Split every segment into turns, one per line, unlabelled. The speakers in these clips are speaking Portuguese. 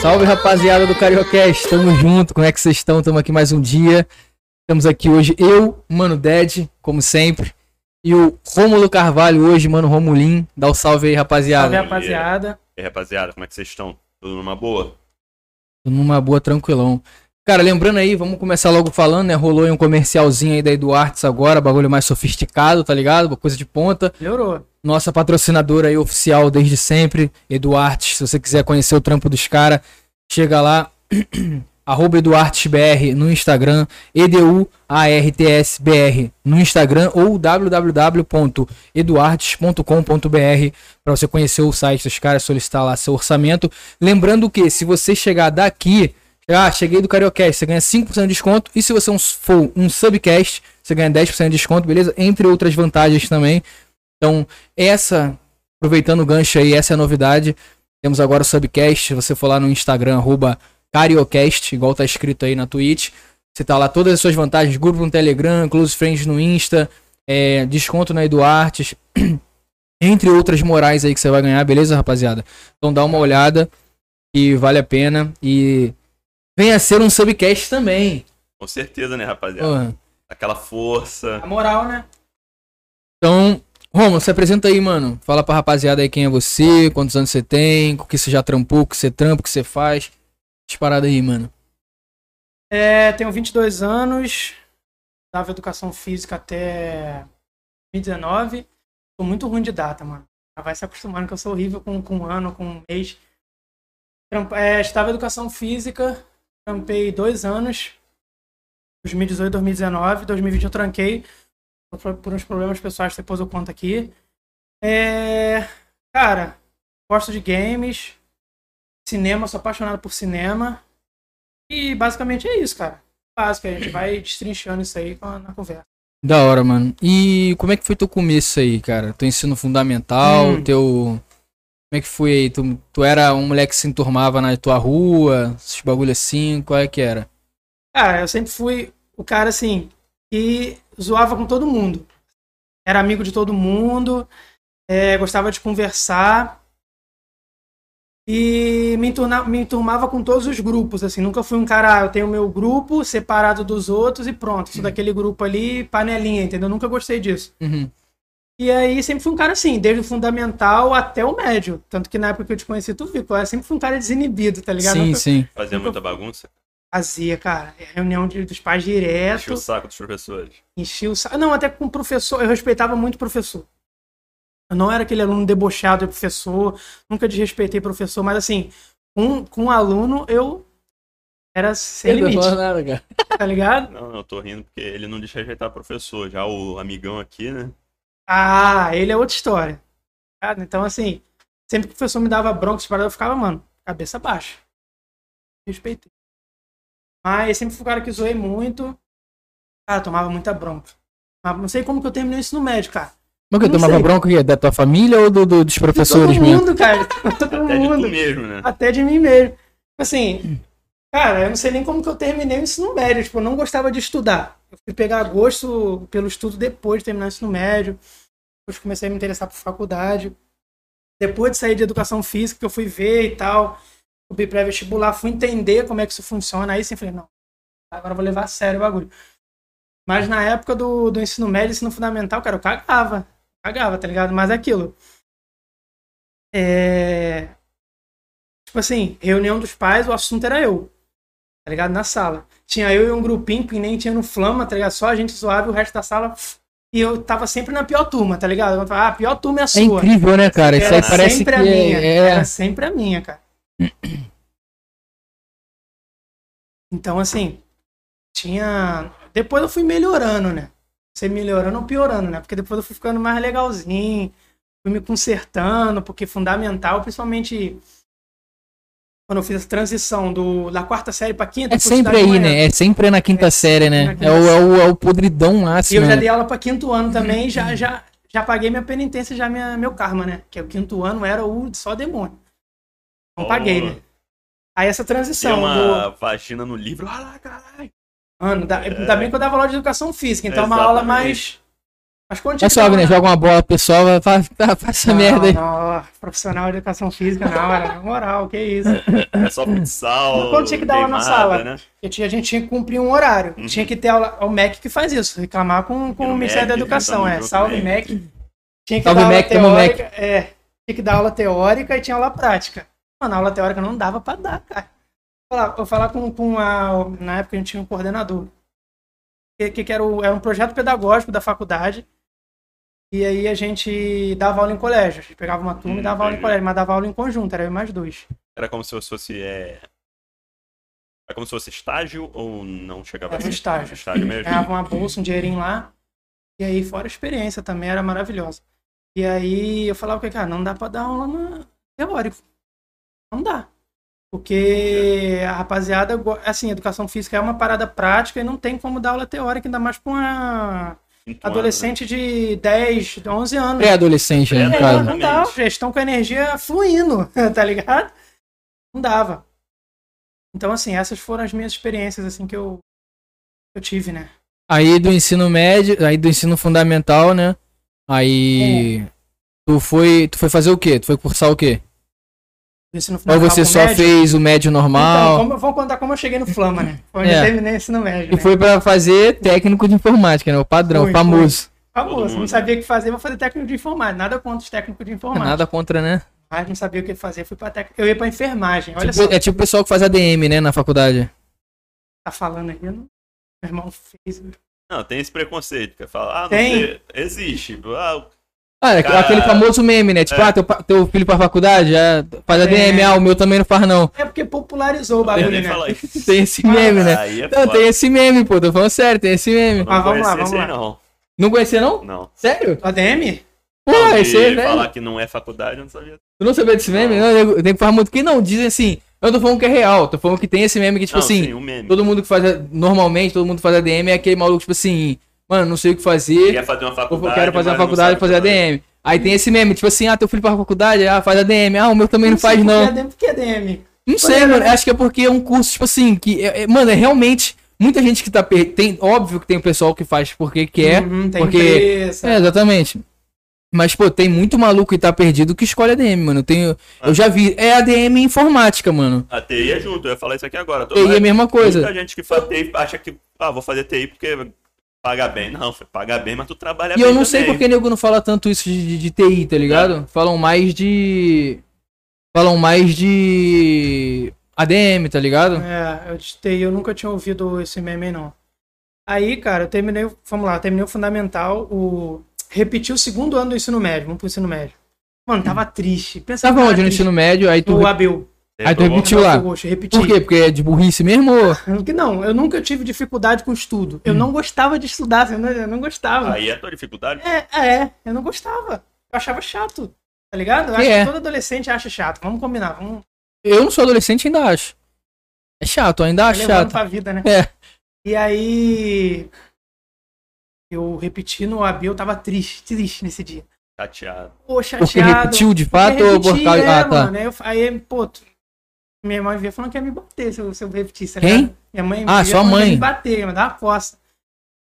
Salve rapaziada do Cariocast, tamo junto, como é que vocês estão? Tamo aqui mais um dia. Estamos aqui hoje eu, Mano Dead, como sempre, e o Rômulo Carvalho hoje, Mano Romulim. Dá o um salve aí,
Salve,
rapaziada.
rapaziada.
E aí, rapaziada, como é que vocês estão? Tudo numa boa?
Tudo Numa boa, tranquilão. Cara, lembrando aí, vamos começar logo falando, né? Rolou aí um comercialzinho aí da Eduartes agora, bagulho mais sofisticado, tá ligado? Coisa de ponta.
Melhorou.
nossa patrocinadora aí oficial desde sempre, Eduartes. Se você quiser conhecer o trampo dos caras, chega lá, arroba EduartesBR no Instagram, EDUARTSBR no Instagram ou www.eduartes.com.br para você conhecer o site dos caras, solicitar lá seu orçamento. Lembrando que se você chegar daqui, ah, cheguei do Cariocast, você ganha 5% de desconto. E se você um- for um subcast, você ganha 10% de desconto, beleza? Entre outras vantagens também. Então, essa, aproveitando o gancho aí, essa é a novidade. Temos agora o subcast. Se você for lá no Instagram, arroba Cariocast, igual tá escrito aí na Twitch. Você tá lá todas as suas vantagens, grupo no Telegram, Close Friends no Insta, é, desconto na Eduartes, entre outras morais aí que você vai ganhar, beleza, rapaziada? Então dá uma olhada que vale a pena e venha ser um subcast também.
Com certeza, né, rapaziada?
Porra.
Aquela força.
A moral, né?
Então, Romulo, se apresenta aí, mano. Fala pra rapaziada aí quem é você, quantos anos você tem, o que você já trampou, o que você trampa, o que você faz. Essas paradas aí, mano.
É, tenho 22 anos, dava educação física até 2019. Tô muito ruim de data, mano. Já vai se acostumando que eu sou horrível com, com um ano, com um mês. Trampa- É, estava educação física, trampei dois anos, 2018, 2019, 2020 eu tranquei, por, por uns problemas pessoais, depois eu conto aqui. É, cara, gosto de games, cinema, sou apaixonado por cinema. E basicamente é isso, cara. Básico, a gente vai destrinchando isso aí com a- na conversa.
Da hora, mano. E como é que foi teu começo aí, cara? Teu ensino fundamental,
Hum.
teu. Como é que foi aí? Tu, tu era um moleque que se enturmava na tua rua, esses bagulho assim, qual é que era?
Cara, eu sempre fui o cara assim que zoava com todo mundo. Era amigo de todo mundo, é, gostava de conversar. E me, enturna, me enturmava com todos os grupos, assim. Nunca fui um cara, ah, eu tenho meu grupo separado dos outros e pronto. Sou daquele grupo ali, panelinha, entendeu? Nunca gostei disso.
Uhum.
E aí sempre fui um cara assim, desde o fundamental até o médio. Tanto que na época que eu te conheci, tu viu, eu sempre fui um cara desinibido, tá ligado?
Sim,
Nunca
sim.
Fazia
Nunca-
muita bagunça.
Fazia, cara, é, reunião de- dos pais
Enchia
direto,
o saco dos professores.
enchia o saco. Não, até com o professor, eu respeitava muito o professor. Eu não era aquele aluno debochado de professor, nunca desrespeitei professor, mas assim, com, com aluno eu era sem
Eu não
limite,
falo nada, cara.
tá ligado?
Não, não, eu tô rindo porque ele não desrespeitar o professor. Já o amigão aqui, né?
Ah, ele é outra história. Cara, Então, assim, sempre que o professor me dava bronca, essas paradas, eu ficava, mano, cabeça baixa. Respeitei. Mas sempre fui o cara que zoei muito. Cara, tomava muita bronca. Mas não sei como que eu terminei o ensino médio, cara.
Mas que eu
Não
tomava
sei.
bronca o quê? da tua família ou do- do- dos
De
professores
todo
mesmo?
mundo, cara. De todo
Até de tu
mundo.
mesmo, né?
Até de mim mesmo. Assim, cara, eu não sei nem como que eu terminei o ensino médio. Tipo, eu não gostava de estudar. Eu fui pegar gosto pelo estudo depois de terminar o ensino médio. Depois comecei a me interessar por faculdade. Depois de sair de educação física, que eu fui ver e tal, subi pré-vestibular, fui entender como é que isso funciona. Aí sim, falei, não, agora eu vou levar a sério o bagulho. Mas na época do, do ensino médio, ensino fundamental, cara, eu cagava. Cagava, tá ligado? Mas é aquilo. É... Tipo assim, reunião dos pais, o assunto era eu. Tá ligado? Na sala. Tinha eu e um grupinho que nem tinha no Flama, tá ligado? Só a gente zoava e o resto da sala. pff, E eu tava sempre na pior turma, tá ligado? Eu falava, ah, a pior turma é a
É
sua.
incrível, né, cara? Isso aí
Era
parece que
sempre a minha.
é. é-
Era sempre a minha, cara. Então, assim, tinha. Depois eu fui melhorando, né? Você melhorando ou piorando, né? Porque depois eu fui ficando mais legalzinho, fui me consertando, porque fundamental, principalmente quando eu fiz a transição do, da quarta série pra quinta.
É
eu fui estudar
sempre
de
aí,
manhã.
né? É sempre na quinta
É
série, né?
sempre
É
na
o,
quinta
é, o, é o podridão
E
máximo.
eu já
né?
dei aula pra quinto ano também,
Uhum.
já, já, já paguei minha penitência, já minha, meu karma, né? Que o quinto ano era o só demônio. Não
Ó,
paguei, né? Aí essa
Tinha
transição do
uma vagina no livro. Ah lá, caralho.
ano, da, ainda bem que eu dava aula de educação física, então
É,
uma aula
exatamente.
mais Mas quando
É só, Agnes, joga uma bola pro pessoal, vai, faz, faz essa
Não,
merda aí.
Não, profissional de educação física, não, era na moral, que isso.
É só futsal.
Quando tinha que dar aula na
queimada,
sala?
Né?
Porque tinha- a gente tinha que cumprir um horário.
Uhum.
Tinha que ter aula. O MEC que faz isso, reclamar com, com
E no
o Ministério
MEC,
da Educação.
tamo
É,
junto,
salve MEC.
MEC.
Tinha que
Salve,
dar aula
MEC, tamo
teórica. É, tinha que dar aula teórica e tinha aula prática. Mano, a aula teórica não dava pra dar, cara. Vou falar, vou falar com, com a. Na época a gente tinha um coordenador. Que, que, que era, o- era um projeto pedagógico da faculdade. E aí a gente dava aula em colégio. A gente pegava uma turma e
Hum,
dava aula em
entendi.
colégio, mas dava aula em conjunto, era eu e mais dois.
Era como se eu fosse. É... é como se fosse estágio ou não chegava
Era um
a ser
estágio.
Estágio mesmo.
ganhava uma bolsa, um dinheirinho lá. E aí, fora a experiência também, era maravilhosa. E aí eu falava com ele, cara, não dá pra dar aula no teórico. Não dá. Porque a rapaziada, go- assim, educação física é uma parada prática e não tem como dar aula teórica, ainda mais pra uma
Então,
adolescente de 10, 11 anos.
Pré-adolescente, né, no
É,
caso.
não dá, eles estão com a energia fluindo, tá ligado? Não dava. Então, assim, essas foram as minhas experiências, assim, que eu, eu tive, né?
Aí do ensino médio, aí do ensino fundamental, né? Aí.
É.
Tu foi. Tu foi fazer o quê? Tu foi cursar o quê?
Do ensino
Ou
fundamental
você
pro
só
médio.
fez o médio normal?
Então, como, vamos contar como eu cheguei no Flama, né? Foi onde
É.
eu terminei o ensino médio,
E
né?
foi pra fazer técnico de informática, né? O padrão,
Foi,
famoso.
Todo
Famoso,
mundo. né?
não sabia o que fazer, vou fazer técnico de informática. Nada contra os técnicos de informática.
Nada contra, né?
Mas não sabia o que fazer, fui pra técnico. Eu ia pra enfermagem, olha
Tipo-
só.
é tipo o pessoal que faz ADM, né, na faculdade. é.
Tá falando aí, eu não- meu irmão fez.
Não, tem esse preconceito. Quer falar, ah, não
Tem.
sei. Existe. Ah,
Ah, é
Cara,
aquele famoso meme, né? Tipo,
é.
ah, teu, pa- teu filho pra faculdade, ah, faz
É.
ADM, ah, o meu também não faz, não.
É porque popularizou o
eu
bagulho,
nem
né?
falar isso.
Tem esse meme, né?
Aí é
Não,
foda.
tem esse meme, pô, tô falando sério, tem esse meme.
Eu
Ah,
Não
vamos lá,
conhecia esse aí, não.
Não conhecia, não?
Não.
Sério?
O ADM?
Pô,
Não,
esse
de
aí, né? Tipo velho.
falar que não é faculdade, eu não sabia.
Tu não sabia desse meme? Não, eu eu tenho que falar muito. Que não, dizem assim. Eu tô falando que é real, tô falando que tem esse meme que, tipo
não,
assim,
sim, um meme.
todo mundo que faz. a- Normalmente, todo mundo faz ADM é aquele maluco, tipo assim, mano, não sei o que fazer.
Quer fazer uma
Eu
faculdade.
quero fazer uma
mas não
faculdade,
sabe
fazer ADM. Aí tem esse meme, tipo assim, ah, teu filho faz faculdade, ah, faz ADM, ah, o meu também não
sei
faz,
por que é
não.
ADM, por que ADM?
Não sei, mano. Acho que é porque é um curso, tipo assim, que. é- é- mano, é realmente. Muita gente que tá. per- Tem, óbvio que tem o pessoal que faz porque quer.
Uhum, tem
porque-
empresa.
É, exatamente. Mas, pô, tem muito maluco que tá perdido que escolhe ADM, mano. Eu, tenho, eu já vi. É ADM e informática, mano.
A TI é junto, eu ia falar isso aqui agora. Todo
E é a mesma coisa.
Muita gente que faz TI acha que, ah, vou fazer TI porque paga bem. Não, filho, paga bem, mas tu trabalha
E
bem
eu não sei
também.
porque nego não fala tanto isso de, de- de TI, tá ligado? Falam mais de. Falam mais de. ADM, tá ligado?
É, eu digitei, eu nunca tinha ouvido esse meme, não. Aí, cara, eu terminei, o- vamos lá, eu terminei o fundamental, o repeti o segundo ano do ensino médio, vamos pro ensino médio. Mano, tava triste. Pensava
Tava
que
onde? No
triste.
ensino médio, aí tu.
No Abel.
Aí tu
Reprovou.
repetiu lá.
Renato Augusto, Repeti.
Por quê? Porque é de burrice mesmo? Ou...
Porque não, eu nunca tive dificuldade com estudo.
Hum.
Eu não gostava de estudar, eu não, eu não gostava.
Aí é tua dificuldade.
É, é, eu não gostava. Eu achava chato, tá ligado? Eu
Que
acho
é.
que todo adolescente acha chato. Vamos combinar, vamos
Eu não sou adolescente ainda acho. É chato, ainda acho
levando
chato.
pra vida, né?
É.
E aí. Eu repeti no AB, eu tava triste, triste nesse dia.
Chateado.
Pô,
Porque
chateado.
repetiu de fato
Eu
ou
repeti,
por causa.
é,
Ah, tá.
mano. Aí, eu, aí, pô, tu- minha irmã veio falando que ia me bater se eu, se eu repetisse. tá
Quem?
ligado? Minha mãe
Ah,
veio
sua
falando que ia
mãe.
me bater, ia me dar uma coça.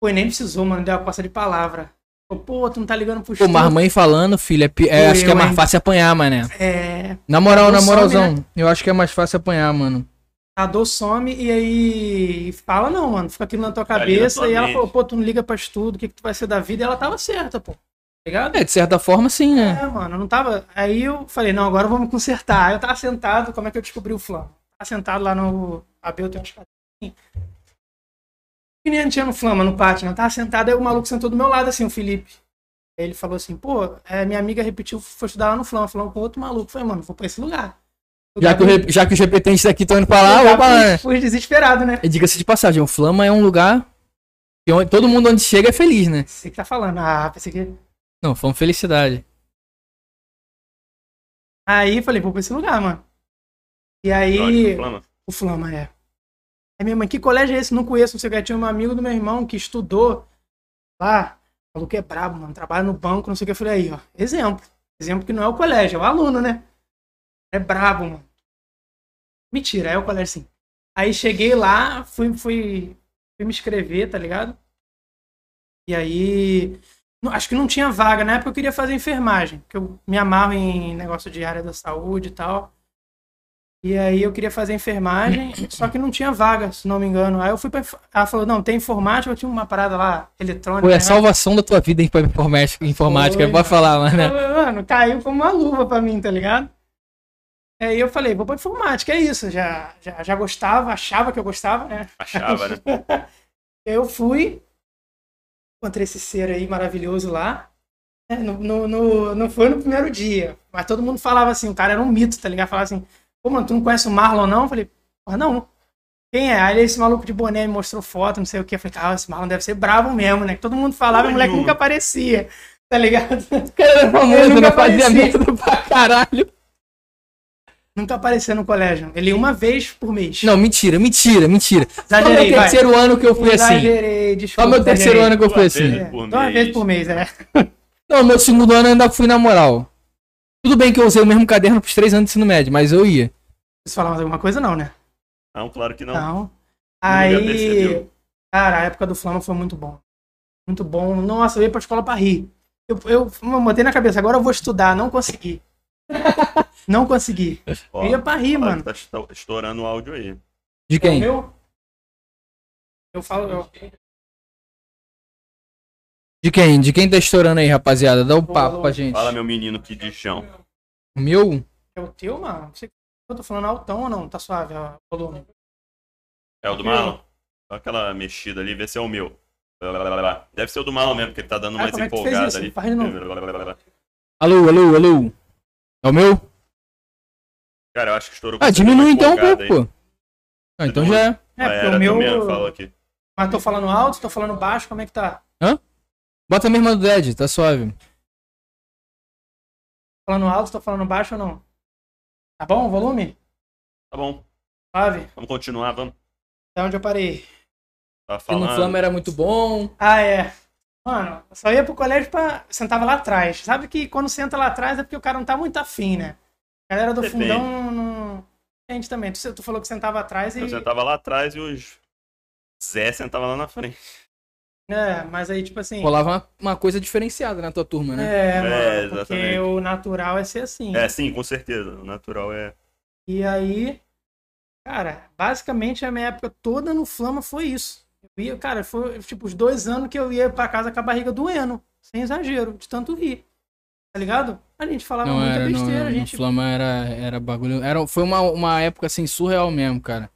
Pô, e nem precisou, mano, deu uma coça de palavra. Falou, Pô, tu não tá ligando pro
Pô,
estudo.
mas mãe falando, filho, é pi- é,
Fui
acho que é
eu,
mais
hein.
fácil apanhar, mané.
É,
Na moral,
Não
na
some, né?
moralzão. Eu acho que é mais fácil apanhar, mano.
a dor some e aí fala não, mano, fica aquilo na tua
Tá ali na
cabeça.
tua
e ela
mente.
falou, pô, tu não liga pra estudo, o que que tu vai ser da vida? E ela tava certa, pô. Tá ligado?
É, de certa forma, sim, né?
É, mano, eu não tava. Aí eu falei, não, agora eu vou me consertar. Aí eu tava sentado, como é que eu descobri o Flama? Tava sentado lá no. Abel tem umas cadeirinhas. Que nem tinha no Flama, no pátio, né? Eu tava sentado, aí o maluco sentou do meu lado, assim, o Felipe. Aí ele falou assim, pô, é, minha amiga repetiu, foi estudar lá no Flama, falando com outro maluco. Eu Falei, mano, vou pra esse lugar.
Já, que o, re- já que os repetentes daqui estão indo pra lá, vou pra lá. né?
Fui desesperado, né?
E diga-se de passagem, o Flama é um lugar que onde- todo mundo onde chega é feliz, né?
Você que tá falando, ah, pensei que.
Não, Flama felicidade.
Aí eu falei, vou pra esse lugar, mano. E aí.
Lógico, Flama.
O Flama, é. É minha mãe, que colégio é esse? Não conheço, não sei o que. Tinha um amigo do meu irmão que estudou lá. Falou que é brabo, mano. Trabalha no banco, não sei o que. Eu falei, aí, ó. Exemplo. Exemplo que não é o colégio, é o aluno, né? É brabo, mano. Mentira, é o colégio sim. Aí cheguei lá, fui, fui, fui me inscrever, tá ligado? E aí não- acho que não tinha vaga. Na época eu queria fazer enfermagem, porque eu me amarro em negócio de área da saúde e tal. E aí eu queria fazer enfermagem, só que não tinha vaga, se não me engano. Aí eu fui pra. inf- Ela falou, não, tem informática, eu tinha uma parada lá, eletrônica.
Pô, é a
né?
salvação da tua vida, hein, pra informática. informática.
Foi,
Pode falar, mano. né?
Mano, caiu como uma luva pra mim, tá ligado? Aí eu falei, vou pra informática, é isso. Já, já, já gostava, achava que eu gostava, né?
Achava, né?
Eu fui, encontrei esse ser aí maravilhoso lá. É, No, no, no- não foi no primeiro dia, mas todo mundo falava assim, o cara era um mito, tá ligado? Falava assim, pô, mano, tu não conhece o Marlon, não? Eu falei, porra, não. Quem é? Aí esse maluco de boné me mostrou foto, não sei o que. Eu falei, cara, esse Marlon deve ser bravo mesmo, né? Que Todo mundo falava, e o moleque
Olha.
nunca aparecia, tá ligado?
cara era
Ele
famoso,
nunca
né? Fazia
aparecia.
merda pra caralho.
Nunca apareceu no colégio. Ele ia uma vez por mês.
Não, mentira, mentira, mentira. Só meu
Exagerei, vai.
terceiro ano que eu fui assim.
Exagerei,
Só
desculpa.
meu terceiro ano que eu fui
Duas vezes
assim.
É,
Por
só uma
mês.
vez por mês, é.
Não, meu segundo ano eu ainda fui na moral. Tudo bem que eu usei o mesmo caderno pros três anos de ensino médio, mas eu ia.
Vocês falam mais alguma coisa, não, né?
Não, claro que não.
Não.
percebeu.
Aí, cara, a época do Flama foi muito bom. Muito bom. Nossa, eu ia pra escola pra rir. Eu, eu, eu botei na cabeça, agora eu vou estudar. Não consegui. não consegui.
Ó,
Eu ia pra rir,
fala que
mano.
Tá estou- estourando o áudio aí.
De quem?
Uhum.
Eu, eu falo, eu
De quem? De quem tá estourando aí, rapaziada? Dá o papo
alô.
pra gente.
Fala, meu menino que de chão.
O meu?
É o teu, mano? Não sei se Eu tô falando altão ou não? Tá suave ó, o volume?
É o do Marlon? Só aquela mexida ali, vê se é o meu. Blá, blá, blá, blá. Deve ser o do Marlon mesmo, porque ele tá dando
Ah,
mais
como é que tu fez
empolgada
isso?
ali.
Faz de novo.
Blá, blá, blá, blá, blá.
Alô, alô, alô. É o meu?
Cara, eu acho que estourou.
Ah,
porque
diminui
deu
então um
uma empolgada tá aí.
pouco, pô. Ah, então já é.
É,
Ah,
porque
era
o meu.
também, fala aqui.
Mas tô falando alto, tô falando baixo, como é que tá?
Bota a mesma do Dead, tá suave.
Falando alto, tô falando baixo ou não? Tá bom o volume?
Tá bom,
Suave?
vamos continuar, vamos.
Da onde eu parei?
Tá
Se no Flama
falando.
era muito bom.
Ah, é. Mano, eu só ia pro colégio pra. Sentava lá atrás. Sabe que quando senta lá atrás é porque o cara não tá muito afim, né? A galera do
Depende.
fundão não. Gente também. Tu, tu falou que sentava atrás e.
Eu sentava lá atrás e os Zé sentava lá na frente.
É, mas aí, tipo assim.
Rolava uma, uma coisa diferenciada na tua turma, né?
É, mano,
É,
porque
exatamente.
o natural é ser assim.
É, sim, com certeza. O natural é.
E aí, cara, basicamente a minha época toda no Flama foi isso. Eu ia, cara, foi tipo os dois anos que eu ia pra casa com a barriga doendo, sem exagero, de tanto rir. Tá ligado? A gente falava
Não
muita
era, não,
besteira,
não,
a
no
gente
Flama era, era bagulho. Era, foi uma, uma época assim surreal mesmo, cara.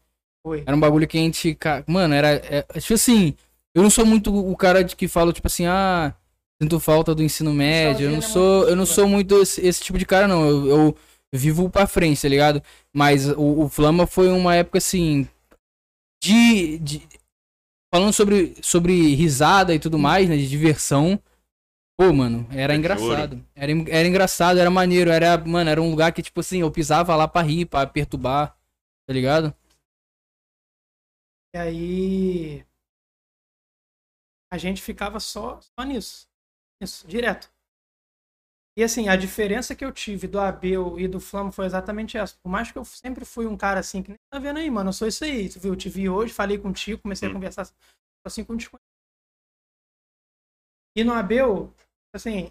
foi.
Era um bagulho que a gente. ca- Mano, era. É, tipo assim, eu não sou muito o cara de que fala, tipo assim, ah, sinto falta do ensino médio. Eu não
Nostalgia, né,
sou,
mano?
eu não sou muito esse, esse tipo de cara, não. Eu, eu vivo pra frente, tá ligado? Mas o, o Flama foi uma época assim. De. de- falando sobre, sobre risada e tudo mais, né? De diversão. Pô, mano, era
Era de
engraçado. Era, en- era engraçado, era maneiro. Era, mano, era um lugar que, tipo assim, eu pisava lá pra rir, pra perturbar, tá ligado?
E aí a gente ficava só, só nisso. Isso, direto. E assim, a diferença que eu tive do Abel e do Flama foi exatamente essa. Por mais que eu sempre fui um cara assim, que nem tá vendo aí, mano, eu sou isso aí. Tu viu, eu te vi hoje, falei contigo, comecei a
Hum.
conversar assim com desconhecido. E no Abel, assim,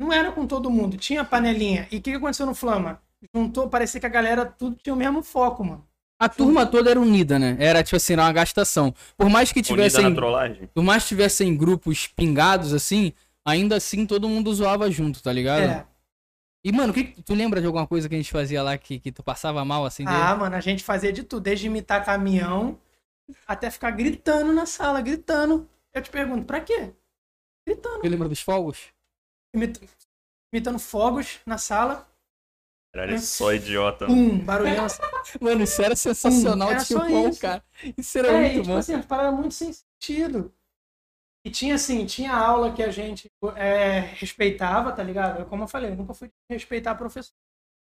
não era com todo mundo, tinha panelinha. E o que que aconteceu no Flama? Juntou, parecia que a galera tudo tinha o mesmo foco, mano.
A turma toda era unida, né? Era tipo assim, era uma gastação. Por mais que
Unida na
tivessem,
trollagem.
por mais que tivessem grupos pingados assim, ainda assim todo mundo zoava junto, tá ligado?
É.
E mano, o que que- tu lembra de alguma coisa que a gente fazia lá que, que tu passava mal assim? de-
Ah, mano, a gente fazia de tudo, desde imitar caminhão até ficar gritando na sala, gritando. Eu te pergunto, pra quê? Gritando.
Tu lembra dos fogos?
Imit- Imitando fogos na sala.
Caralho, é só idiota.
Pum, barulhão. assim.
Mano, isso era sensacional,
Hum, era
tipo,
só
bom,
isso.
cara. Isso era
É, e,
muito
tipo
bom.
assim, as paradas muito sem sentido. E tinha assim, tinha aula que a gente é, respeitava, tá ligado? Eu, como eu falei, eu nunca fui respeitar professor.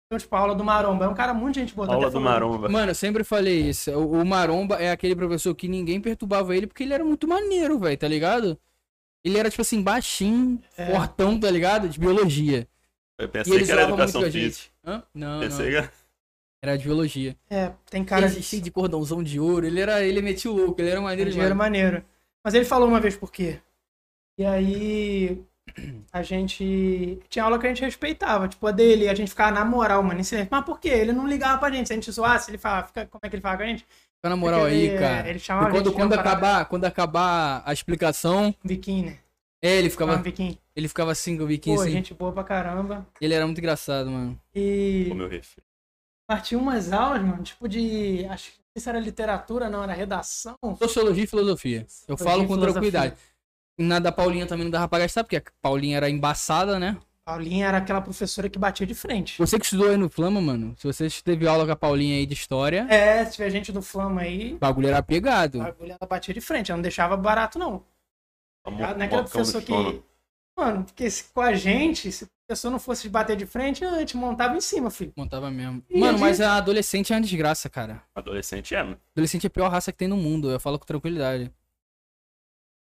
Então, tipo, a aula do Maromba. É um cara muito gente boa. tá
Aula
até
do
falando.
Maromba.
Mano, eu sempre falei isso. O, o Maromba é aquele professor que ninguém perturbava ele porque ele era muito maneiro, velho, tá ligado? Ele era, tipo assim, baixinho,
É.
fortão, tá ligado? De biologia.
Eu
e
pensei
ele
que era
zoava muito
educação
com a
física.
gente. Hã? Não, não.
Pensei que
Era de biologia.
É, tem
Cara,
cara
ele cheio de cordãozão de ouro. Ele era. Ele metia o louco, ele era maneiro
Dinheiro
demais.
maneiro. Mas ele falou uma vez por quê. E aí a gente. Tinha aula que a gente respeitava. Tipo, a dele, a gente ficava na moral, mano, em silêncio. Mas por quê? Ele não ligava pra gente. Se a gente zoasse, ele falava, fica, como é que ele falava com a gente?
Fica na moral
Porque
aí,
ele-
cara.
ele chamava
E
a
quando,
gente de
quando,
uma parada-
acabar, quando acabar a explicação,
Biquinho, né?
é, ele
Ficava
ficava,
biquinho.
ele ficava assim com o biquinho
Pô,
assim.
gente boa pra caramba.
Ele era muito engraçado, mano.
E
O meu refri.
partiu umas aulas, mano, tipo de. Acho que isso era literatura, não, era redação.
Sociologia e filosofia. Eu falo
e
com
filosofia.
tranquilidade. Na da Paulinha também não dava pra gastar, porque a Paulinha era embaçada, né?
Paulinha era aquela professora que batia de frente.
Você que estudou aí no Flama, mano, se você teve aula com a Paulinha aí de história,
É, se tiver gente do Flama aí,
o bagulho era pegado.
a agulha ela batia de frente, ela não deixava barato, não.
Amor,
Ela Não é aquela professor que. Mano, porque se, com a gente, se a pessoa não fosse bater de frente, a gente montava em cima, filho.
Montava mesmo.
E
Mano,
a
mas a adolescente é uma desgraça, cara.
Adolescente é, né?
Adolescente é a pior raça que tem no mundo, eu falo com tranquilidade.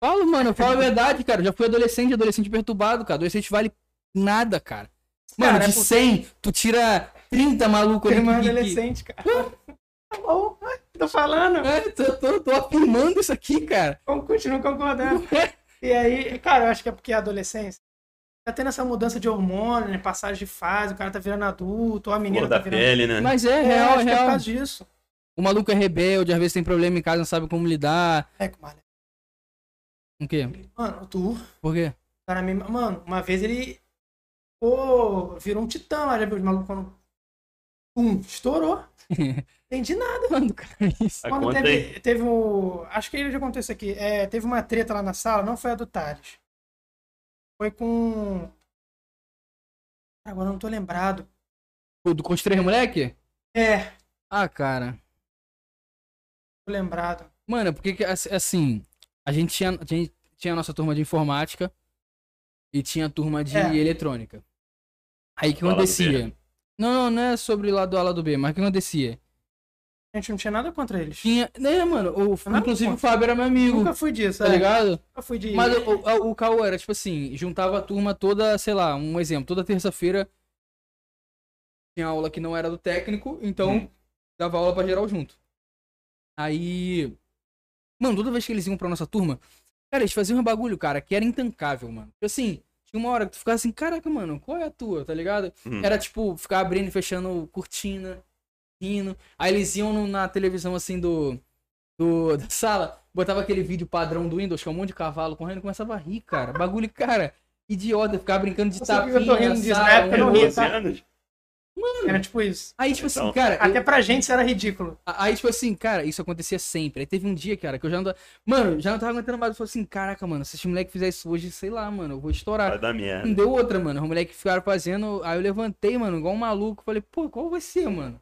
Falo, mano, eu falo a verdade, cara. Eu já fui adolescente, adolescente perturbado, cara. Adolescente vale nada, cara. Mano,
Cara,
de
é porque-
100, tu tira 30 maluco ali.
Tem uma
que- que-
adolescente, cara. tá bom, tô falando.
É, tô, tô, tô afirmando isso aqui, cara.
Con- Continuo concordando. E aí, cara, eu acho que é porque a adolescência tá tendo essa mudança de hormônio, né? Passagem de fase, o cara tá virando adulto, ou a menina
Cor
tá
da
virando.
pele, né?
Mas é
É,
real, é
acho que é por
real.
causa disso.
O maluco é rebelde, às vezes tem problema em casa, não sabe como lidar.
É, comadre.
O quê?
Mano, tu, o
Por quê?
cara me. Mano, uma vez ele. Pô, virou um titã lá, já viu? Os malucos quando. Pum, estourou. Entendi nada.
Quando, cara, isso?
Aí
Quando
conta aí.
teve, teve o. Acho que ele já contou isso aqui. É, teve uma treta lá na sala, não foi a do Thales. Foi com. Agora eu não tô lembrado.
Pô, do- Com os três moleque?
É,
Ah, cara.
tô lembrado.
Mano, é porque que, ass- assim, a gente tinha, a gente tinha a nossa turma de informática e tinha a turma de
É.
eletrônica. Aí o que
Do lado B, né?
acontecia? Não, não, não é sobre o lado A, lado B, mas o que acontecia?
A gente não tinha nada contra eles.
Tinha. Né, mano, o,
Nada
inclusive o
contra.
Fábio era meu amigo,
Nunca fui disso,
tá
é.
ligado?
Nunca fui de.
Mas o, o, o caô era, tipo assim, juntava a turma toda, sei lá, um exemplo, toda terça-feira tinha aula que não era do técnico, então dava aula pra geral junto. Aí. Mano, toda vez que eles iam pra nossa turma, cara, eles faziam um bagulho, cara, que era intancável, mano. Tipo assim, tinha uma hora que tu ficava assim, caraca, mano, qual é a tua, tá ligado?
Hum.
Era tipo, ficar abrindo e fechando cortina, rindo. Aí eles iam no- na televisão assim do, do- da sala, botava aquele vídeo padrão do Windows, que é um monte de cavalo correndo, e começava a rir, cara. Bagulho, cara, idiota, ficava brincando de
Eu sei que eu tô
tapinha,
rindo disso,
sala,
na época eu não
um-
ria,
É, Doze
tá?
anos?
Era tipo isso.
Aí, tipo assim,
Então,
cara, eu-
Até pra gente isso era ridículo.
Aí, tipo assim, cara, isso acontecia sempre. Aí teve um dia, cara, que eu já não. tava- Mano, já não tava aguentando mais. Eu falei assim, caraca, mano, se esse moleque fizer isso hoje, sei lá, mano, eu vou
Vai
estourar.
dar
É. Não
merda.
deu outra, mano. Os moleques ficaram fazendo. Aí eu levantei, mano, igual um maluco. Falei, pô, qual vai ser, mano?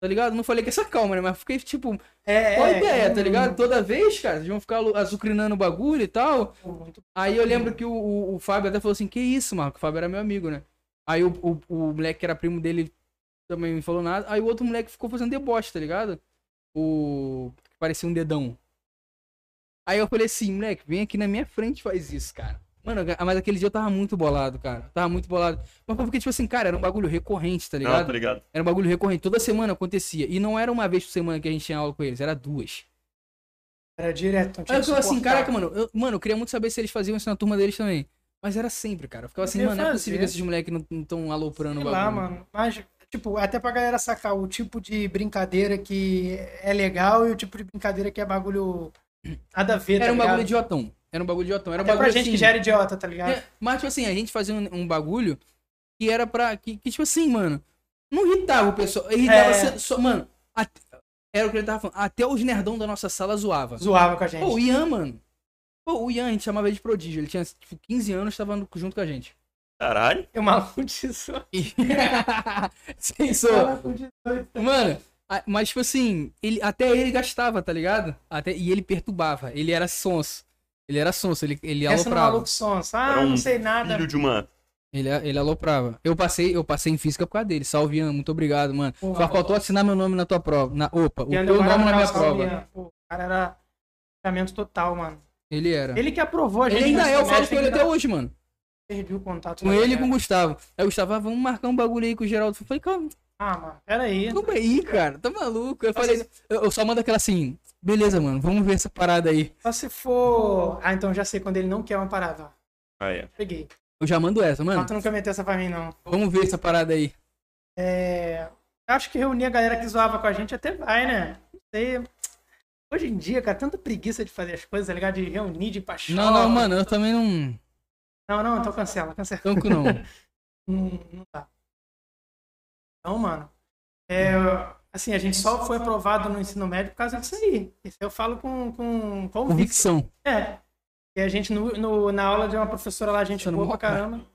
Tá ligado? Não falei com essa calma, né? Mas fiquei tipo,
É,
qual a
é,
ideia,
é,
tá ligado? Toda vez, cara, vocês vão ficar alu- azucrinando o bagulho e tal.
Muito...
Aí eu lembro que o, o, o Fábio até falou assim, que isso, Marco? O Fábio era meu amigo, né? Aí o, o, o moleque que era primo dele também não falou nada. Aí o outro moleque ficou fazendo deboche, tá ligado? O. Que parecia um dedão. Aí eu falei assim, moleque, vem aqui na minha frente e faz isso, cara. Mano, mas aquele dia eu tava muito bolado, cara. Eu Tava muito bolado. Mas foi porque, tipo assim, cara, era um bagulho recorrente, tá
Não,
ligado?
tá ligado?
Era um bagulho recorrente. Toda semana acontecia. E não era uma vez por semana que a gente tinha aula com eles, era duas.
Era direto. não Tipo, tinha
Aí eu ficava assim,
suportar.
caraca, mano, eu, mano, eu queria muito saber se eles faziam isso na turma deles também. Mas era sempre, cara. Eu ficava assim,
Eu ia
mano, não é possível que
fazer.
esses moleques não estão aloprando
Sei
o
lá,
bagulho.
mano. Mas, tipo, até pra galera sacar o tipo de brincadeira que é legal e o tipo de brincadeira que é bagulho nada a ver, tá
Era um bagulho
ligado?
idiotão. Era um bagulho idiotão. Era um
Até
bagulho
pra gente
assim,
que já era idiota, tá ligado?
É, mas, tipo assim, a gente fazia um, um bagulho que era pra. Que, que, tipo assim, mano. Não irritava o pessoal. Irritava
É.
sendo só. Mano, até- era o que ele tava falando. Até os nerdão da nossa sala zoava.
Zoava com a gente.
Pô, o Ian, mano. Pô, o Ian, a gente chamava ele de prodígio. Ele tinha, tipo, 15 anos, tava no- junto com a gente. Tá
Caralho.
Eu maldiçou.
E... Sim, sou. Mano, a- mas tipo assim, ele, até ele gastava, tá ligado? Até, e ele perturbava, ele era sonso. Ele era sonso, ele, ele
Essa no
aloprava.
maluco sonso. Ah,
Era um
não sei nada.
Filho de uma.
Ele, ele aloprava. Eu passei, eu passei em física por causa dele. Salve, Ian, muito obrigado, mano.
Porra,
Só faltou assinar meu nome na tua prova. Na, opa, o
Ian
teu
deu
nome na
moral,
minha
salve,
prova.
Ian. Pô, O cara era tratamento total, mano.
Ele era.
Ele que aprovou a gente.
É. Ele ainda
nesse
é, eu falo
semestre,
com ele
ainda
até hoje, mano.
Perdi o contato.
Com
dele,
ele e
né?
com o Gustavo. Aí o Gustavo, ah, vamos marcar um bagulho aí com o Geraldo. Eu falei, calma,
Ah, mano, peraí.
calma aí, cara, tá maluco. Eu
Mas
falei, eu, eu só mando aquela assim, beleza, mano, vamos ver essa parada aí.
Só se for... Ah, então já sei quando ele não quer uma parada. ó.
Aí,
Peguei.
Eu já mando essa,
Mas
mano.
tu nunca meteu essa pra mim, não.
Vamos ver essa parada aí.
É, Acho que reunir a galera que zoava com a gente até vai, né? Não sei. Hoje em dia, cara, tanta preguiça de fazer as coisas, tá ligado? De reunir, de paixão.
Não, não, mano, eu também não.
Não, não, então cancela, cancela.
Tanco não.
Não, não dá. Então, mano, é, assim, a gente só foi aprovado no ensino médio por causa disso aí. Isso eu falo com, com convicção.
Convicção.
É. E a gente, no, no- na aula de uma professora lá, a gente
Você não
boa pra
morre, né?
caramba.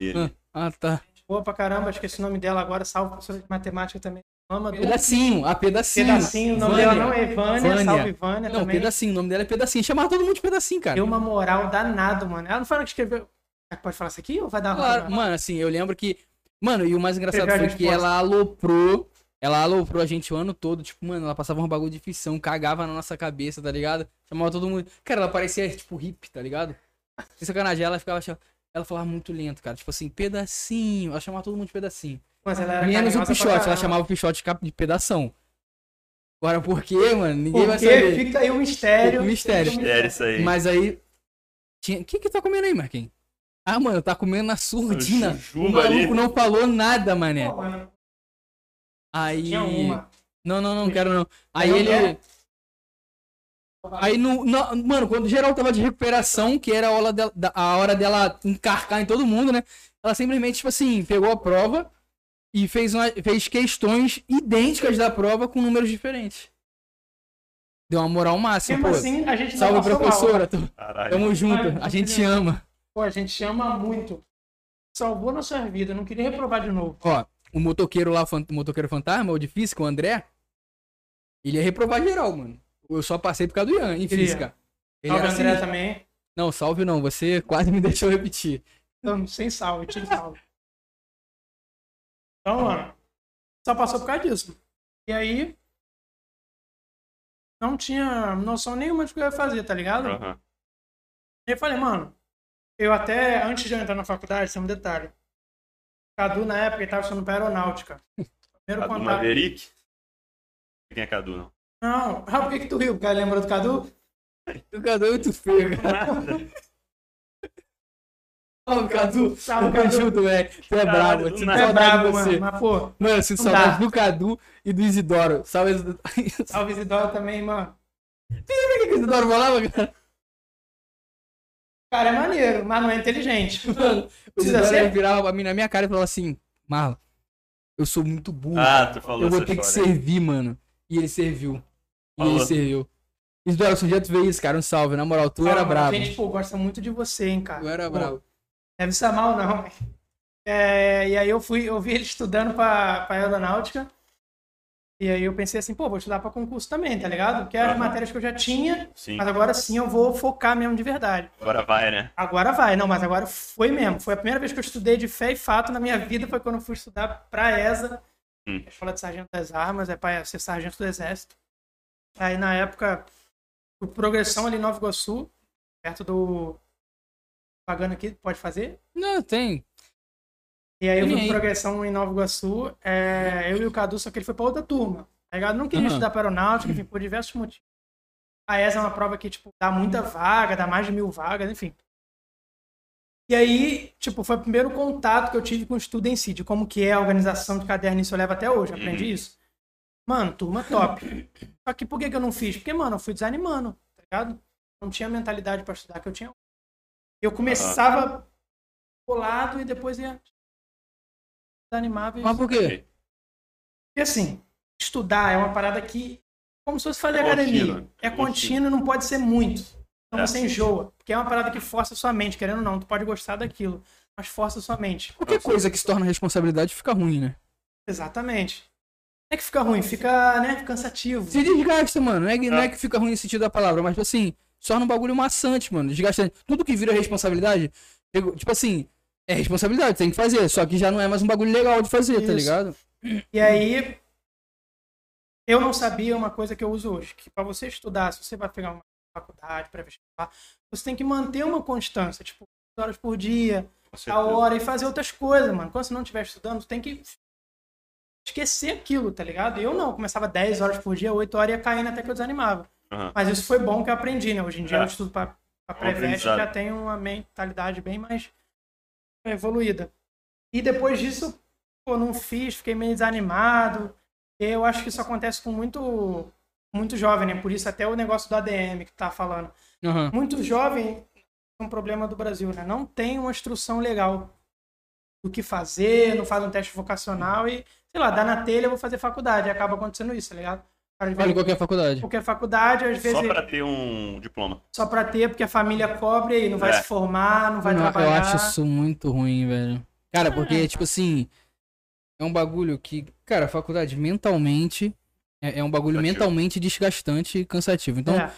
Ele.
Ah, tá.
Boa pra caramba, esqueci o nome dela agora, salve professora de matemática também. Ama do
Um Pedacinho, a pedacinho.
pedacinho, o nome dela não é Vânia,
Vânia.
salve Vânia
Não,
também.
pedacinho, o nome dela é pedacinho. Chamava todo mundo de pedacinho, cara.
Deu uma moral danado, mano. Ela não foi ela que escreveu. Ah, Pode falar isso aqui ou vai dar uma
Claro, mano, assim, eu lembro que. Mano, e o mais engraçado
Pegar a
foi
gente
que
posta.
ela aloprou. Ela aloprou a gente o ano todo. Tipo, mano, ela passava um bagulho de ficção, cagava na nossa cabeça, tá ligado? Chamava todo mundo. Cara, ela parecia, tipo, hippie, tá ligado? Sem sacanagem, ela ficava. achando- Ela falava muito lento, cara. Tipo assim, pedacinho. Ela chamava todo mundo de pedacinho.
Mas ela era
Menos o
carinhosa tá pra
Pichote, ela
caramba.
chamava o Pichote de cap- de pedação. Agora, por quê, mano? Ninguém vai
Porque
saber.
fica aí o mistério.
Fica o mistério.
Fica um o
É, Era isso aí.
Mas aí. Tinha... O que que tá comendo aí, Marquinhos? Ah, mano, tá comendo na surdina. O
Jujuba ali.
maluco não falou nada, mané.
Pô, mano,
Aí.
Tinha uma.
Não, não, não quero não. Aí
Não
ele.
quer?
Aí no, na- mano, quando geral tava de recuperação, que era a hora, dela, da- a hora dela encarcar em todo mundo, né? Ela simplesmente, tipo assim, pegou a prova e fez, uma- fez questões idênticas da prova com números diferentes. Deu uma moral máxima,
Mesmo
pô.
assim, a gente não
Salve,
passou mal.
professora.
né?
tô-
Caralho.
Tamo junto.
Ai,
A gente te ama.
Pô, a gente te ama muito. Salvou nossa vida. Não queria reprovar de novo.
Ó, o motoqueiro lá, fan- o motoqueiro fantasma, o de física, o André, ele ia reprovar geral, mano. Eu só passei por causa do Ian, em
Queria.
física. Ele
Salve
era
André
sinistro.
também.
Não, salve não, você quase me deixou repetir.
Não, Então, sem salve, te salve. Então, mano, só passou por causa disso. E aí, não tinha noção nenhuma de o que eu ia fazer, tá ligado?
Aham.
E eu falei, mano, eu até, antes de eu entrar na faculdade, isso é um detalhe. Cadu, na época, ele tava estudando pra aeronáutica. Primeiro
Cadu
contato.
Maverick? Quem é Cadu, não?
Não, ah, por que que tu riu? Cara, lembra do Cadu?
O Cadu é muito feio, cara. Salve, Cadu.
Salve,
Tamo
Cadu.
junto, velho. Tu é
Caralho,
brabo,
do
tu
nada.
É
é
brabo,
brabo
mano.
você.
Mas, pô,
Mano, eu sinto
Não
saudade
dá.
do Cadu e do Isidoro. Salve, Isidoro. Sabe
salve Isidoro também, mano.
o que o Isidoro falava, cara?
Cara, é maneiro, mas não é inteligente.
Mano, o
Precisa
Isidoro
ser?
virava pra mim na minha cara e falava assim, Marlon, eu sou muito burro.
Ah, tu falou
Hum. eu vou
essa
ter que
história.
servir, mano. E ele serviu. E
Falou.
ele serviu. Isidoro, se um dia tu vê isso, cara, um salve. Na moral, tu
Fala,
era
mano,
brabo.
A gente, pô, gosta muito de você, hein, cara.
Tu era
Pô,
brabo.
Deve ser mal, não. É, e aí eu fui, eu vi ele estudando pra, pra aeronáutica. E aí eu pensei assim, pô, vou estudar pra concurso também, tá ligado? Porque eram as
Aham.
matérias que eu já tinha,
Sim,
mas agora sim eu vou focar mesmo de verdade.
agora vai, né?
Agora vai, não, mas agora foi mesmo. Foi a primeira vez que eu estudei de fé e fato na minha vida, foi quando eu fui estudar pra ESA,
Hum.
a Escola de Sargento das Armas, é pra ser sargento do Exército. Aí na época, o Progressão ali em Nova Iguaçu, perto do. Pagando aqui, pode fazer?
Não, tem.
E aí eu fui
E aí?
pro progressão em Nova Iguaçu, é, eu e o Cadu, só que ele foi pra outra turma. Tá ligado? Não queria
Aham.
estudar para aeronáutica, enfim, por diversos motivos. A ESA é uma prova que, tipo, dá muita vaga, dá mais de mil vagas, enfim. E aí, tipo, foi o primeiro contato que eu tive com o estudo em si, de como que é a organização de caderno, isso eu levo até hoje, aprendi isso. Mano, turma top. Só que por que, que eu não fiz? Porque, mano, eu fui desanimando, tá ligado? Não tinha mentalidade pra estudar que eu tinha. Eu começava colado e depois ia desanimava e...
Mas por quê?
Porque assim, estudar é uma parada que, como se fosse fazer
É
academia,
contínuo,
é
é
contínuo, não pode ser muito. Então
É.
você enjoa, porque é uma parada que força sua mente, querendo ou não, tu pode gostar daquilo, mas força sua mente.
Qualquer coisa que se torna responsabilidade fica ruim, né?
Exatamente. Não é que fica ruim, fica, né, cansativo.
Se desgasta, mano. Não é, que- não
Ah.
é que fica ruim no sentido da palavra, mas tipo assim, se torna um bagulho maçante, mano. Desgastante. Tudo que vira responsabilidade, eu- tipo assim, é responsabilidade, tem que fazer. Só que já não é mais um bagulho legal de fazer,
Isso.
tá ligado?
E aí, eu não sabia uma coisa que eu uso hoje, que para você estudar, se você vai pegar uma faculdade, pré-vestibular, você tem que manter uma constância, tipo, horas por dia,
Tá
Com
a
certeza.
hora e fazer outras coisas, mano. Quando você não estiver estudando, tu tem que esquecer aquilo, tá ligado? Eu não, eu começava 10 horas por dia, 8 horas ia caindo até que eu desanimava.
Aham.
Mas isso foi bom que eu aprendi, né? Hoje em dia
É.
eu estudo pra, pra
um
pré-veste,
aprendizado.
já tenho uma mentalidade bem mais evoluída. E depois disso, pô, não fiz, fiquei meio desanimado. Eu acho que isso acontece com muito, muito jovem, né? Por isso até o negócio do ADM que tá falando.
Aham.
Muito jovem é um problema do Brasil, né? Não tem uma instrução legal do que fazer, não faz um teste vocacional e, sei lá, dá na telha, eu vou fazer faculdade. E acaba acontecendo isso, tá ligado? O cara, às
Olha
vezes,
qual que é a faculdade.
qualquer faculdade, às vezes
Só pra ter um diploma.
só pra ter, porque a família cobre e não vai se
É.
formar, não vai
Não, eu
trabalhar. Ah.
acho isso muito ruim, velho. Cara, porque, tipo assim, é um bagulho que, cara, a faculdade mentalmente é, é um bagulho
Cansativo.
mentalmente desgastante e cansativo. Então,
É.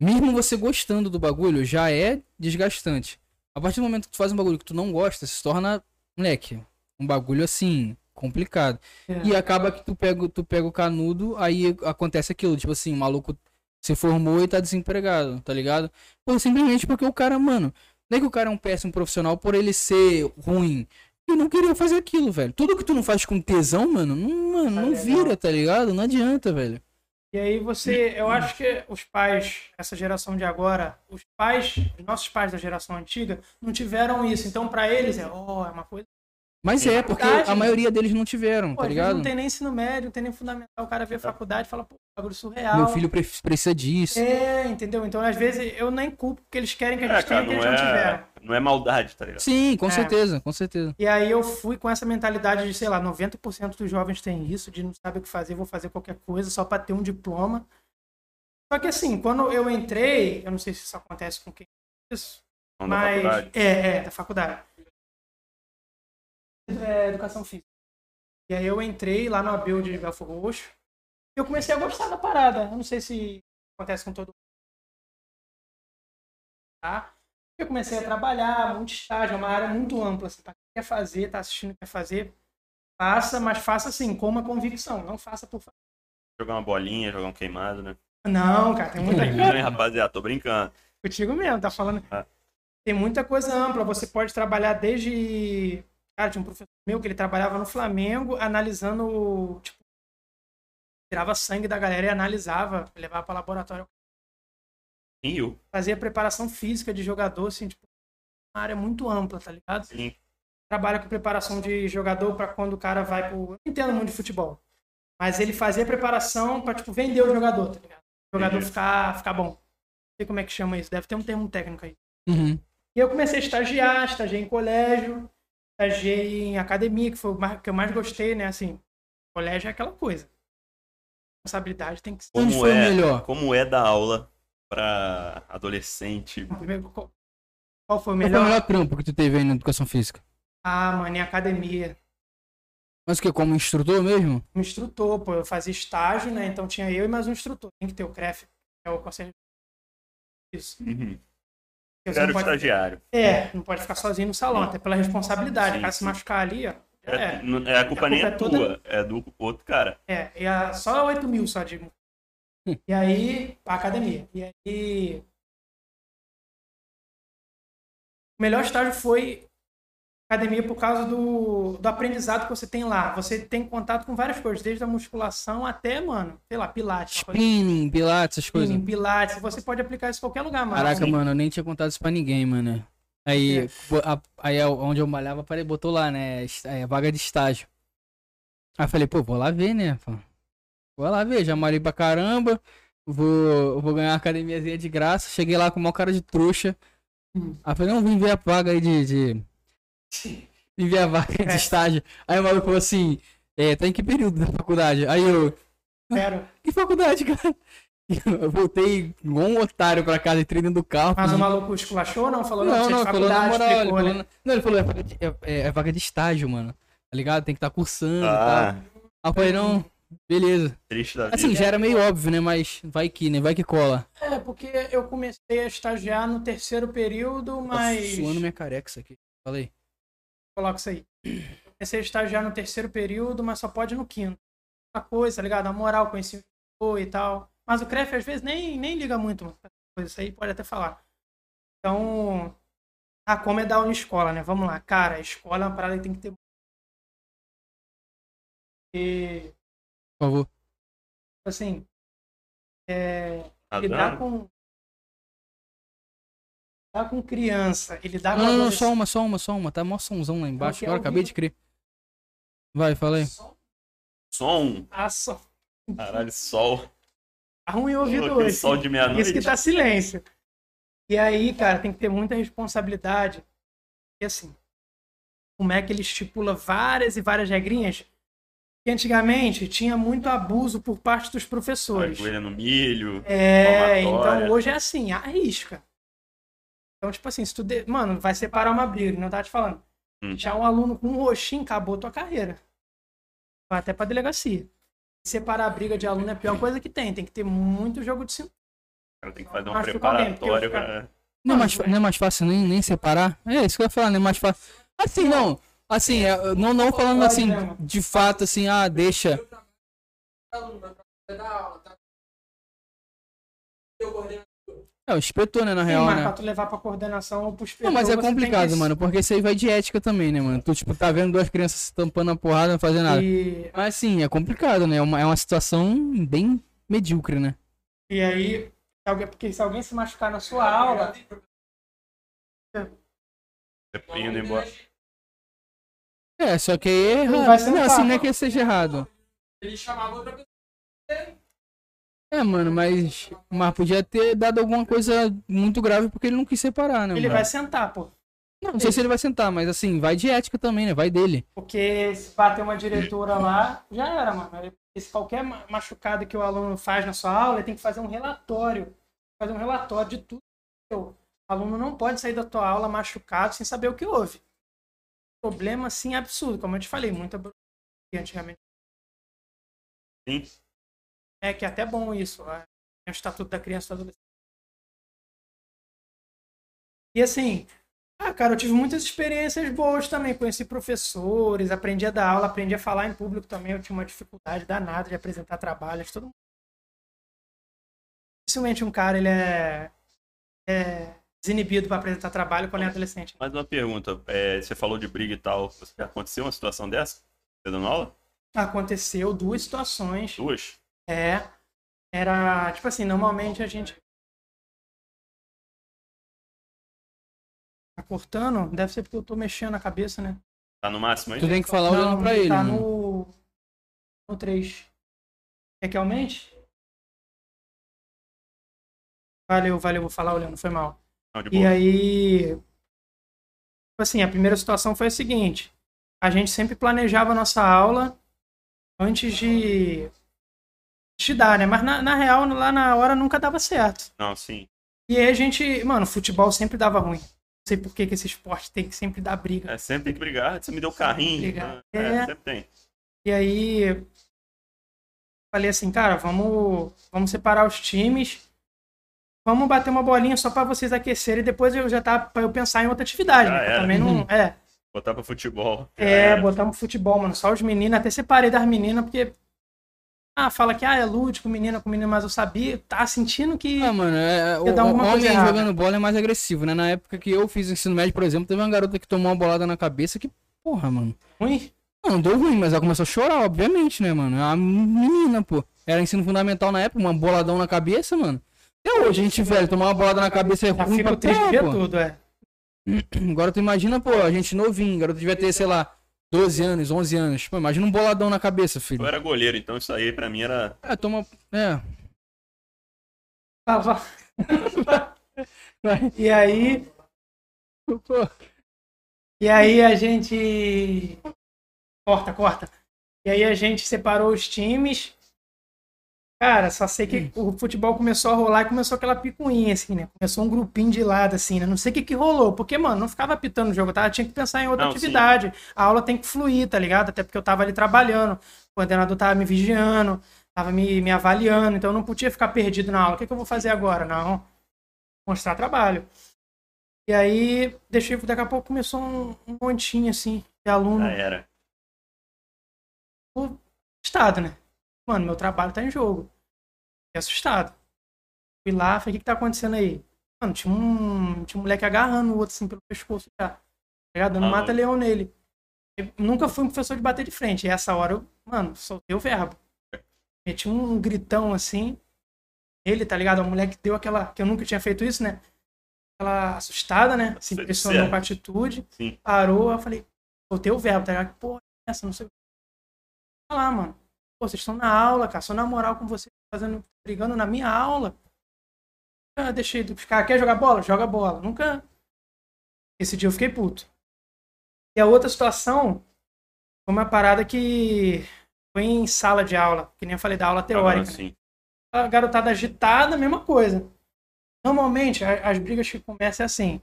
mesmo você gostando do bagulho, já é desgastante. A partir do momento que tu faz um bagulho que tu não gosta, se torna, moleque, um bagulho assim, complicado.
É.
E acaba que tu pega, tu pega o canudo, aí acontece aquilo, tipo assim, o maluco se formou e tá desempregado, tá ligado? Pô, simplesmente porque o cara, mano, nem que o cara é um péssimo profissional por ele ser ruim. Eu não queria fazer aquilo, velho. Tudo que tu não faz com tesão, mano, não, mano,
Tá
não
legal.
vira, tá ligado? Não adianta, velho.
E aí você, eu acho que os pais, essa geração de agora, os pais, os nossos pais da geração antiga, não tiveram isso. Então pra eles é, ó, é uma coisa.
Mas é, porque
Verdade.
a maioria deles não tiveram,
né? Pô,
tá
às vezes
ligado? Tá.
não tem nem ensino médio, não tem nem fundamental. O cara vê a faculdade e fala, pô, é um bagulho surreal.
Meu filho pre- precisa disso.
É, entendeu? Então às vezes eu nem culpo porque eles querem que a
É,
gente tenha
cara,
o que
não
eles não tiveram.
é, não é maldade, tá ligado?
Sim, com
É.
certeza, com certeza.
E aí eu fui com essa mentalidade de, sei lá, 90% dos jovens têm isso, de não saber o que fazer, vou fazer qualquer coisa só para ter um diploma. Só que assim, quando eu entrei, eu não sei se isso acontece com quem fez isso,
Não da
mas
faculdade.
é, é, da faculdade. É, educação física. E aí eu entrei lá no Abel de Belfo Roxo, e eu comecei a gostar da parada. Eu não sei se acontece com todo mundo. Tá? Eu comecei a trabalhar, muito estágio, é uma área muito ampla. Você tá, quer fazer, tá assistindo, quer fazer, faça, mas faça assim, com uma convicção. Não faça por favor.
Jogar uma bolinha, jogar um queimado, né?
Não, cara, tem
É.
muita
Não, hein, rapaziada, tô brincando.
Contigo mesmo, tá falando.
Ah.
Tem muita coisa ampla. Você pode trabalhar desde. Cara, tinha um professor meu que ele trabalhava no Flamengo analisando. Tipo, tirava sangue da galera e analisava, levava pra laboratório.
Sim, eu.
Fazia preparação física de jogador, assim, tipo, uma área muito ampla, tá ligado?
Sim.
Trabalha com preparação de jogador pra quando o cara vai pro. Eu não entendo muito de futebol. Mas ele fazia preparação pra, tipo, vender o jogador, tá ligado? O jogador
Entendi.
ficar, ficar bom. Não sei como é que chama isso. Deve ter um termo técnico aí.
Uhum.
E eu comecei a estagiar, estagiei em colégio, estagiei em academia, que foi o mais- que eu mais gostei, né? Assim, colégio é aquela coisa. Responsabilidade tem que ser.
Onde
Como
foi o
é,
melhor?
como é dar aula pra adolescente?
Primeiro, Qual qual foi o
Qual foi o
melhor?
melhor trampo que tu teve aí na educação física?
Ah, mano, em academia.
Mas o que? Como instrutor mesmo?
Um instrutor, pô, eu fazia estágio, né? Então tinha eu e mais um instrutor. Tem que ter o CREF, que é o conselho. Isso.
Uhum.
Porque você
Era
não
o
pode...
estagiário.
É, não pode ficar sozinho no salão, até pela responsabilidade.
Sim,
O cara se
sim.
machucar ali, ó. já
É,
era.
n- é, a culpa
A
nem
culpa
é
é
tua,
toda-
é do outro cara.
É, e a, só 8 mil só de.
Hum.
E aí, pra academia. E aí. O melhor estágio foi academia por causa do, do aprendizado que você tem lá. Você tem contato com várias coisas, desde a musculação até, mano, sei lá, pilates. uma coisa
Spinning, pilates, essas
assim,
coisas.
Pilates, você pode aplicar isso em qualquer lugar, mano.
Caraca, mano, eu nem tinha contado isso pra ninguém, mano. Aí,
É.
bo- a- aí é onde eu malhava, parei, botou lá, né? est- é, vaga de estágio. Aí eu falei, pô, vou lá ver, né? pô? Vou lá ver, já malhei pra caramba. Vou, vou ganhar uma academiazinha de graça. Cheguei lá com uma cara de trouxa.
Hum.
Aí eu falei, não, vim ver a vaga aí de. de... Vim ver a vaga de
É.
estágio. Aí o maluco falou assim: é, tá em que período da faculdade? Aí eu,
Sério.
que faculdade, cara? Eu voltei igual um otário pra casa, entrei dentro do carro.
Mas o
pedi-
maluco esculachou ou não? Falou, não,
Não,
você é
não,
de
falou na
faculdade,
moral. Ele
explicou,
falou,
né?
na- Não, ele falou, é vaga, de, é- é- é vaga de estágio, mano. Tá ligado? Tem que estar cursando e tal.
Ah,
Aí eu falei, não, beleza.
triste da vida.
tá. Assim, já era meio óbvio, né? Mas vai que, né? Vai que cola.
É, porque eu comecei a estagiar no terceiro período, mas.
Tá suando minha careca isso aqui. Falei.
coloca isso aí. Comecei a estagiar no terceiro período, mas só pode no quinto. Uma coisa, tá ligado? A moral, conheci o instrutor e tal. Mas o CREF às vezes nem, nem liga muito, mano. pra essas coisas. Isso aí pode até falar. Então, ah, como é dar aula em escola, né? Vamos lá. Cara, escola é uma parada que tem que ter. E, tipo
Por favor.
assim, é,
Tá
lidar
dando?
com. Tá com criança e lidar com
Não, não, não,
adolescente-
Ah, só uma, só uma, só uma. Tá mó somzão lá embaixo.
Porque é
Agora
ao
acabei de crer. Vai, fala aí.
Só- um
Som.
Ah, só.
Caralho, sol.
Arruma o ouvido
Aquele
hoje.
sol de meia-noite.
Isso que tá silêncio. E aí, cara, tem que ter muita responsabilidade. E assim, como é que ele estipula várias e várias regrinhas? Que antigamente tinha muito abuso por parte dos professores.
Agulha no milho.
É,
palmatória.
então hoje é assim, arrisca. Então, tipo assim, se tu. de- Mano, vai separar uma briga, não tá te falando.
Hum.
Já um aluno com um roxinho acabou tua carreira. Vai até pra delegacia. Separar a briga de aluno é a pior coisa que tem. Tem que ter muito jogo de cintura.
Cara, tem que fazer um
Mas ficou bem, porque eu
preparatório
ficar-
pra.
Não é
Não,
mais,
isso é-
não é mais fácil nem, nem separar? É isso que eu ia falar, não é mais fácil. Assim, não. Assim, é, não, não falando assim, de fato, assim, ah, deixa.
tá?
É, o inspetor, né, na
Sim,
real,
mas
né?
pra tu levar pra coordenação ou pro inspetor,
Não, mas é
você tem
complicado,
que-
mano, porque isso aí vai de ética também, né, mano? Tu, tipo, tá vendo duas crianças se tampando a porrada, não fazendo nada.
E,
Mas, assim, é complicado, né? É uma, é uma situação bem medíocre, né?
e aí, se alguém- porque se alguém se machucar na sua aula,
Você indo embora.
É, só que aí é
vai
errado.
ser um
Não, assim, não é
papo.
que seja errado. É, mano, mas, mas podia ter dado alguma coisa muito grave porque ele não quis separar, né?
ele
mano?
vai sentar, pô.
Não, não sei se ele vai sentar, mas assim, vai de ética também, né? Vai dele.
Porque se bater uma diretora lá, já era, mano. Se qualquer ma- machucado que o aluno faz na sua aula, ele tem que fazer um relatório. Fazer um relatório de tudo. O aluno não pode sair da tua aula machucado sem saber o que houve. Problema, assim, absurdo. Como eu te falei, muita burocracia antigamente.
Sim.
É que é até bom isso. É é o Estatuto da Criança e do Adolescente. E assim, ah, cara, eu tive muitas experiências boas também. Conheci professores, aprendi a dar aula, aprendi a falar em público também. Eu tinha uma dificuldade danada de apresentar trabalhos, todo mundo. Dificilmente um cara ele é, é desinibido para apresentar trabalho quando é adolescente.
Mais uma pergunta. É, você falou de briga e tal. Você- Aconteceu uma situação dessa? Você dando aula?
Aconteceu duas situações.
Duas?
É. Era, tipo assim, normalmente a gente. Tá cortando? Deve ser porque eu tô mexendo a cabeça, né?
Tá no máximo aí?
Tu tem que falar olhando pra ele. né?
Tá
mano.
no. No 3. Quer que aumente? Valeu, valeu, vou falar olhando, foi mal.
Não, de
E
boa.
aí. tipo Assim, a primeira situação foi a seguinte: a gente sempre planejava a nossa aula antes de. de dar, né? Mas na, na real, lá na hora nunca dava certo.
Não, sim.
E aí a gente. Mano, futebol sempre dava ruim. Não sei por que, que esse esporte tem que sempre dar briga.
É, sempre tem que brigar. Você me deu carrinho.
brigar.
É,
É.
sempre tem.
E aí falei assim, cara, vamos, vamos separar os times. Vamos bater uma bolinha só pra vocês aquecerem e depois eu já tá para eu pensar em outra atividade, né?
Já
Que eu
era.
também não, é.
Botar pra futebol.
É, botamos futebol, mano. Só os meninos, até separei das meninas porque ah, fala que ah, é lúdico, menina com menina, mas eu sabia, tá sentindo que
Ah, mano, é, o,
Ia dar alguma
o
coisa
homem
errada.
jogando bola é mais agressivo, né? Na época que eu fiz o ensino médio, por exemplo, teve uma garota que tomou uma bolada na cabeça que, porra, mano.
é ruim.
Não, deu ruim, mas ela começou a chorar, obviamente, né, mano? A menina, pô. Era ensino fundamental na época, uma boladão na cabeça, mano. Até hoje, a gente, velho, tomar uma bolada na cabeça é
Já
ruim pra
fico tá triste de ver
porra, pô.
tudo, é.
Agora tu imagina, pô, a gente novinho, garoto devia ter, sei lá, 12 anos, 11 anos. Pô, imagina um boladão na cabeça, filho.
Eu era goleiro, então isso aí pra mim era.
É, toma... É.
Ah, vá. E aí,
Pô,
E aí a gente. Corta, corta. E aí a gente separou os times. Cara, só sei que o futebol começou a rolar e começou aquela picuinha, assim, né? Começou um grupinho de lado, assim, né? Não sei o que que rolou, porque, mano, não ficava apitando o jogo, tá? Tinha que pensar em outra
Não, sim.
atividade. A aula tem que fluir, tá ligado? Até porque eu tava ali trabalhando, o coordenador tava me vigiando, tava me, me avaliando, então eu não podia ficar perdido na aula. O que, que eu vou fazer agora? Não. Mostrar trabalho. E aí, deixei, daqui a pouco começou um, um montinho, assim, de aluno
Já era.
assustado, né? Mano, meu trabalho tá em jogo. Fiquei assustado. Fui lá, falei, o que, que tá acontecendo aí? Mano, tinha um, tinha um moleque agarrando o outro assim pelo pescoço já. Tá ligado? Dando
Ah,
mata-leão nele. Eu nunca fui um professor de bater de frente. E essa hora eu, mano, soltei o verbo. Meti um gritão assim. Ele, tá ligado? O moleque deu aquela. Que eu nunca tinha feito isso, né? aquela assustada, né? Se
Sei,
impressionou
sei.
com a atitude.
Sim.
Parou, eu falei, soltei o verbo, tá ligado? Que Porra, é essa? Não sei o que. Olha lá, mano. Pô, vocês estão na aula, cara. Sou na moral com vocês, fazendo, brigando na minha aula. Nunca deixei dos caras. Quer jogar bola? Joga bola. Nunca. Esse dia eu fiquei puto. E a outra situação foi uma parada que foi em sala de aula, que nem eu falei da aula teórica.
Agora assim,
né?
sim.
a garotada agitada, mesma coisa. Normalmente, a- as brigas que começam é assim.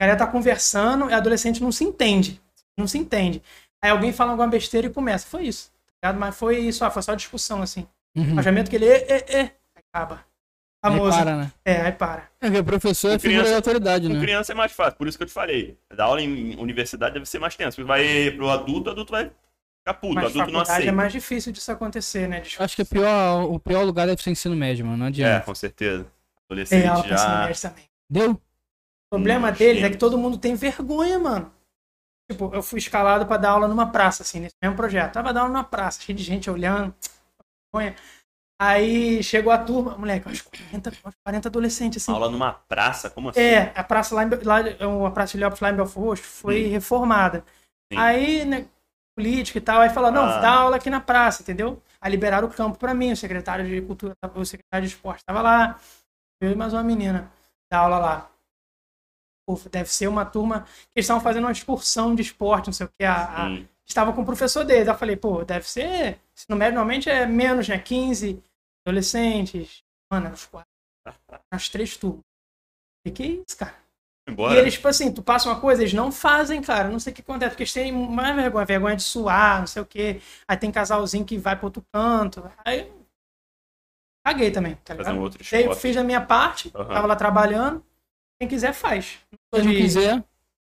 A galera tá conversando e a adolescente não se entende. Não se entende. Aí alguém fala alguma besteira e começa. Foi isso. tá ligado? Mas foi isso, ah, foi só discussão, assim.
Uhum.
Engajamento que ele... É, é, é. Acaba.
Aí
Famoso.
para, né?
É, aí para.
É, porque o professor é
Com
figura
criança-
da autoridade,
Com
Uhum.
né?
criança é mais fácil, por isso que eu te falei. Dar aula em universidade deve ser mais tenso. Porque vai pro adulto, o adulto vai ficar puto, o
Mas
adulto não
faculdade
aceita.
é mais difícil disso acontecer, né? Discussão.
Acho que o pior, o pior lugar deve ser ensino médio, mano. Não
É,
adianta.
com certeza. Adolescente
Tem É, aula com ensino
já.
médio também.
Deu?
O problema
Hum,
deles é
gente.
que todo mundo tem vergonha, mano. Tipo, eu fui escalado pra dar aula numa praça, assim, nesse mesmo projeto. Tava dando aula numa praça, cheio de gente olhando, vergonha. Aí chegou a turma, moleque, uns 40, uns 40 adolescentes, assim.
Aula numa praça, como assim?
É, a praça lá, em Be- lá é uma praça de Leopoldo lá em Belfort Roxo foi reformada.
Sim.
Aí, né, política e tal, aí fala, não,
Ah.
dá aula aqui na praça, entendeu? Aí liberaram o campo pra mim, o secretário de cultura, o secretário de esporte tava lá, eu e mais uma menina, dá aula lá. Pô, deve ser uma turma que eles estavam fazendo uma excursão de esporte, não sei o que, a, a-
Hum,
estava com o professor deles. Aí eu falei, pô, deve ser, se normalmente é menos, né, 15 adolescentes, mano, é uns quatro, umas três turmas. E que é isso, cara?
embora.
E eles, tipo assim, tu passa uma coisa, eles não fazem, cara. Não sei o que acontece, porque eles têm mais vergonha, vergonha de suar, não sei o quê. Aí tem casalzinho que vai pro outro canto. Aí. eu Caguei também, tá
Fazer um
ligado?
outro
Dei-
esporte.
fiz a minha parte,
Aham.
tava lá trabalhando. Quem quiser faz.
Se não
De-
quiser,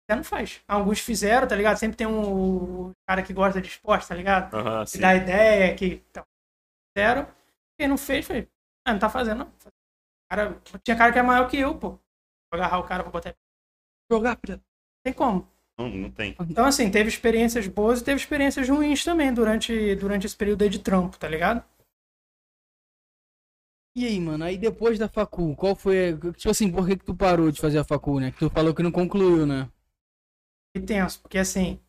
quiser, não faz. Alguns fizeram, tá ligado? Sempre tem um cara que gosta de esporte, tá ligado?
Aham, sim.
Que dá ideia, que. Então, fizeram. Quem não fez, foi. Ah, não tá fazendo, não. Cara, tinha cara que é maior que eu, pô. Vou agarrar o cara pra botar.
jogar, filha.
Tem como.
Não, não tem.
Então, assim, teve experiências boas e teve experiências ruins também durante, durante esse período aí de trampo, tá ligado?
E aí, mano, aí depois da facul, qual foi. Tipo assim, por que, que tu parou de fazer a facul, né? Que tu falou que não concluiu, né?
E tenso, porque assim.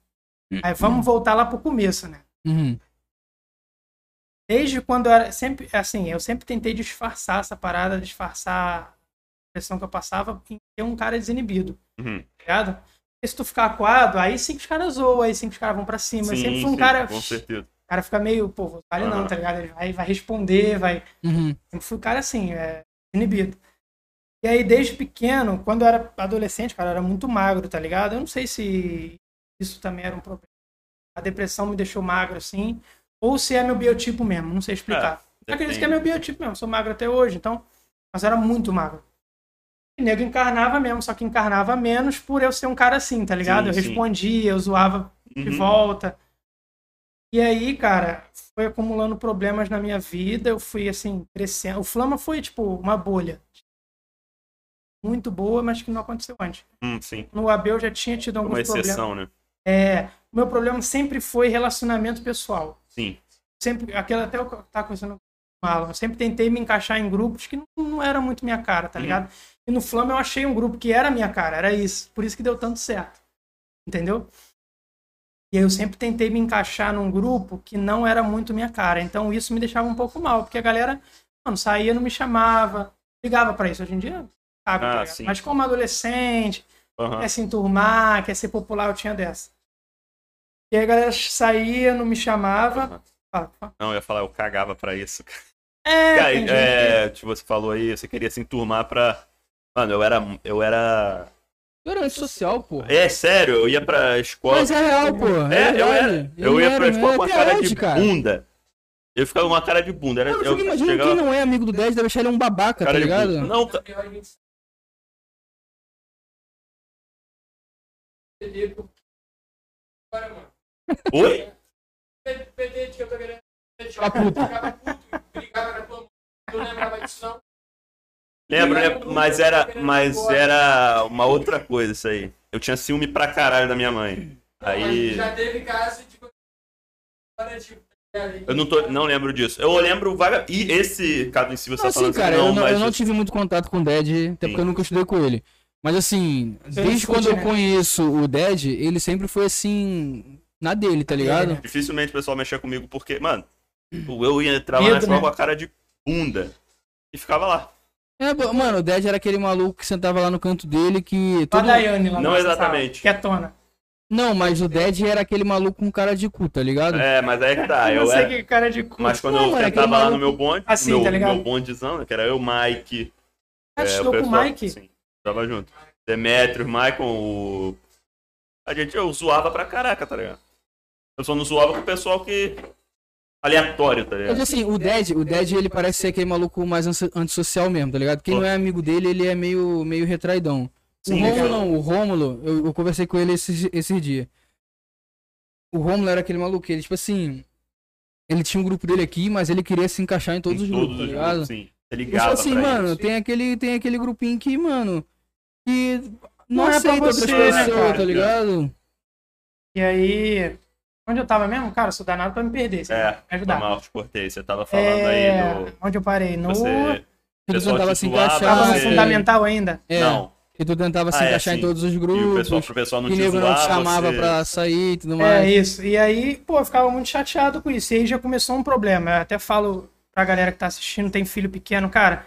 Aí vamos voltar lá pro começo, né?
Uhum.
Desde quando eu era. Sempre, assim, eu sempre tentei disfarçar essa parada, disfarçar a pressão que eu passava em ter um cara desinibido,
Uhum.
tá ligado? Porque se tu ficar acuado, aí sim que os caras zoam, aí sim que os caras vão pra cima.
Sim,
eu sempre fui um
sim,
cara.
Com
O
certeza.
cara fica meio, pô, vale não,
Aham.
tá ligado? Ele vai, vai responder, vai.
Uhum.
Sempre fui um cara assim, é, inibido. E aí, desde pequeno, quando eu era adolescente, cara, eu era muito magro, tá ligado? Eu não sei se isso também era um problema. A depressão me deixou magro, assim. Ou se é meu biotipo mesmo, não sei explicar. Eu acredito que é meu biotipo mesmo, sou magro até hoje, então. Mas eu era muito magro. E nego encarnava mesmo, só que encarnava menos por eu ser um cara assim, tá ligado?
Sim,
eu
sim.
respondia, eu zoava de
Uhum.
volta. E aí, cara, foi acumulando problemas na minha vida. Eu fui, assim, crescendo. O Flama foi, tipo, uma bolha. Muito boa, mas que não aconteceu antes.
Hum, sim.
No Abel eu já tinha tido alguns
Uma
problemas.
exceção, né?
É, o meu problema sempre foi relacionamento pessoal.
Sim.
Sempre, aquela até eu tava conversando com o Alan, eu sempre tentei me encaixar em grupos que não, não era muito minha cara, tá
Uhum.
ligado? E no Flama eu achei um grupo que era minha cara, era isso. Por isso que deu tanto certo. Entendeu? E aí eu sempre tentei me encaixar num grupo que não era muito minha cara. Então isso me deixava um pouco mal, porque a galera, mano, saía, não me chamava, ligava pra isso. Hoje em dia, sabe,
Ah,
tá ligado?
sim. Ah.
Mas como adolescente,
Aham.
quer se enturmar, quer ser popular, eu tinha dessa. E aí a galera saía, não me chamava.
Aham.
Fala, fala.
Não, eu ia falar, eu cagava pra isso.
É,
Cara,
tem gente
é, tipo, você falou aí, você queria se enturmar pra. Mano, eu era. Eu era.
Tu era antissocial, pô.
É sério, eu ia pra escola.
Mas é real, pô.
É, eu
verdade.
era. Eu ia pra
mesmo,
escola com uma
até
cara
hoje,
de bunda. Eu ficava com uma cara de bunda. Era,
Mano, eu
eu
fico imaginando
chegava
quem não é amigo do 10 deve achar ele um babaca, tá
cara de
ligado?
bunda. Não, ca- oi?
Pedente que eu tô querendo deixar.
Tá puto.
Ficava puto, brigava na tua mão. Tu lembrava disso, não?
Lembro, lembro, né? mas era, mas era uma outra coisa isso aí. Eu tinha ciúme pra caralho da minha mãe. Aí,
Já teve caso de. Para de.
eu não, tô, não lembro disso. Eu lembro vaga e esse caso em si você
Não,
tá falando
assim, cara,
assim,
eu, não, eu
mas
não tive muito contato com o Dead, até
Sim.
porque eu nunca estudei com ele. Mas assim, desde
fute,
quando eu
né?
conheço o Dead, ele sempre foi assim. Na dele, tá
né?
ligado?
Dificilmente o pessoal mexia comigo, porque, mano, tipo, eu ia entrar lá
Medo,
na escola
né?
com a cara de bunda. E ficava lá.
É, bo- mano, o Dead era aquele maluco que sentava lá no canto dele que.
Olha
Todo...
a Daiane lá.
Não
na nossa
exatamente.
Sala, quietona.
Não, mas o Dead era aquele maluco com cara de cu, tá ligado?
É, mas aí que tá.
eu
Eu
não sei
era...
que é cara de cu.
Mas quando
Não,
eu
mano, aquele
sentava lá no
maluco-
meu bonde,
Assim,
meu,
tá ligado?
meu bondezão, né, que era eu, Mike.
Ah,
é,
estudou com o
pessoal,
Mike?
Sim, tava junto. Demetrius, Michael, o... A gente, eu zoava pra caraca, tá ligado? Eu só não zoava com o pessoal que... Aleatório, tá
Mas
ligado?
assim, o Dead, o Dead, ele parece ser aquele maluco mais anso- antissocial mesmo, tá ligado? Quem não é amigo dele, ele é meio, meio retraidão. O
Sim,
Rômulo,
cara.
não, o Rômulo, eu, eu conversei com ele esses esse dias. O Rômulo era aquele maluco, ele, tipo assim. Ele tinha um grupo dele aqui, mas ele queria se encaixar em todos
Em
os grupos, tá
os
ligado?
grupos, sim. Você
Mas, tipo
ligava
assim,
pra
mano,
isso.
tem aquele, tem aquele grupinho que, mano, que não,
Não é pra
aceita outras
você, né,
pessoas,
cara?
tá ligado?
E aí. Onde eu tava mesmo? Cara, eu sou danado pra me perder. Você
É,
vai me
tipo,
Foi
ajudar.
mal, te cortei. Você tava falando
É,
aí do... tipo,
Onde eu parei? No.
Você...
Que tu
pessoal
tentava
te
se
zoava,
encaixar.
Tava no
você-
fundamental ainda.
É,
Não,
que tu tentava se
Ah, é,
encaixar em
sim.
todos os
e o
grupos.
pessoal, pro pessoal não
que
te
nego não te
zoar,
chamava
você...
pra sair e tudo
É
mais.
isso. E aí, pô, eu ficava muito chateado com isso. E aí já começou um problema. Eu até falo pra galera que tá assistindo, tem filho pequeno, cara.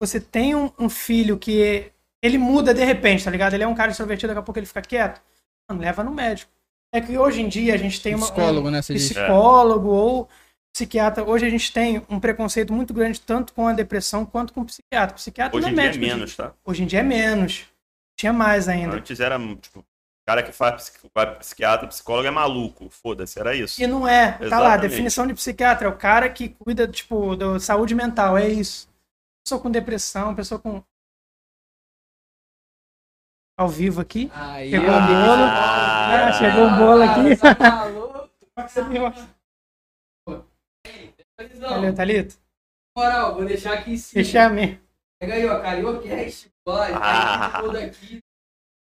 Você tem um, um filho que ele muda de repente, tá ligado? Ele é um cara extrovertido, daqui a pouco ele fica quieto. Mano, leva no médico. É que hoje em dia a gente tem uma, um
Psicólogo, né? Você diz.
psicólogo ou psiquiatra. Hoje a gente tem um preconceito muito grande tanto com a depressão quanto com o psiquiatra. O psiquiatra não
Hoje em
é
dia é
médico.
menos, tá?
Hoje em dia é menos. Tinha mais ainda.
Antes era, tipo, cara que faz psiqui- vai psiquiatra, psicólogo é maluco. Foda-se, era isso.
E não é. Tá lá, a
Exatamente.
definição de psiquiatra é o cara que cuida, tipo, da saúde mental, é isso. Pessoa com depressão, pessoa com. Ao vivo aqui.
Aí,
Pegou o
ó.
um bolo.
Ah.
Ah, chegou o bolo aqui.
tá
Valeu, Thalita.
moral, vou deixar aqui em cima.
Fechamento.
Pega aí, ó, Cariocast, bora,
Ah.
tá tudo aqui.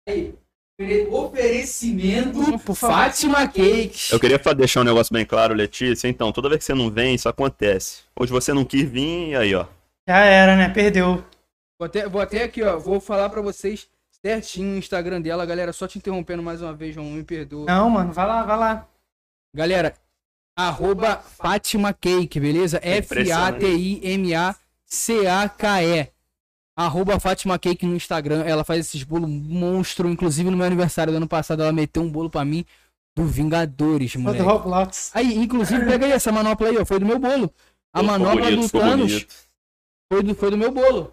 Aí, ofere- oferecimento
Por favor.
Fátima Cakes.
Eu queria fa- deixar um negócio bem claro, Letícia. Então, toda vez que você não vem, isso acontece. Hoje você não quis vir, e aí, ó.
Já era, né? Perdeu.
Vou até, vou até aqui, ó. Vou falar pra vocês certinho o Instagram dela, galera. Só te interrompendo mais uma vez, João. Me perdoa.
Não, mano, vai lá, vai lá.
Galera, arroba Fátima Cake, beleza?
Impressionante.
F-A-T-I-M-A-C-A-K-E. Arroba Fátima Cake no Instagram. Ela faz esses bolos monstro. Inclusive, no meu aniversário do ano passado, ela meteu um bolo pra mim do Vingadores,
Vou do
moleque.
Roblox.
Aí, inclusive, pega aí essa manopla aí, ó. Foi do meu bolo. A manopla do Thanos foi do, foi do meu bolo.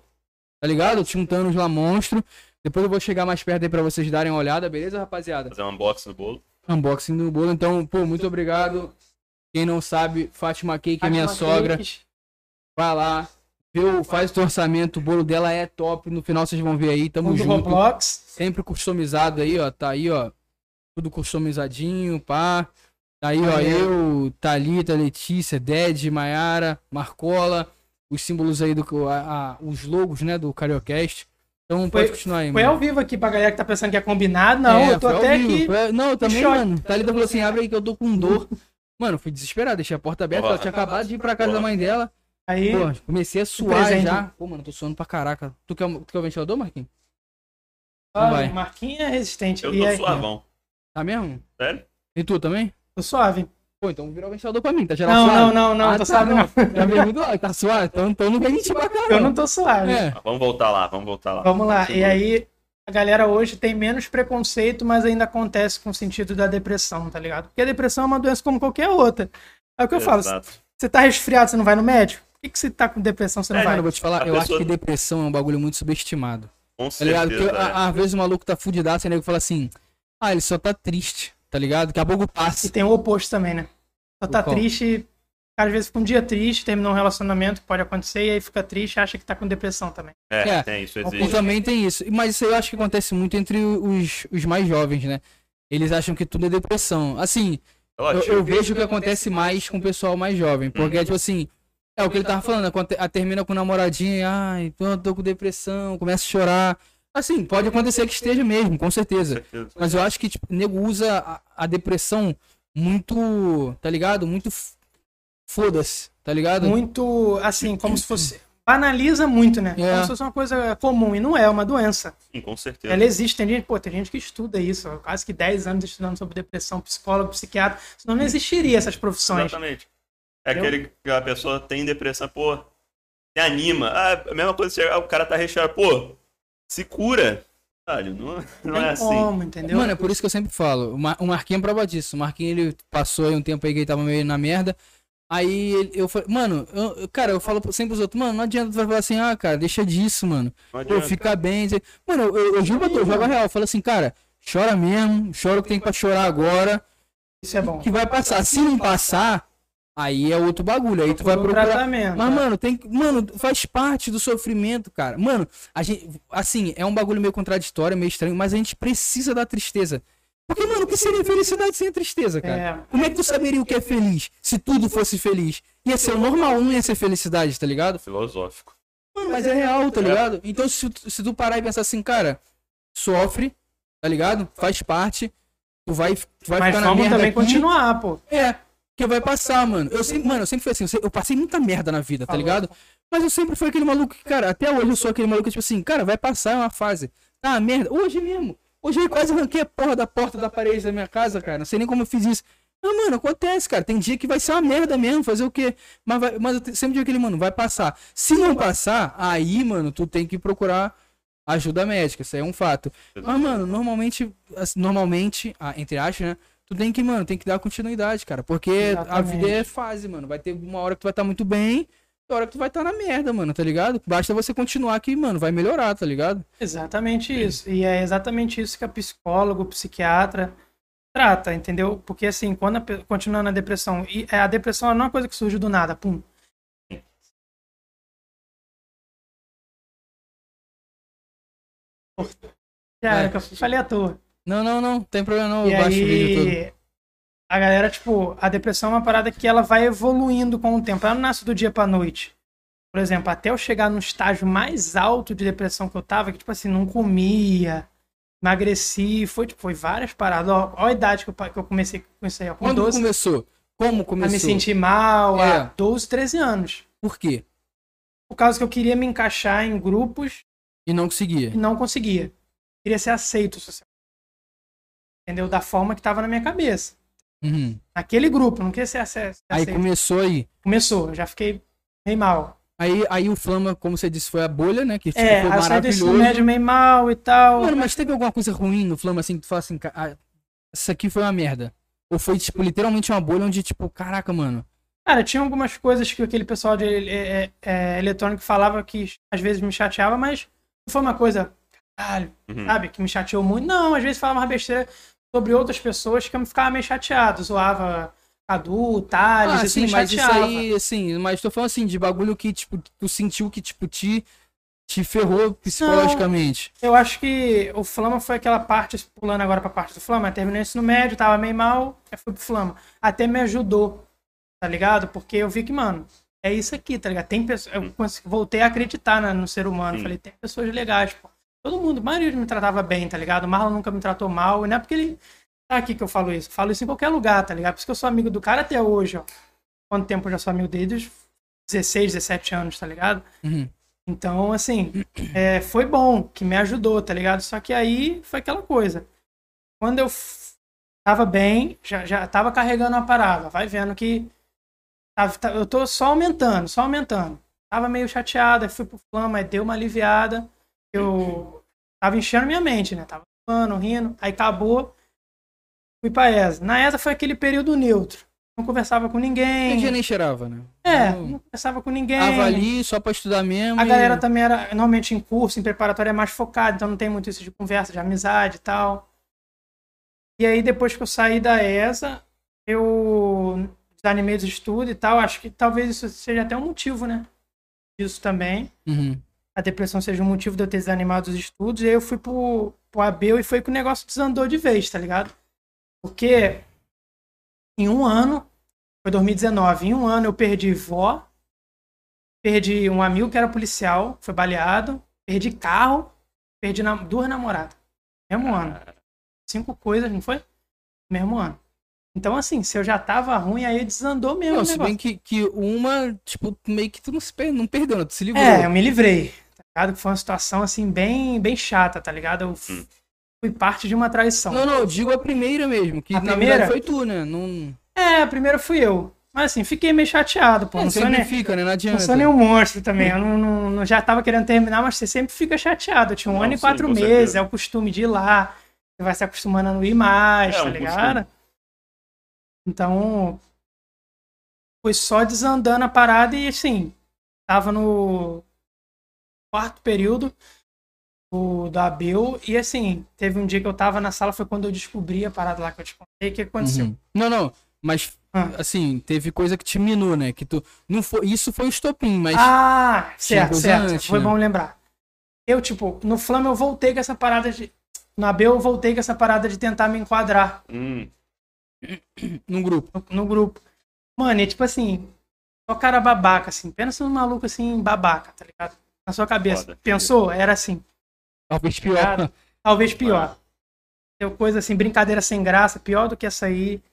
Tá ligado? Tinha um Thanos lá monstro. Depois eu vou chegar mais perto aí pra vocês darem uma olhada, beleza, rapaziada?
Fazer um unboxing do bolo.
Unboxing do bolo. Então, pô, muito obrigado. Quem não sabe, Fátima Cake é minha
Fátima
sogra.
Cakes.
Vai lá. Vê o, faz o teu orçamento. O bolo dela é top. No final vocês vão ver aí. Tamo
Vou do
junto.
Roblox.
Sempre customizado aí, ó. Tá aí, ó. Tudo customizadinho, pá. Tá aí, ó.
Maneiro.
Eu, Thalita, Letícia, Ded, Maiara, Marcola. Os símbolos aí do. a- a- os logos, né? Do Cariocast. Então pode continuar aí,
Foi
mano.
ao vivo aqui pra galera que tá pensando que é combinado. Não,
É,
eu tô
foi ao
até
vivo,
aqui.
foi ao- Não, eu também,
choque.
mano. Thalita falou assim: abre aí que eu tô com dor. Mano, eu fui desesperado, deixei a porta aberta.
Porra.
Ela tinha acabado de ir pra casa da
Porra.
mãe dela.
Aí,
Pô, comecei a suar
presente.
já. Pô, mano, tô suando pra caraca. Tu quer, tu quer o ventilador, Marquinhos?
olha,
vai.
Marquinha é resistente.
Eu
e
tô
aí,
suavão.
Tá mesmo?
Sério?
E tu também?
Tô suave.
Pô, então virar o ventilador pra mim, tá geral
Não,
suave?
não, não, não,
Ah,
tô
tá,
suave não.
Já veio muito lá, tá suave? Então, então não vem mentir pra caralho.
Eu não tô suave.
É,
Ah, vamos voltar lá, vamos voltar lá.
Vamos lá. E
Continua.
aí, a galera hoje tem menos preconceito, mas ainda acontece com o sentido da depressão, tá ligado? Porque a depressão é uma doença como qualquer outra. É o que eu falo.
Exato.
Você tá resfriado, você não vai no médico? Por que, que você tá com depressão, você não
É,
mano,
vai?
eu vou te falar,
A
eu acho
pessoa-
que depressão é um bagulho muito subestimado.
Com
Tá ligado?
certeza.
Porque
é.
a- às vezes o maluco tá fudidaço e o nego fala assim, ah, ele só tá triste, tá ligado? Daqui a pouco passa.
E tem o oposto também, né? Só tá
O qual?
triste, às vezes fica um dia triste, terminou um relacionamento, pode acontecer, e aí fica triste e acha que tá com depressão também.
É,
É.
Então,
tem isso,
E
existe.
também tem isso. Mas isso aí eu acho que acontece muito entre os, os mais jovens, né? Eles acham que tudo é depressão. Assim, Eu,
Relativo.
eu vejo que acontece mais com o pessoal mais jovem. Porque, tipo assim, é o que ele tava falando, aconte- a- termina com o namoradinho, e, ai, tô, tô com depressão, começa a chorar. Assim, pode acontecer que esteja mesmo, com certeza. Mas eu acho que, tipo, o nego usa a, a depressão muito, tá ligado? Muito f- foda-se, tá ligado?
Muito, assim, como se fosse... banaliza muito, né?
É.
Como se fosse uma coisa comum. E não é, é uma doença.
Sim, com certeza.
Ela existe. Tem gente, pô, tem gente que estuda isso. ó, Quase que 10 anos estudando sobre depressão, psicólogo, psiquiatra. Senão não existiria essas profissões.
Exatamente. É
Entendeu?
aquele que a pessoa tem depressão, pô, se anima. Ah, a mesma coisa, se o cara tá recheado, pô, se cura. Caralho, não, não
Não
é
tem
assim.
como, entendeu?
Mano, é por isso que eu sempre falo. O Ma- o Marquinhos é prova disso. O Marquinhos, ele passou aí um tempo aí que ele tava meio na merda. Aí ele- eu falei, mano, eu- eu- cara, eu falo sempre pros outros, mano, não adianta tu vai falar assim, ah, cara, deixa disso, mano.
Não
Pô,
adianta.
fica bem. dizer- Mano, eu, eu, eu juro pra tu, eu jogo a real. Eu falo assim, cara, chora mesmo, chora o que tem pra chorar agora,
Isso é bom.
que vai passar. Se não passar, aí é outro bagulho. Aí tu vai
Um
procurar.
tratamento.
Mas, mano, tem que. Mano, faz parte do sofrimento, cara. Mano, a gente. Assim, é um bagulho meio contraditório, meio estranho, mas a gente precisa da tristeza. Porque, mano, o que seria felicidade sem a tristeza, cara?
É.
Como é que tu saberia o que é feliz se tudo fosse feliz? Ia ser o normal, não ia ser felicidade, tá ligado?
Filosófico.
Mano, mas é real, tá ligado? Então, se, tu- se tu parar e pensar assim, cara, sofre, tá ligado? Faz parte. Tu vai, tu vai
Mas
ficar na
vamos
merda.
também
aqui.
continuar, pô.
É, que vai passar, mano. Eu sempre, mano, eu sempre fui assim, eu se- eu passei muita merda na vida, tá ligado? Mas eu sempre fui aquele maluco que, cara, até hoje eu sou aquele maluco que, tipo assim, cara, vai passar uma fase. Ah, merda, hoje mesmo. Hoje eu quase arranquei a porra da porta da parede da minha casa, cara. Não sei nem como eu fiz isso. Ah, mano, acontece, cara. Tem dia que vai ser uma merda mesmo, fazer o quê? Mas, vai- mas eu te- sempre digo aquele, mano, vai passar. Se não passar, aí, mano, tu tem que procurar ajuda médica, isso aí é um fato. Mas, mano, normalmente, assim, normalmente, ah, entre aspas, né? Tu tem que, mano, tem que dar continuidade, cara. Porque a
Exatamente.
vida é fase, mano. Vai ter uma hora que tu vai estar muito bem, outra hora que tu vai estar na merda, mano, tá ligado? Basta você continuar que, mano, vai melhorar, tá ligado?
Exatamente isso. E é exatamente isso que a psicólogo, psiquiatra trata, entendeu? Porque assim, quando a, pe- continuando a depressão, e é, a depressão ela não é uma coisa que surge do nada, pum. Já
Vai.
era, que eu falei à toa.
Não, não, não, tem problema não, eu
E
baixo o vídeo todo.
aí, a galera, tipo, a depressão é uma parada que ela vai evoluindo com o tempo. Ela não nasce do dia pra noite. Por exemplo, até eu chegar no estágio mais alto de depressão que eu tava, que, tipo assim, não comia, emagreci, foi, tipo, foi várias paradas. Ó, ó a idade que eu, pa- que eu comecei com isso aí, ó, com
Quando
12,
começou? Como
a
começou?
me sentir mal,
É.
há 12, 13 anos.
Por quê?
Por causa que eu queria me encaixar em grupos
E não conseguia.
e não conseguia. Queria ser aceito socialmente. Entendeu? Da forma que tava na minha cabeça.
Uhum.
Naquele grupo, não queria ser acesso.
Aí
aceito.
começou aí.
Começou, eu já fiquei meio mal.
Aí, aí o Flama, como você disse, foi a bolha, né? Que tipo,
é,
foi
aí eu saí do ensino
maravilhoso.
médio meio mal e tal.
Mano, mas teve alguma coisa ruim no Flama, assim, que tu fala assim, "Ca- ah, isso aqui foi uma merda. Ou foi, tipo, literalmente uma bolha onde, tipo, caraca, mano.
Cara, tinha algumas coisas que aquele pessoal de é, é, é, eletrônico falava que às vezes me chateava, mas não foi uma coisa, caralho,
Hum.
Uhum.
sabe, que me chateou muito. Não, às vezes falava uma besteira sobre outras pessoas que eu ficava meio chateado. Zoava Cadu, Thales,
Ah,
isso
sim,
me
mas isso
chateava.
aí, assim, mas tô falando assim, de bagulho que, tipo, tu sentiu que, tipo, te, te ferrou psicologicamente.
Eu acho que o Flama foi aquela parte, pulando agora pra parte do Flama, terminei o ensino médio, tava meio mal, aí fui pro Flama. Até me ajudou, tá ligado? Porque eu vi que, mano, é isso aqui, tá ligado? Tem pessoas. Eu cons- voltei a acreditar na- no ser humano.
Sim.
Falei, tem pessoas legais, pô. Todo mundo, a maioria me tratava bem, tá ligado? O Marlon nunca me tratou mal, e não é porque ele. Tá aqui que eu falo isso. Eu falo isso em qualquer lugar, tá ligado? Por isso que eu sou amigo do cara até hoje, ó. Quanto tempo eu já sou amigo dele? Dos 16, 17 anos, tá ligado?
Uhum.
Então, assim, é, foi bom, que me ajudou, tá ligado? Só que aí foi aquela coisa. Quando eu f- tava bem, já, já tava carregando a parada, vai vendo que tava- tá- eu tô só aumentando, só aumentando. Tava meio chateada, fui pro flama, aí deu uma aliviada. Eu tava enchendo minha mente, né? Tava falando, rindo, aí acabou. Fui pra ESA. Na ESA foi aquele período neutro. Não conversava com
Tem dia
ninguém.
nem cheirava, né?
É,
Então,
não conversava com ninguém.
Tava ali só pra estudar mesmo.
A
e-
galera também era, normalmente em curso, em preparatório, é mais focada, então não tem muito isso de conversa, de amizade e tal. E aí, depois que eu saí da ESA, eu desanimei dos estudos e tal. Acho que talvez isso seja até um motivo, né? Isso também.
Uhum.
A depressão seja um motivo de eu ter desanimado dos estudos. E aí eu fui pro, pro Abel e foi que o negócio desandou de vez, tá ligado? Porque em um ano, foi 2019, em um ano eu perdi vó, perdi um amigo que era policial, foi baleado, perdi carro, perdi nam- um
Ah,
duas namoradas. Mesmo ano. Cinco coisas, não foi? Mesmo ano. Então, assim, se eu já tava ruim, aí desandou mesmo.
Não,
o
se
um negócio.
bem que, que uma, tipo, meio que tu não, se per... não perdeu, né? Tu se livrou.
É, eu me livrei, tá ligado? Que foi uma situação, assim, bem, bem chata, tá ligado? Eu f- fui parte de uma traição.
Não, não, eu digo a primeira mesmo, que
A
na
primeira?
verdade foi tu, né? Não,
É, primeiro fui eu. Mas, assim, fiquei meio chateado, pô.
não,
Não sou,
sempre
nem,
fica, né? Não adianta.
não sou nenhum monstro também. Eu não, não- não- já tava querendo terminar, mas você sempre fica chateado. Eu tinha um
Não,
ano e
sim,
quatro
com
meses,
certeza.
é o costume de ir lá. Você vai se acostumando a não ir mais,
É,
tá
um
ligado? Então, foi só desandando a parada e, assim, tava no quarto período do, da Bill. E, assim, teve um dia que eu tava na sala, foi quando eu descobri a parada lá que eu te contei. O que aconteceu?
Uhum. Não, não, mas
assim. Ah.
assim, teve coisa que te minou, né? Que tu não foi, isso foi o estopim, mas
Ah, certo,
Chegou
certo.
antes,
Foi
né?
bom lembrar. Eu, tipo, no Flamengo eu voltei com essa parada de. Na B eu voltei com essa parada de tentar me enquadrar
Hum,
num grupo.
no, no grupo. Mano, e tipo assim, só cara babaca, assim. Pensa num maluco assim, babaca, tá ligado? Na sua cabeça.
Foda.
Pensou? Era assim.
Talvez pior.
Cara, Talvez pior. Deu coisa assim, brincadeira sem graça, pior do que essa aí.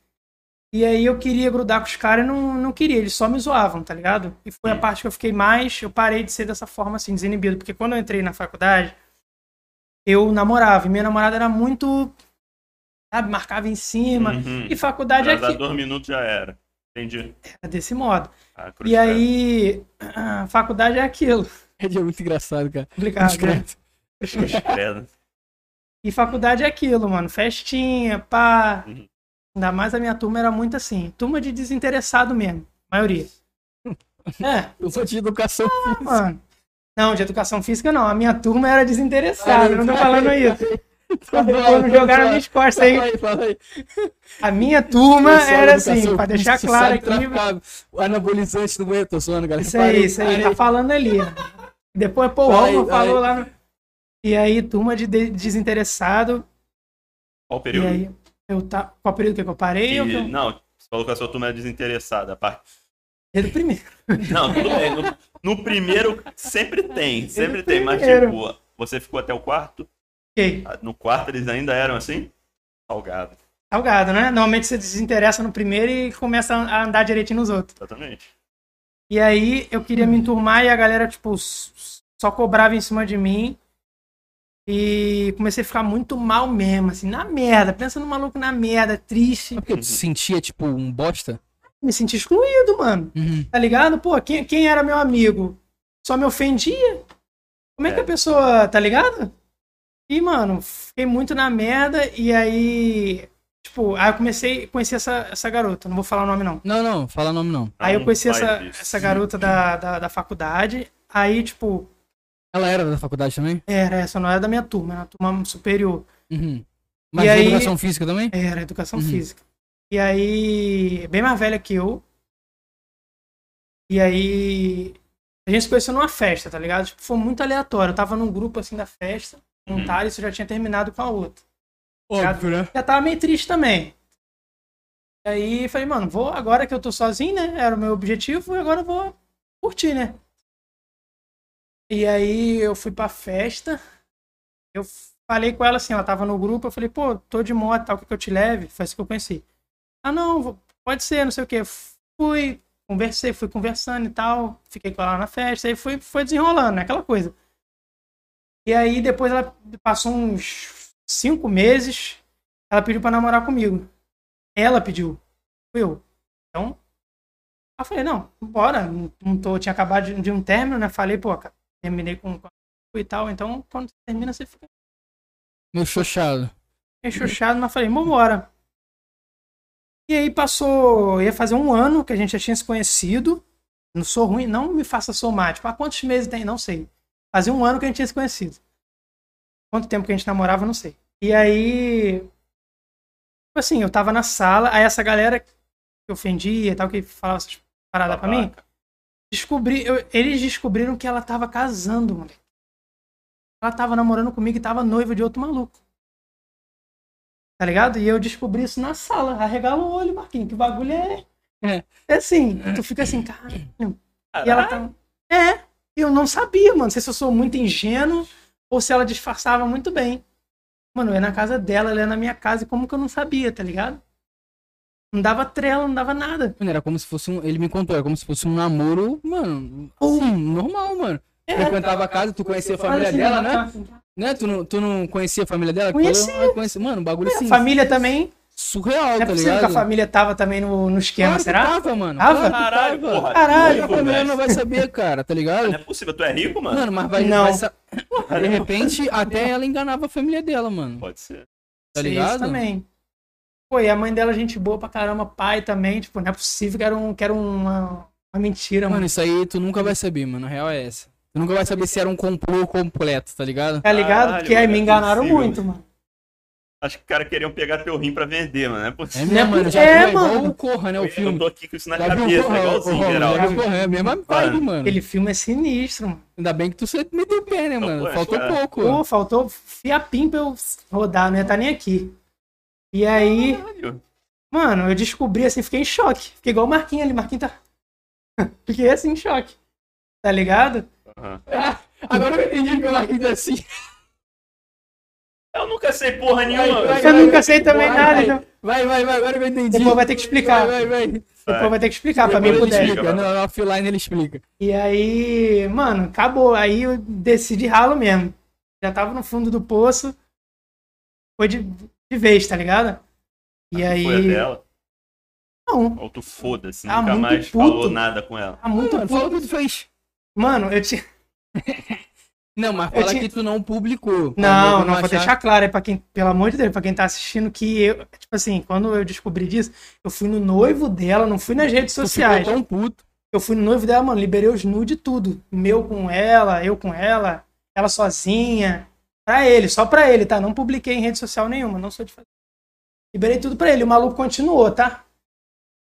E aí eu queria grudar com os caras e não, não queria, eles só me zoavam, tá ligado? E foi a parte que eu fiquei mais, eu parei de ser dessa forma assim, desinibido, porque quando eu entrei na faculdade, eu namorava, e minha namorada era muito, sabe, marcava em cima.
uhum.
E faculdade é
Pra dar
aqui,
dois minutos já era. Entendi.
é desse modo.
Ah, cruz,
E
cara.
aí, faculdade é aquilo,
É muito engraçado, cara.
complicado. né?
Discreto.
Cruz, credo.
E faculdade é aquilo, mano. Festinha, pá.
Uhum.
Ainda mais a minha turma era muito assim. Turma de desinteressado mesmo, maioria. É,
Eu sou de educação física.
mano. Não, de educação física não. A minha turma era desinteressada. Eu não tô falando isso. Quando jogaram
Fala aí,
minhas costas aí.
fala aí, fala aí.
A minha turma
Eu sou
era
educação
assim,
física,
pra deixar claro
sabe
aqui.
tratar. O anabolizante do banheiro, tô zoando, galera.
Isso
Parei,
aí, isso aí.
parei.
Tá falando ali. né? Depois, pô, o
Fala aí,
Alma
fala aí.
falou lá. no- E aí, turma de de- desinteressado.
Qual
E
o período?
aí, eu tá. Qual período que eu parei?
Que-
Eu eu-
Não, você falou que a sua turma é desinteressada. a parte-
Desde o primeiro.
Não, tudo bem. No, no primeiro, sempre tem, sempre tem. Mas,
é primeiro.
tipo, você ficou até o quarto?
Ok.
Ah, No quarto eles ainda eram assim? Salgado,
Salgado, né? Normalmente você desinteressa no primeiro e começa a andar direitinho nos outros.
exatamente.
E aí eu queria me enturmar e a galera, tipo, s- só cobrava em cima de mim. E comecei a ficar muito mal mesmo, assim, na merda. Pensa no maluco na merda, triste.
Sabe Porque tu se sentia, tipo, um bosta?
Me senti excluído, mano.
Uhum.
Tá ligado? Pô, quem, quem era meu amigo? Só me ofendia? Como é que
É.
a pessoa, tá ligado? E, mano, fiquei muito na merda. E aí, tipo, aí eu comecei a conhecer essa, essa garota. Não vou falar o nome, não.
Não, não, fala nome não.
Aí eu
Não
conheci
faz
essa,
isso.
essa garota da, da, da faculdade. Aí, tipo,
Ela era da faculdade também?
era, essa não era da minha turma, era a turma superior.
Uhum. Mas
E
da
aí-
educação física também?
Era educação
Uhum.
física. E aí, bem mais velha que eu. E aí, a gente se conheceu numa festa, tá ligado? Tipo, foi muito aleatório. Eu tava num grupo assim da festa, montaram, isso já tinha terminado com a outra. Óbvio,
né?
Já tava meio triste também. E aí, falei, mano, vou agora que eu tô sozinho, né? Era o meu objetivo, e agora eu vou curtir, né? E aí eu fui pra festa. Eu falei com ela assim, ela tava no grupo, eu falei, pô, tô de moto, tal, quer que eu te leve? Foi assim que eu conheci. Ah, não, vou- pode ser, não sei o quê. Fui, conversei, fui conversando e tal. Fiquei com ela na festa, aí foi, foi desenrolando, né? Aquela coisa. E aí depois ela passou uns cinco meses, ela pediu pra namorar comigo. Ela pediu. Fui eu. Então, eu falei, não, bora. Não, não tô, tinha acabado de, de um término, né? Falei, pô, cara, terminei com com e tal. Então, quando termina, você fica
Meu xoxado.
enxuchado, mas falei, vambora. E aí passou, ia fazer um ano que a gente já tinha se conhecido. Não sou ruim, não me faça somar. Tipo, há quantos meses tem? Não sei. Fazia um ano que a gente tinha se conhecido. Quanto tempo que a gente namorava, não sei. E aí. tipo Assim, eu tava na sala, aí essa galera que ofendia e tal, que falava essas paradas pra mim, descobri, eu- eles descobriram que ela tava casando, moleque. Ela tava namorando comigo e tava noiva de outro maluco. Tá ligado? E eu descobri isso na sala. Arregala o olho, Marquinhos, que bagulho é.
É.
É assim, tu fica assim, caralho. E ela
Caraca,
tá. É, eu não sabia, mano. Não sei se eu sou muito ingênuo ou se ela disfarçava muito bem. Mano, eu ia na casa dela, ela ia na minha casa, e como que eu não sabia, tá ligado? Não dava trela, não dava nada.
Mano, era como se fosse um. Ele me contou, era como se fosse um namoro, mano, assim, normal, mano. Frequentava a casa, tu conhecia É. a família
É, Assim,
dela, né?
tá-
né? Tu, não, tu não conhecia a família dela?
Conhecia. É,
Eu conheci. Mano, um bagulho assim.
Família também.
Surreal,
Não é
tá
possível que a
ligado?
família tava também no, no esquema,
Claro que
será?
Tava, mano. Claro
Tava?
que
Caralho,
tava.
porra.
Caralho,
a
tu é rico,
família
velho.
não vai saber, cara, tá ligado?
Não é possível, tu é rico, mano?
Mano, mas vai.
Não.
vai sa- de repente, até ela enganava a família dela, mano.
Pode ser.
Tá
Isso
ligado?
também. Pô, e a mãe dela, gente boa pra caramba, pai também, tipo, não é possível que era, um, que era uma, uma mentira, mano.
Mano, isso aí tu nunca vai saber, mano. A real é essa. Tu nunca vai saber se era um complô completo, tá ligado?
Tá ligado?
Caralho,
Porque aí
mano,
me
é
enganaram
possível.
muito, mano.
Acho que os caras queriam pegar teu rim pra vender, mano. Não é possível.
É mesmo, mano. Já
É,
é, igual
mano.
o Corra, né? O
Eu
filme. um
tô aqui com isso na
Já viu o
cabeça,
Corra?
igualzinho,
Ô,
geral.
Ronaldo, já viu o Corra, é a mesma vibe, mano.
Aquele filme é sinistro, mano.
Ainda bem que tu sempre meteu o pé, né, mano?
Pô, é.
Faltou
cara.
pouco.
Pô, faltou fiapim pra eu rodar, não ia tá nem aqui. E aí,
Caralho.
mano, eu descobri assim, fiquei em choque. Fiquei igual o Marquinhos ali, Marquinhos tá. fiquei assim em choque. Tá ligado?
Aham.
Agora eu entendi que o Marquinhos tá assim.
Eu nunca sei porra nenhuma.
Vai,
Eu
vai,
nunca sei também
vai,
nada,
vai.
então
Vai, vai, vai, agora eu entendi.
Depois vai ter que explicar.
Vai, vai, vai.
depois vai ter que explicar pra
Depois
mim
ele
puder.
explica. Não, no offline ele explica.
E aí, mano, acabou. Aí eu decidi ralo mesmo. Já tava no fundo do poço. Foi de, de vez, tá ligado? E aí.
Foi a dela.
Não,
Ou tu foda-se,
Tá
nunca
muito
mais
puto.
falou nada com ela.
tá muito
Mano, fala o
puto.
que tu fez.
Mano, eu tinha.
Não, mas fala
tinha-
que tu não publicou.
Não,
Pra
não, vou
achar-
deixar claro aí pra quem, pelo amor de Deus, pra quem tá assistindo, que eu, tipo assim, quando eu descobri disso, eu fui no noivo dela, não fui nas redes
Tu ficou
sociais.
tão puto.
Eu fui no noivo dela, mano, liberei os nude tudo. Meu com ela, eu com ela, ela sozinha. Pra ele, só pra ele, tá? Não publiquei em rede social nenhuma, não sou de fazer. Liberei tudo pra ele, o maluco continuou, tá?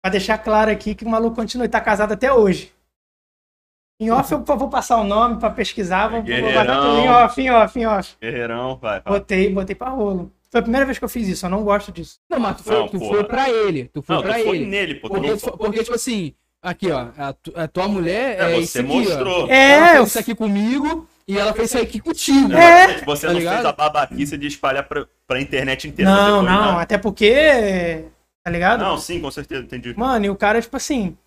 Pra deixar claro aqui que o maluco continua, ele tá casado até hoje. Em off eu vou passar o nome pra pesquisar, vou, vou guardar tudo. Em
Guerreirão.
off, em off, em off.
Guerreirão, vai.
Tá.
vai.
Botei, botei pra rolo. Foi a primeira vez que eu fiz isso, eu não gosto disso.
Não, mas tu foi,
Não,
tu
porra.
foi pra ele. Tu foi
Não, tu
pra
foi
ele.
nele, pô. Tu
Porque,
não
tu fo- porque, tipo assim, aqui, ó, a, tu- a tua mulher é,
É,
isso
você
aqui, ó.
mostrou.
Ela
É, eu É.
fez isso aqui comigo e ela fez isso aqui contigo.
Exatamente, Você
Tá
não
ligado?
fez a babaquice de espalhar pra, pra internet inteira.
Não,
depois,
não,
né?
até porque. Tá ligado?
Não, sim, com certeza, entendi.
Mano, e o cara, tipo assim.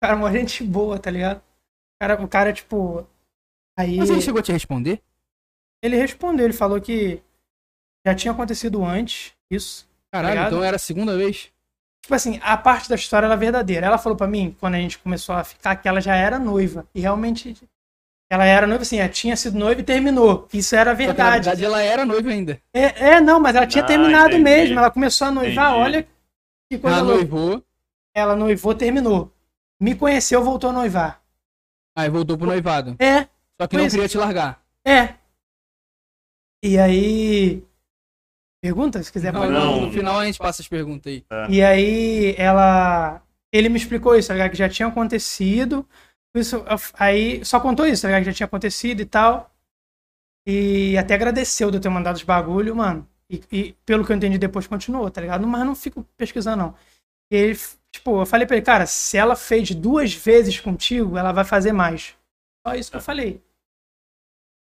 O cara é uma gente boa, tá ligado? O cara, o cara tipo. Aí
Mas ele chegou a te responder?
ele respondeu, ele falou que já tinha acontecido antes isso.
Caralho,
Obrigado.
então era a segunda vez?
Tipo assim, a parte da história era verdadeira. Ela falou pra mim, quando a gente começou a ficar, que ela já era noiva. E realmente. Ela era noiva, assim, ela tinha sido noiva e terminou. Isso era
Só que, na
verdade.
verdade, ela era noiva ainda.
É, é, não, mas ela tinha
Ah,
terminado
entendi.
mesmo. Ela começou a noivar,
Entendi.
olha que coisa
Ela
louca.
noivou,
Ela noivou, terminou. Me conheceu, voltou a noivar.
aí voltou pro noivado.
É,
Só que não
Pois é.
queria te largar.
é. E aí. Pergunta, se quiser
Não,
pode.
não,
não.
No final a gente passa as perguntas aí.
E aí ela. Ele me explicou isso, tá ligado? Que já tinha acontecido. Isso, aí só contou isso, tá ligado? Que já tinha acontecido e tal. E até agradeceu de eu ter mandado os bagulho, mano. E, e pelo que eu entendi, depois continuou, tá ligado? Mas não fico pesquisando, não. E ele, tipo, eu falei pra ele, cara, se ela fez duas vezes contigo, ela vai fazer mais. Só isso que eu falei.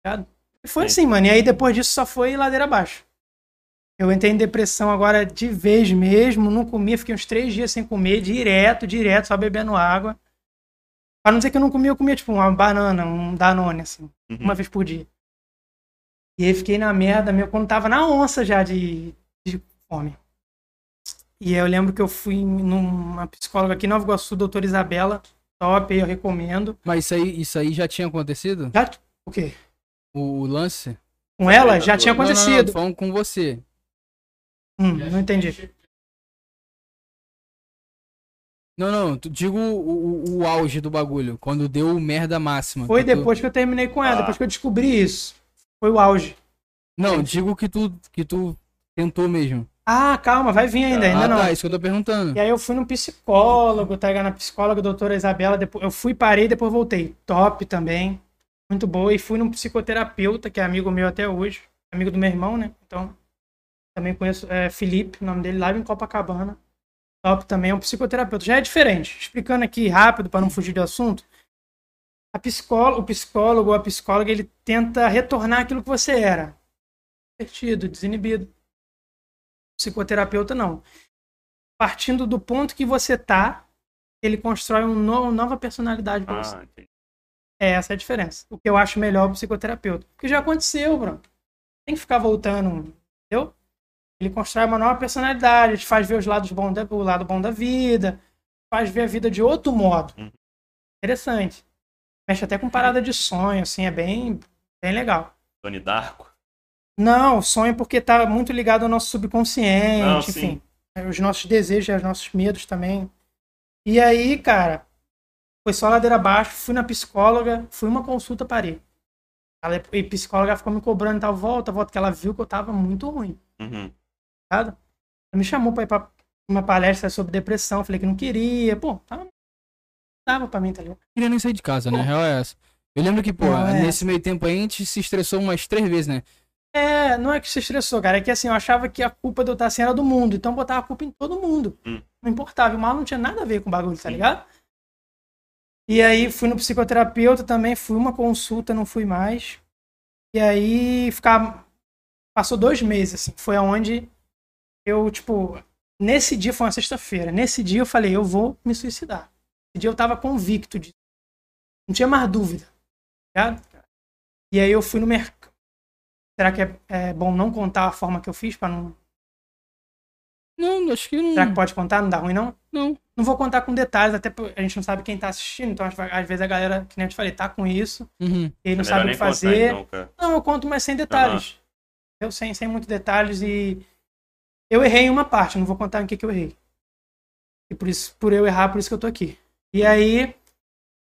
Tá ligado? E foi assim, mano. E aí depois disso só foi ladeira abaixo. Eu entrei em depressão agora de vez mesmo, não comia, fiquei uns três dias sem comer, direto, direto, só bebendo água. Pra não dizer que eu não comia, eu comia tipo uma banana, um danone, assim,
Uhum.
uma vez por dia. E aí fiquei na merda mesmo, quando tava na onça já de, de fome. E aí eu lembro que eu fui numa psicóloga aqui em Nova Iguaçu, doutora Isabela, top, eu recomendo.
Mas isso aí, isso aí já tinha acontecido?
Já, o quê?
O, o lance?
Com ela já tinha
Não, não, não,
acontecido.
falando com você.
Hum, não entendi.
Não, não, tu- digo o, o- o auge do bagulho, quando deu merda máxima.
Foi
que tu-
depois que eu terminei com ela,
Ah.
depois que eu descobri isso. Foi o auge.
Não, digo que tu, que tu tentou mesmo.
Ah, calma, vai vir ainda, ainda
ah,
não.
tá, isso que eu tô perguntando.
E aí eu fui num psicólogo, tá ligado? Na psicóloga, doutora Isabela, depois, eu fui, parei, depois voltei. Top também, muito boa. E fui num psicoterapeuta, que é amigo meu até hoje, amigo do meu irmão, né? Então, também conheço, é, Felipe, o nome dele, lá em Copacabana. Top também, é um psicoterapeuta. Já é diferente. Explicando aqui rápido, para não fugir do assunto, a psicó- o psicólogo ou a psicóloga, ele tenta retornar aquilo que você era. Divertido, desinibido. Psicoterapeuta, não partindo do ponto que você tá, ele constrói um no- uma nova personalidade pra você.
Ah, entendi.
É essa a diferença. O que eu acho melhor pro psicoterapeuta. Porque já aconteceu, Bruno. Tem que ficar voltando, entendeu? Ele constrói uma nova personalidade, te faz ver os lados bom da- o lado bom da vida, faz ver a vida de outro modo.
Uhum.
Interessante. Mexe até com parada de sonho, assim, é bem, bem legal.
Tony Darko.
Não, sonho porque tá muito ligado ao nosso subconsciente,
Não, sim.
enfim. É, Os nossos desejos, os nossos medos também. E aí, cara, foi só ladeira abaixo, fui na psicóloga, fui uma consulta, parei. Ela, e psicóloga ficou me cobrando e tal, volta, volta, que ela viu que eu tava muito ruim,
Uhum.
sabe? Ela me chamou pra ir pra uma palestra sobre depressão, falei que não queria, pô, tava, tava pra mim, tá ligado?
queria nem sair de casa, né? A real é essa. Eu lembro que, pô,
Não, é.
nesse meio tempo aí a gente se estressou umas três vezes, né?
É, não é que se estressou, cara. É que assim, eu achava que a culpa de eu estar assim era do mundo. Então eu botava a culpa em todo mundo.
Hum.
Não importava. E O mal não tinha nada a ver com o bagulho, tá ligado? E aí fui no psicoterapeuta também, fui uma consulta, não fui mais. E aí ficar. Passou dois meses, assim. Foi aonde eu, tipo. Nesse dia, foi uma sexta-feira. Nesse dia eu falei, eu vou me suicidar. Esse dia eu tava convicto disso. Não tinha mais dúvida. tá ligado? E aí eu fui no mercado. Será que é, é bom não contar a forma que eu fiz para não.
Não, acho que não.
Será que pode contar? Não dá ruim, não?
Não.
Não vou contar com detalhes, até porque a gente não sabe quem tá assistindo, então às às vezes a galera, que nem eu te falei, tá com isso,
Uhum.
e não
É melhor
sabe o
nem
que
contar,
fazer.
então, cara.
Não, eu conto, mas sem detalhes. Eu sem, sem muitos detalhes e. Eu errei em uma parte, não vou contar em que, que eu errei. E por isso, por eu errar, por isso que eu tô aqui. E aí,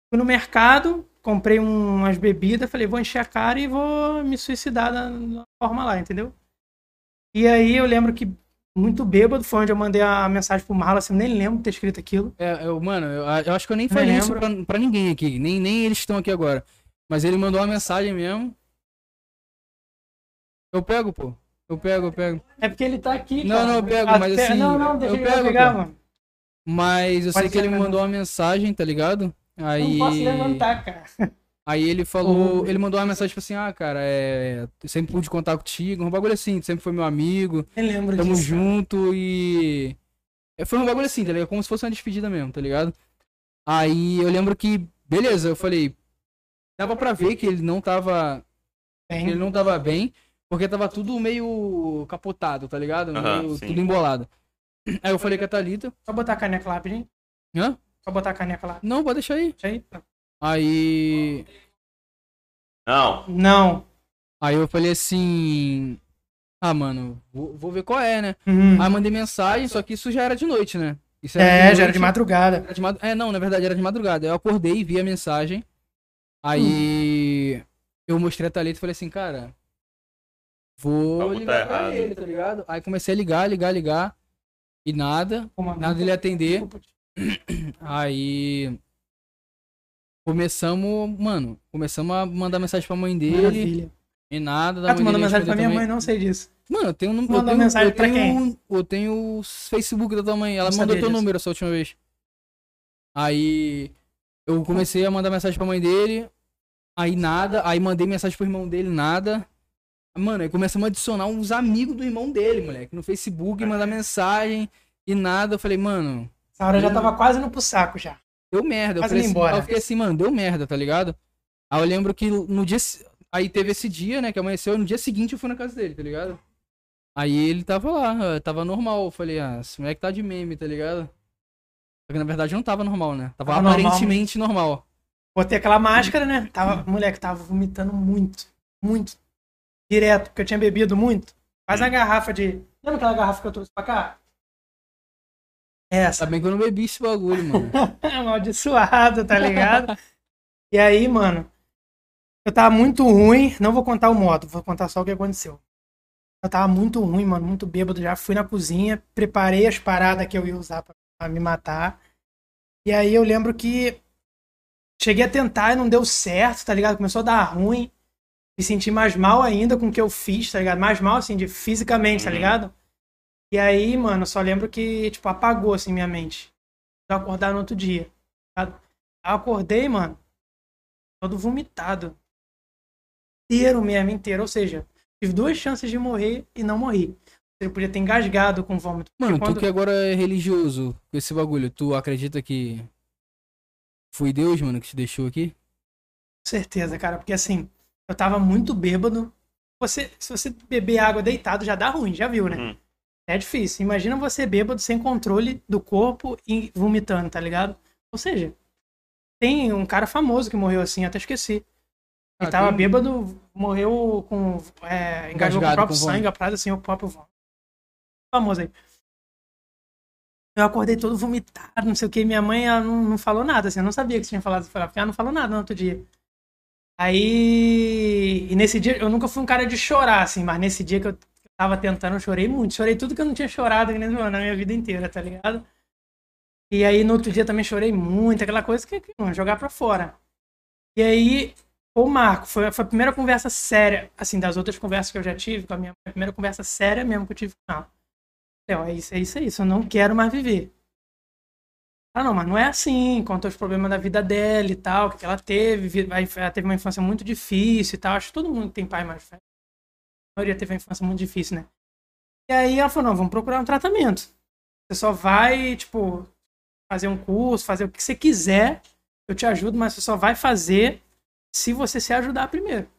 fui no mercado, comprei um- umas bebidas, falei, vou encher a cara e vou me suicidar da, da forma lá, entendeu? E aí eu lembro que, muito bêbado, foi onde eu mandei a mensagem pro Marla, assim, eu nem lembro de ter escrito aquilo.
É, eu, mano, eu, eu acho que eu nem
Não
falei isso pra,
lembro.
pra ninguém aqui. Nem, nem eles estão aqui agora. Mas ele mandou uma mensagem mesmo. Eu pego, pô. Eu pego, eu pego.
É porque ele tá aqui.
Não,
cara.
não, eu pego, mas
Até-
assim,
Não, não, deixa
eu
eu,
pego,
pegar,
pô.
mano.
Mas eu sei
Pode
que ele
ser,
me
mas-
mandou uma mensagem, tá ligado?
Eu
Aí.
Não posso levantar, cara.
Aí ele falou,
Uhum.
ele mandou uma mensagem tipo assim, ah, cara, é, eu sempre pude contar contigo, um bagulho assim, tu sempre foi meu amigo,
Nem lembro
tamo
disso.
junto e é, foi um bagulho assim, tá ligado? Como se fosse uma despedida mesmo, tá ligado? Aí eu lembro que, beleza, eu falei, dava pra ver que ele não tava, que
Bem,
ele não tava bem, porque tava tudo meio capotado, tá ligado?
Aham,
Meio
sim.
tudo embolado. Aí eu falei com a Thalita,
Só botar a caneca lá, rapidinho.
hã?
Só botar a caneca lá.
Não, pode deixar aí.
Deixa aí.
Aí
Não.
Não.
Aí eu falei assim. Ah, mano, vou, vou ver qual é, né?
Uhum.
Aí mandei mensagem, só que isso já era de noite, né? Isso
É, já era
noite,
de madrugada.
era de madu- É, não, na verdade era de madrugada. Eu acordei e vi a mensagem. Aí eu mostrei a Thalita e falei assim, cara. Vou
Algo tá
ligar pra
errado.
ele, tá ligado? Aí comecei a ligar, ligar, ligar. E nada.
Pô, mano,
Nada dele é atender.
desculpa, desculpa.
Aí. Começamos, mano, começamos a mandar mensagem pra mãe dele.
Maravilha.
E nada. da
Ah, tu mandou
dele
tá mensagem
responder
pra minha
também.
mãe, não sei disso.
Mano, eu tenho o número.
Mandou mensagem pra
Eu tenho o Facebook da tua mãe. Ela
Não
me mandou
sabia
teu
disso.
número essa última vez. Aí eu comecei a mandar mensagem pra mãe dele. Aí nada. Aí mandei mensagem pro irmão dele, nada. Mano, aí começamos a adicionar uns amigos do irmão dele, moleque, no Facebook,
É.
mandar mensagem e nada. Eu falei, mano,
Essa hora já tava quase no pro saco já.
deu merda. Eu,
Quase
falei
indo
assim,
embora.
aí eu fiquei assim, mano, deu merda, tá ligado? Aí eu lembro que no dia. se- Aí teve esse dia, né, que amanheceu, e no dia seguinte eu fui na casa dele, tá ligado? Aí ele tava lá, eh, tava normal. Eu falei, ah, esse moleque tá de meme, tá ligado? Só que na verdade não tava normal, né? Tava
Tava normal.
aparentemente normal.
Botei aquela máscara, né? Tava, moleque, tava vomitando muito. Muito. Direto, porque eu tinha bebido muito. Faz a garrafa de. Lembra aquela garrafa que eu trouxe pra cá? Essa.
Tá bem que eu não bebi esse bagulho, mano.
amaldiçoado, tá ligado? e aí, mano, eu tava muito ruim, não vou contar o modo, vou contar só o que aconteceu. Eu tava muito ruim, mano, muito bêbado já. Fui na cozinha, preparei as paradas que eu ia usar pra- pra me matar. E aí eu lembro que cheguei a tentar e não deu certo, tá ligado? Começou a dar ruim. Me senti mais mal ainda com o que eu fiz, tá ligado? Mais mal, assim, de fisicamente, tá
Uhum.
ligado? E aí, mano, eu só lembro que, tipo, apagou, assim, minha mente. Pra eu acordar no outro dia. Tá? Eu acordei, mano, todo vomitado. Inteiro mesmo, inteiro. Ou seja, tive duas chances de morrer e não morri. Ele podia ter engasgado com vômito. Porque
Mano,
quando-
tu que agora é religioso com esse bagulho, tu acredita que foi Deus, mano, que te deixou aqui?
Com certeza, cara, porque assim, eu tava muito bêbado. Você, se você beber água deitado já dá ruim, já viu, né?
Uhum.
É difícil. Imagina você bêbado sem controle do corpo e vomitando, tá ligado? Ou seja, tem um cara famoso que morreu assim, até esqueci. Ele
Ah,
tava
tem-
bêbado, morreu com. É, engajou com
Engasgado
o próprio
com
sangue,
vômito.
a praia assim, o próprio vômito. Famoso aí. Eu acordei todo vomitado, não sei o que. Minha mãe ela não, não falou nada, assim, eu não sabia que você tinha falado. Ela falou, "Ah, não falou nada no outro dia. Aí. E nesse dia, eu nunca fui um cara de chorar, assim, mas nesse dia que eu tava tentando, eu chorei muito. Chorei tudo que eu não tinha chorado né, mano, na minha vida inteira, tá ligado? E aí no outro dia também chorei muito, aquela coisa que, que não, jogar pra fora. E aí, o Marco, foi, foi a primeira conversa séria, assim, das outras conversas que eu já tive com a minha a primeira conversa séria mesmo que eu tive com ela. Então, é isso, é isso, é isso, eu não quero mais viver. Ah, não, mas não é assim, conta os problemas da vida dela e tal, o que que ela teve, vi- vai- ela teve uma infância muito difícil e tal, acho que todo mundo que tem pai mais velho, a maioria teve uma infância muito difícil, né? E aí ela falou, não, vamos procurar um tratamento. Você só vai, tipo, fazer um curso, fazer o que você quiser, eu te ajudo, mas você só vai fazer se você se ajudar primeiro.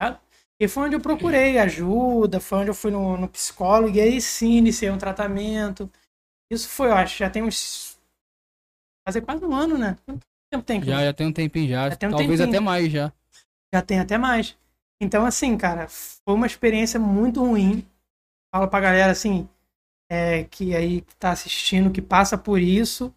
tá? E foi onde eu procurei ajuda, foi onde eu fui no, no psicólogo, e aí sim iniciei um tratamento. Isso foi, eu acho, já tem uns. Fazer quase um ano, né? Quanto tempo tem? que eu
Já, já tem um tempinho já.
Já tem um
Talvez
tempinho.
até mais já.
já tem até mais. Então, assim, cara, foi uma experiência muito ruim. Falo pra galera, assim, é, que aí que tá assistindo, que passa por isso.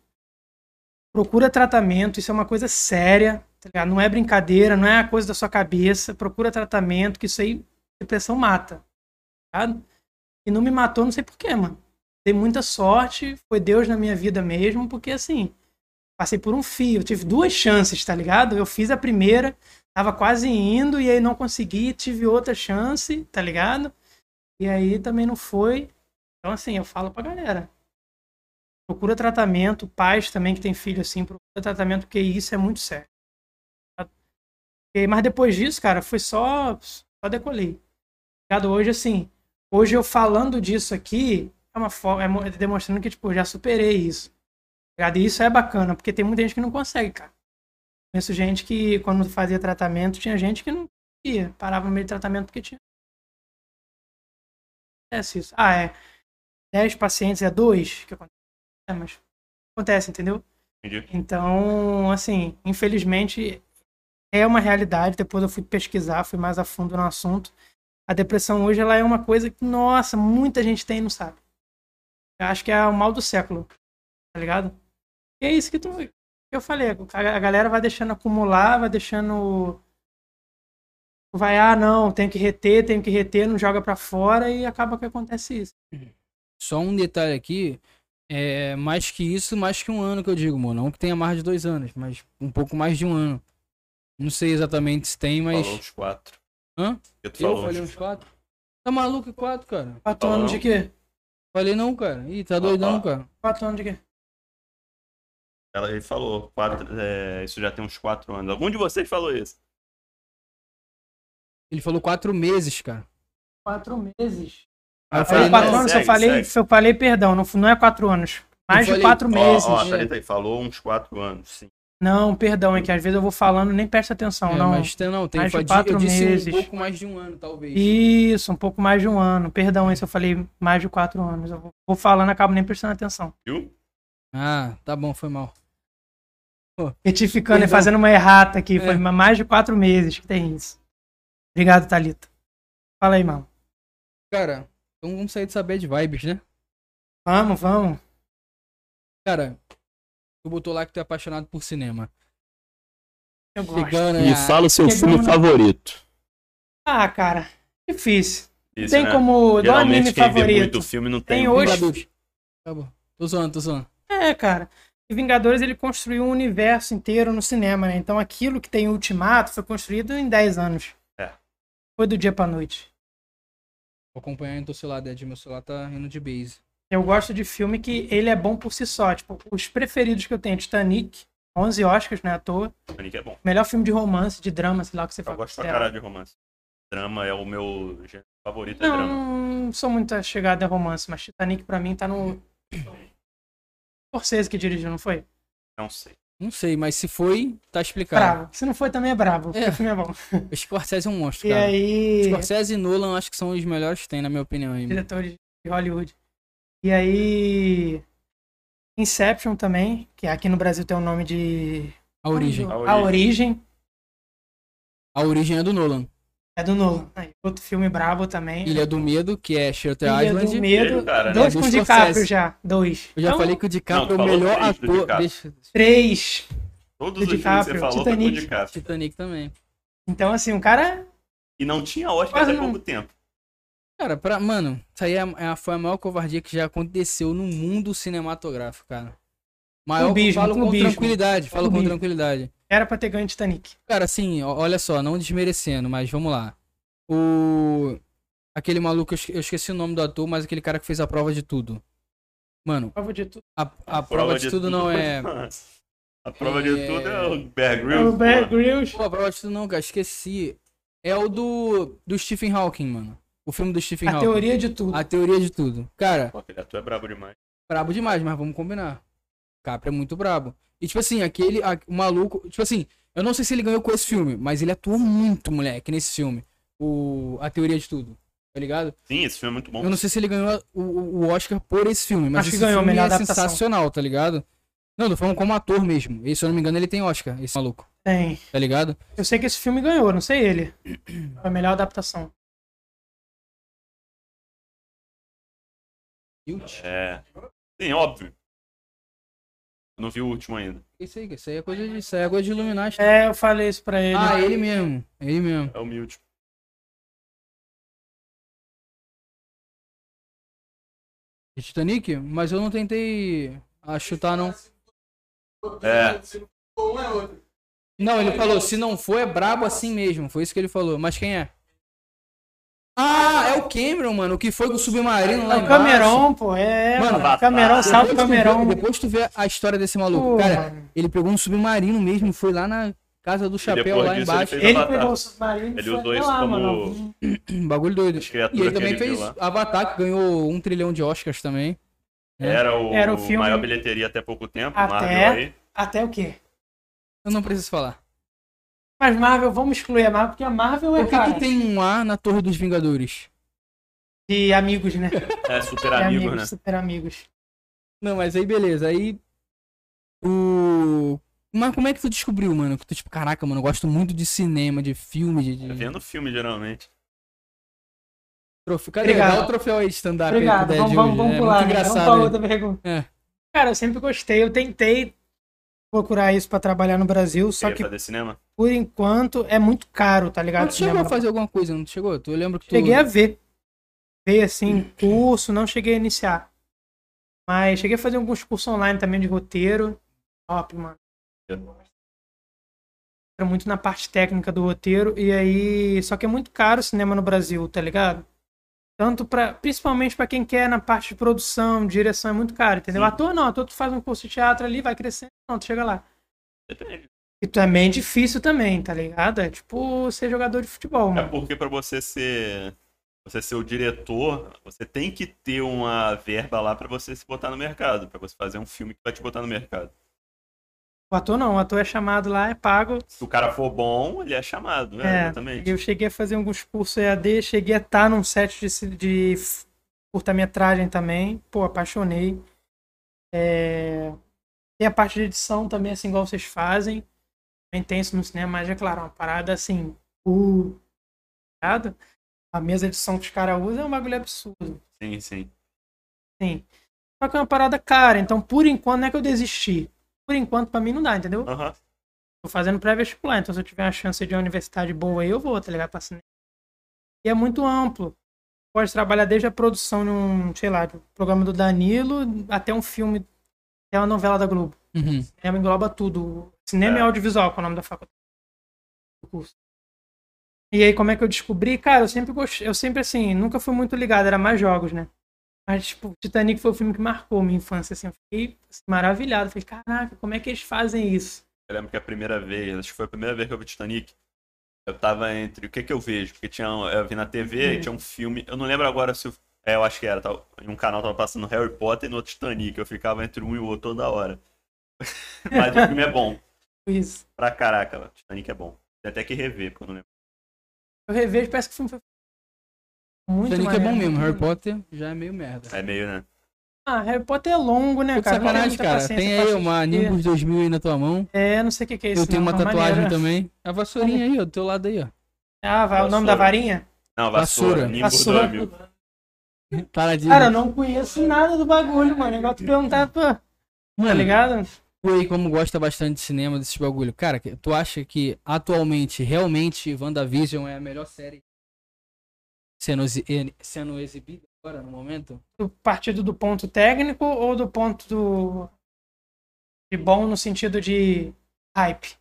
Procura tratamento, isso é uma coisa séria, tá ligado? Não é brincadeira, não é a coisa da sua cabeça. Procura tratamento, que isso aí, depressão mata, tá ligado? E não me matou, não sei porquê, mano. Dei muita sorte, foi Deus na minha vida mesmo, porque assim, passei por um fio, tive duas chances, tá ligado? Eu fiz a primeira, tava quase indo e aí não consegui, tive outra chance, tá ligado? E aí também não foi. Então assim, eu falo pra galera. Procura tratamento, pais também que tem filho assim, procura tratamento, porque isso é muito sério. Tá? E- Mas depois disso, cara, foi só só decolei. Tá Ligado? Hoje assim, hoje eu falando disso aqui é uma forma, é mo- é demonstrando que tipo, eu já superei isso. Tá Ligado? E isso é bacana, porque tem muita gente que não consegue, cara. Conheço gente que, quando fazia tratamento, tinha gente que não ia, parava no meio do tratamento porque tinha. Acontece isso. Ah, é. 10 pacientes é dois que acontece. É, mas acontece, entendeu?
Entendi.
Então, assim, infelizmente é uma realidade. Depois eu fui pesquisar, fui mais a fundo no assunto. A depressão hoje ela é uma coisa que, nossa, muita gente tem e não sabe. Eu acho que é o mal do século, tá ligado? E é isso que tu, eu falei, a a galera vai deixando acumular, vai deixando. Vai, ah, não, tenho que reter, tenho que reter, não joga pra fora e acaba que acontece isso.
Só um detalhe aqui. É mais que isso, mais que um ano que eu digo, mano. Não que tenha mais de dois anos, mas um pouco mais de um ano. Não sei exatamente se tem, mas.
Falou uns quatro.
Hã?
Eu tu
Eu
falou
falei
uns
uns quatro. Tá maluco quatro, cara?
Quatro
Falou.
anos de quê?
Falei não, cara. Ih, tá
Ó,
doidão,
ó.
cara.
Quatro anos de quê?
Ela ele falou, quatro, é, isso já tem uns quatro anos. Algum de vocês falou isso?
Ele falou quatro meses, cara.
Quatro meses.
Aí eu
Falei
Ah,
falei,
não,
quatro
não,
anos,
segue,
eu falei,
segue.
eu falei, perdão, não, não é quatro anos. Mais de
falei-
quatro
Ó,
meses.
ó, a Thalita aí falou uns quatro anos, sim.
Não, perdão, é que às vezes eu vou falando, nem presta atenção,
é,
não.
mas tem- não, tem
mais de
eu
quatro
disse
meses.
um pouco mais de um ano, talvez.
Isso, um pouco mais de um ano. Perdão aí se eu falei mais de quatro anos. Eu vou- vou falando, acabo nem prestando atenção.
Viu?
Ah, tá bom, foi mal.
Retificando e
Perdão.
fazendo uma errata aqui. Foi
É.
mais de quatro meses que tem isso. Obrigado, Thalita. Fala aí, mano.
Cara, então vamos sair de saber de vibes, né?
Vamos, vamos.
Cara, tu botou lá que tu é apaixonado por cinema.
Eu gosto.
Chegando a-
o seu
Chegamos filme na-
favorito.
Ah, cara. Difícil. Não
Isso,
tem
né?
como. Igual
Geralmente
anime
quem vê
favorito.
muito filme não tem.
Tem
um.
hoje.
Vingadores. Acabou. Tá Tô zoando, tô zoando.
É, cara. E Vingadores ele construiu um universo inteiro no cinema, né? Então aquilo que tem em Ultimato foi construído em 10 anos.
É.
Foi do dia pra noite.
Vou acompanhar do celular, Ded. Meu celular tá indo de base.
Eu gosto de filme que ele é bom por si só. Tipo, os preferidos que eu tenho, Titanic, 11 Oscars, né, à toa.
Titanic é bom.
Melhor filme de romance, de drama, sei lá o que você
Eu
fala.
gosto pra caralho de romance. Drama é o meu gênero Favorito é
Não,
drama.
não sou muito chegada a romance, mas Titanic pra mim tá no. Scorsese que dirigiu, não foi?
Não sei.
Não sei, mas se foi, tá explicado.
Bravo. Se não foi, também é bravo, porque
É.
o filme é bom.
O Scorsese é um monstro,
E
cara.
aí.
Scorsese e Nolan acho que são os melhores que tem, na minha opinião. aí.
diretores de Hollywood. E aí. Inception também, que aqui no Brasil tem o nome de.
A origem.
A
A Origem,
A origem é do Nolan.
é do Nolan. Aí, outro filme brabo também.
Ilha do Medo, que é Shutter
Ilha
Island.
do Medo.
Ele, cara,
dois
né?
com
Do
o DiCaprio
Scorsese.
já. Dois.
Eu já
Então,
falei que o DiCaprio
Não,
é o
falou
melhor
três do
ator.
DiCaprio.
Deixa,
Três. Do
Todos os filmes que você
DiCaprio,
falou
Titanic.
foi com o DiCaprio.
Titanic também.
Então, assim, o cara.
E não tinha Oscar
Quase
até
não.
pouco tempo.
Cara, pra, mano, isso aí é, é- foi a maior covardia que já aconteceu no mundo cinematográfico, cara. Maior,
Clubismo,
falo com
clubismo.
tranquilidade, falo com
Clubismo.
tranquilidade.
Era pra ter ganho Titanic.
Cara, assim, ó- olha só, não desmerecendo, mas vamos lá. O... Aquele maluco, eu esque- eu esqueci o nome do ator, mas aquele cara que fez a prova de tudo. Mano,
Prova de tudo.
a, a prova de tudo não é...
A prova de
É-
tudo é o Bear
O
Grylls.
Bear
pô.
Grylls.
Pô, a prova de tudo não, cara, esqueci. É o do, do Stephen Hawking, mano. O filme do Stephen
A
Hawking.
teoria de tudo.
A teoria de tudo. Cara,
Pô, aquele ator é brabo demais.
brabo demais, mas vamos combinar. Capra é muito brabo. E, tipo assim, aquele a- o maluco. Tipo assim, eu não sei se ele ganhou com esse filme, mas ele atuou muito, moleque, nesse filme. O, a teoria de tudo. Tá ligado?
Sim, esse filme é muito bom.
Eu não sei se ele ganhou o, o Oscar por esse filme, mas
Acho que
esse
ganhou a
filme
melhor
é
adaptação.
sensacional, tá ligado? Não, tô falando como ator mesmo. E, se eu não me engano, ele tem Oscar, esse maluco,
Tem.
tá ligado?
Eu sei que esse filme ganhou, não sei ele. Foi a melhor adaptação.
Guilt.
É. Sim, óbvio. Eu não vi o último ainda.
Isso aí, isso aí é coisa de, isso aí é coisa de Illuminati.
É, eu falei isso pra ele. é
Ah, ele mesmo. Ele mesmo.
É o meu último.
Titanic? Mas eu não tentei ah, chutar, não.
É.
Um é outro.
Não, ele falou, se não for, é brabo assim mesmo. Foi isso que ele falou. Mas quem é? Ah, é o Cameron, mano. O que foi com o submarino lá
É o
embaixo.
Cameron, pô. É,
Mano,
mano. Cameron,
Avatar.
salve
Depois tu vê-
Cameron.
Depois tu vê a história desse maluco.
Pô,
Cara,
mano.
ele pegou um submarino mesmo, foi lá na casa do chapéu
depois
lá
disso,
embaixo.
ele fez-
Ele
Avatar.
pegou o submarino e
Ele
foi
usou
até
isso
lá,
como-
mano.
Um bagulho doido.
As criaturas
E ele
que
também
ele viu
fez
lá.
Avatar, que ganhou um trilhão de Oscars também. né?
Era o,
Era o filme-
maior bilheteria até pouco tempo.
Até.
Marvel aí.
Até o quê?
Eu não preciso falar.
Mas Marvel, vamos excluir a Marvel, porque a Marvel é,
Por que,
cara,
que tem um A na Torre dos Vingadores?
de amigos, né?
É, super
De
amigos,
amigos,
né?
super amigos.
Não, mas aí beleza. Aí. O. Mas como é que tu descobriu, mano? Que tu, tipo, caraca, mano, eu gosto muito de cinema, de filme, de.
Tá
de...
Vendo filme, geralmente.
Troféu. Cadê?
Obrigado.
Dá o troféu aí de stand-up aí
Obrigado,
pro
vamos,
Dad
vamos,
hoje,
vamos
né?
pular,
Muito
né? Vamos
engraçado.
pra
né?
outra pergunta.
É.
Cara, eu sempre gostei, eu tentei procurar isso pra trabalhar no Brasil, só
Queria
que
fazer cinema.
por enquanto é muito caro, tá
Mas
ligado?
tu chegou
Cinema.
a fazer alguma coisa, não tu chegou? Tu lembra que tu.
Cheguei a ver. Ver
Hum.
assim, curso, não cheguei a iniciar. Mas cheguei a fazer alguns cursos online também de roteiro. Top, mano. Era muito na parte técnica do roteiro. E aí. Só que é muito caro o cinema no Brasil, tá ligado? Tanto para Principalmente pra quem quer na parte de produção, direção, é muito caro, entendeu?
Sim.
Ator não, ator tu faz um curso de teatro ali, vai crescendo, não, tu chega lá.
Depende.
E também é difícil também, tá ligado? É tipo ser jogador de futebol,
É
mano.
porque pra você ser você ser o diretor, você tem que ter uma verba lá pra você se botar no mercado, pra você fazer um filme que vai te botar no mercado.
O ator não, o ator é chamado lá, é pago,
Se o cara for bom, ele é chamado, né?
É,
Exatamente.
eu cheguei a fazer alguns cursos EAD, cheguei a estar num set de, ci- de f- curta-metragem também. Pô, apaixonei. É, Tem a parte de edição também, assim, igual vocês fazem. Bem tenso no cinema, mas é claro, uma parada assim. Uh, ligado? a mesa de som que os caras usam é um bagulho absurdo.
Sim, sim.
Sim. Só que é uma parada cara, então por enquanto não é que eu desisti. Por enquanto, pra mim não dá, entendeu?
Aham.
Tô fazendo pré-vestibular, então se eu tiver uma chance de uma universidade boa aí, eu vou, tá ligado? Pra cinema. E é muito amplo. Pode trabalhar desde a produção de um, sei lá, de um programa do Danilo até um filme, até uma novela da Globo.
Uhum.
Cinema engloba tudo. Cinema
É.
e audiovisual, que é o nome da faculdade. do curso. E aí, como é que eu descobri? Cara, eu sempre gostei. Eu sempre, assim, nunca fui muito ligado, era mais jogos, né? Mas, tipo, Titanic foi o filme que marcou minha infância, assim. Eu fiquei assim, maravilhado. Falei, caraca, como é que eles fazem isso?
Eu lembro que a primeira vez, acho que foi a primeira vez que eu vi Titanic, Eu tava entre. O que que eu vejo? Porque tinha. um- Eu vi na TV,
Uhum.
tinha um filme. Eu não lembro agora se. o- É, eu acho que era. Tava, em um canal tava passando Harry Potter e no outro Titanic. Eu ficava entre um e o outro toda hora. Mas o filme é bom.
Isso.
Pra caraca, mano. Titanic é bom. Tem até que rever, porque eu não lembro.
Eu revejo, parece que o filme foi. Muito
Titanic é
maneiro.
bom mesmo, Harry Potter já é meio merda.
É meio, né?
Ah, Harry Potter é longo, né,
Tô de
cara? Não
sacanagem,
muita
cara.
paciência
Tem
pra
aí uma
assistir.
Nimbus 2000 aí na tua mão.
É, não sei o que, que é isso.
Eu tenho
não,
uma
mas
tatuagem
maneiro.
também. A vassourinha aí, ó, do teu lado aí, ó.
Ah, vai, o nome
Vassoura.
da varinha?
Não, Vassoura.
Vassoura.
Nimbus
Vassoura.
2000.
Paradinha.
Cara, eu não conheço nada do bagulho, mano. É Igual tu perguntar, pô, tá
Mano,
ligado?
tu aí como gosta bastante de cinema, desses bagulho. Cara, que- tu acha que atualmente, realmente, WandaVision é a melhor série sendo, exi- en- sendo exibida agora, no momento?
Do partido do ponto técnico ou do ponto do... de bom no sentido de hype?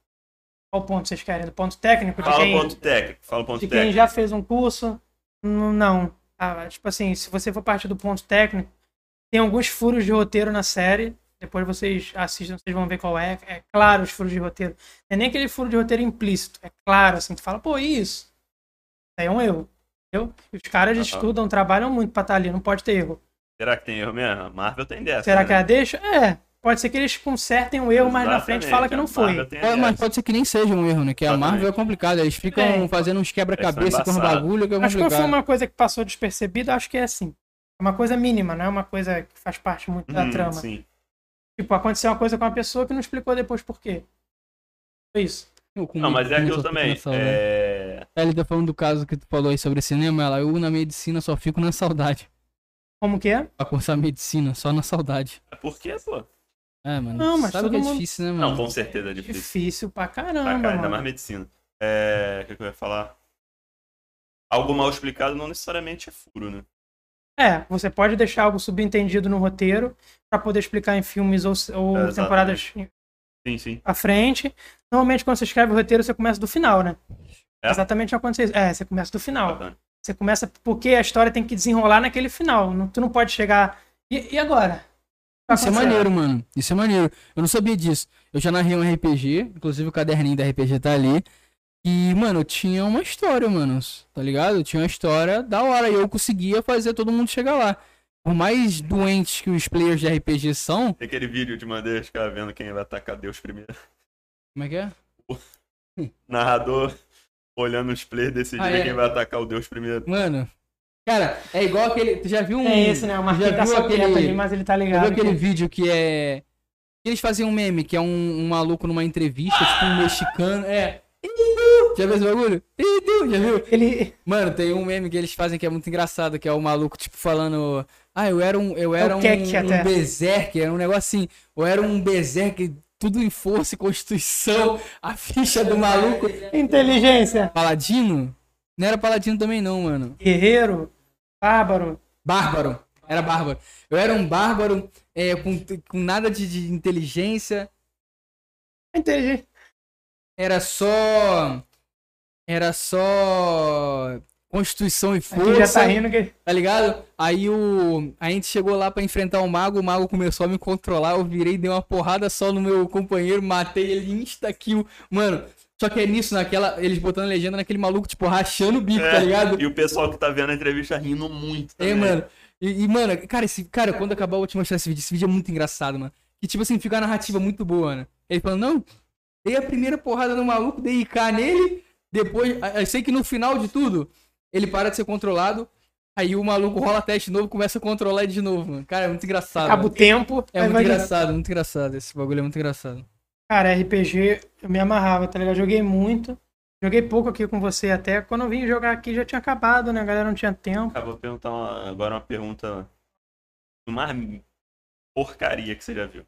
Qual ponto vocês querem? Do ponto técnico? De
Fala Ah, o
quem,
ponto técnico. Fala o ponto
de
técnico.
quem já fez um curso? N- Não. Ah, tipo assim, se você for partir do ponto técnico, tem alguns furos de roteiro na série. Depois vocês assistem, vocês vão ver qual é. É claro os furos de roteiro. Não é nem aquele furo de roteiro implícito. É claro, assim, tu fala, pô, isso. Isso aí é um erro. Entendeu? E os caras
Aham.
estudam, trabalham muito pra estar ali, não pode ter erro.
Será que tem erro mesmo? A Marvel tem dessa.
Será
né?
que ela deixa? É. Pode ser que eles consertem o erro, mas na
Exatamente,
frente fala que não
a
foi.
Marvel tem
É, mas
dessa.
pode ser que nem seja um erro, né? Que a
Exatamente.
Marvel é complicada. Eles ficam
É.
fazendo uns
Eles
quebra-cabeça
são
com uns
embaçados.
bagulho que é
Acho que foi
complicado.
uma coisa que passou despercebida, acho que é assim. É uma coisa mínima, não é uma coisa que faz parte muito da
Hum,
trama.
Sim.
Tipo, aconteceu uma coisa com uma pessoa que não explicou depois por quê. Foi isso.
Não, mas é aquilo também.
né?
É...
Ela tá falando do caso que tu falou aí sobre cinema, ela, eu na medicina só fico na saudade.
Como que é?
Pra cursar medicina, só na saudade.
Por quê, pô?
É, mano.
Não, mas
sabe
todo
que é
mundo-
difícil, né, mano?
Não, com certeza é difícil.
Difícil pra
Pra
caramba,
cara, ainda
mano.
mais medicina. É... O que, que eu ia falar? Algo mal explicado não necessariamente é furo, né?
É, você pode deixar algo subentendido no roteiro pra poder explicar em filmes ou, ou
É, exatamente.
temporadas
Sim, sim.
à frente. Normalmente, quando você escreve o roteiro, você começa do final, né?
É?
Exatamente acontece isso. É, você começa do final.
Bacana.
Você começa porque a história tem que desenrolar naquele final. Não- tu não pode chegar. E, e agora? Vai
Isso é
acontecer?
maneiro, mano. Isso é maneiro. Eu não sabia disso. Eu já narrei um RPG, inclusive o caderninho da RPG tá ali. E, mano, tinha uma história, mano. Tá ligado? Tinha uma história da hora. E eu conseguia fazer todo mundo chegar lá. Por mais doentes que os players de RPG são.
Tem aquele vídeo de mandei os caras vendo quem vai atacar Deus primeiro.
Como é que é?
Narrador olhando os players decidindo
Ah, é.
quem vai atacar o Deus primeiro.
Mano. Cara, é igual aquele. Tu já viu um.
É esse, né? O Marquinhos
já
tá
viu
sabendo
aquele-
ali, mas ele tá
Já
ligado.
viu aquele
que-
vídeo que é. que Eles faziam um meme, que é um, um maluco numa entrevista, tipo um mexicano. É. Já viu esse bagulho? Já viu?
Ele.
Mano, tem um meme que eles fazem que é muito engraçado, que é o maluco, tipo, falando. Ah, eu era um. Eu era um,
queque É até."
um berserker, era um negócio assim. Eu era um berserker, tudo em força e constituição. A ficha do maluco.
Inteligência.
Paladino? Não era paladino também, não, mano.
Guerreiro. Bárbaro.
Bárbaro. Era bárbaro. Eu era um bárbaro, é, com, com nada de, de inteligência.
Inteligente.
Era só. Era só. Constituição e
Aqui já tá
força.
rindo que.
Tá ligado? Aí o. A gente chegou lá pra enfrentar o mago, o mago começou a me controlar, eu virei, dei uma porrada só no meu companheiro, matei ele insta-kill. Mano, só que é nisso, naquela. Eles botando legenda naquele maluco, tipo, rachando o bico, tá
É,
ligado?
E o pessoal que tá vendo a entrevista rindo muito.
É,
também.
mano. E, e, mano, cara, esse, cara, quando acabar eu vou te mostrar esse vídeo. Esse vídeo é muito engraçado, mano. E tipo assim, fica a narrativa muito boa, né? Ele falando, não, dei a primeira porrada no maluco, dei IK nele, depois. a- Eu sei que no final de tudo, ele para de ser controlado. Aí o maluco rola teste novo, começa a controlar ele de novo, mano. Cara, é muito engraçado.
Acaba o
mano.
tempo.
É
aí
muito
vai de-
engraçado, muito engraçado. Esse bagulho é muito engraçado.
Cara, RPG, eu me amarrava, tá ligado? Joguei muito. Joguei pouco aqui com você até. Quando eu vim jogar aqui já tinha acabado, né? A galera não tinha tempo.
Cara, Ah, vou perguntar uma- agora uma pergunta. Uma porcaria que você já viu.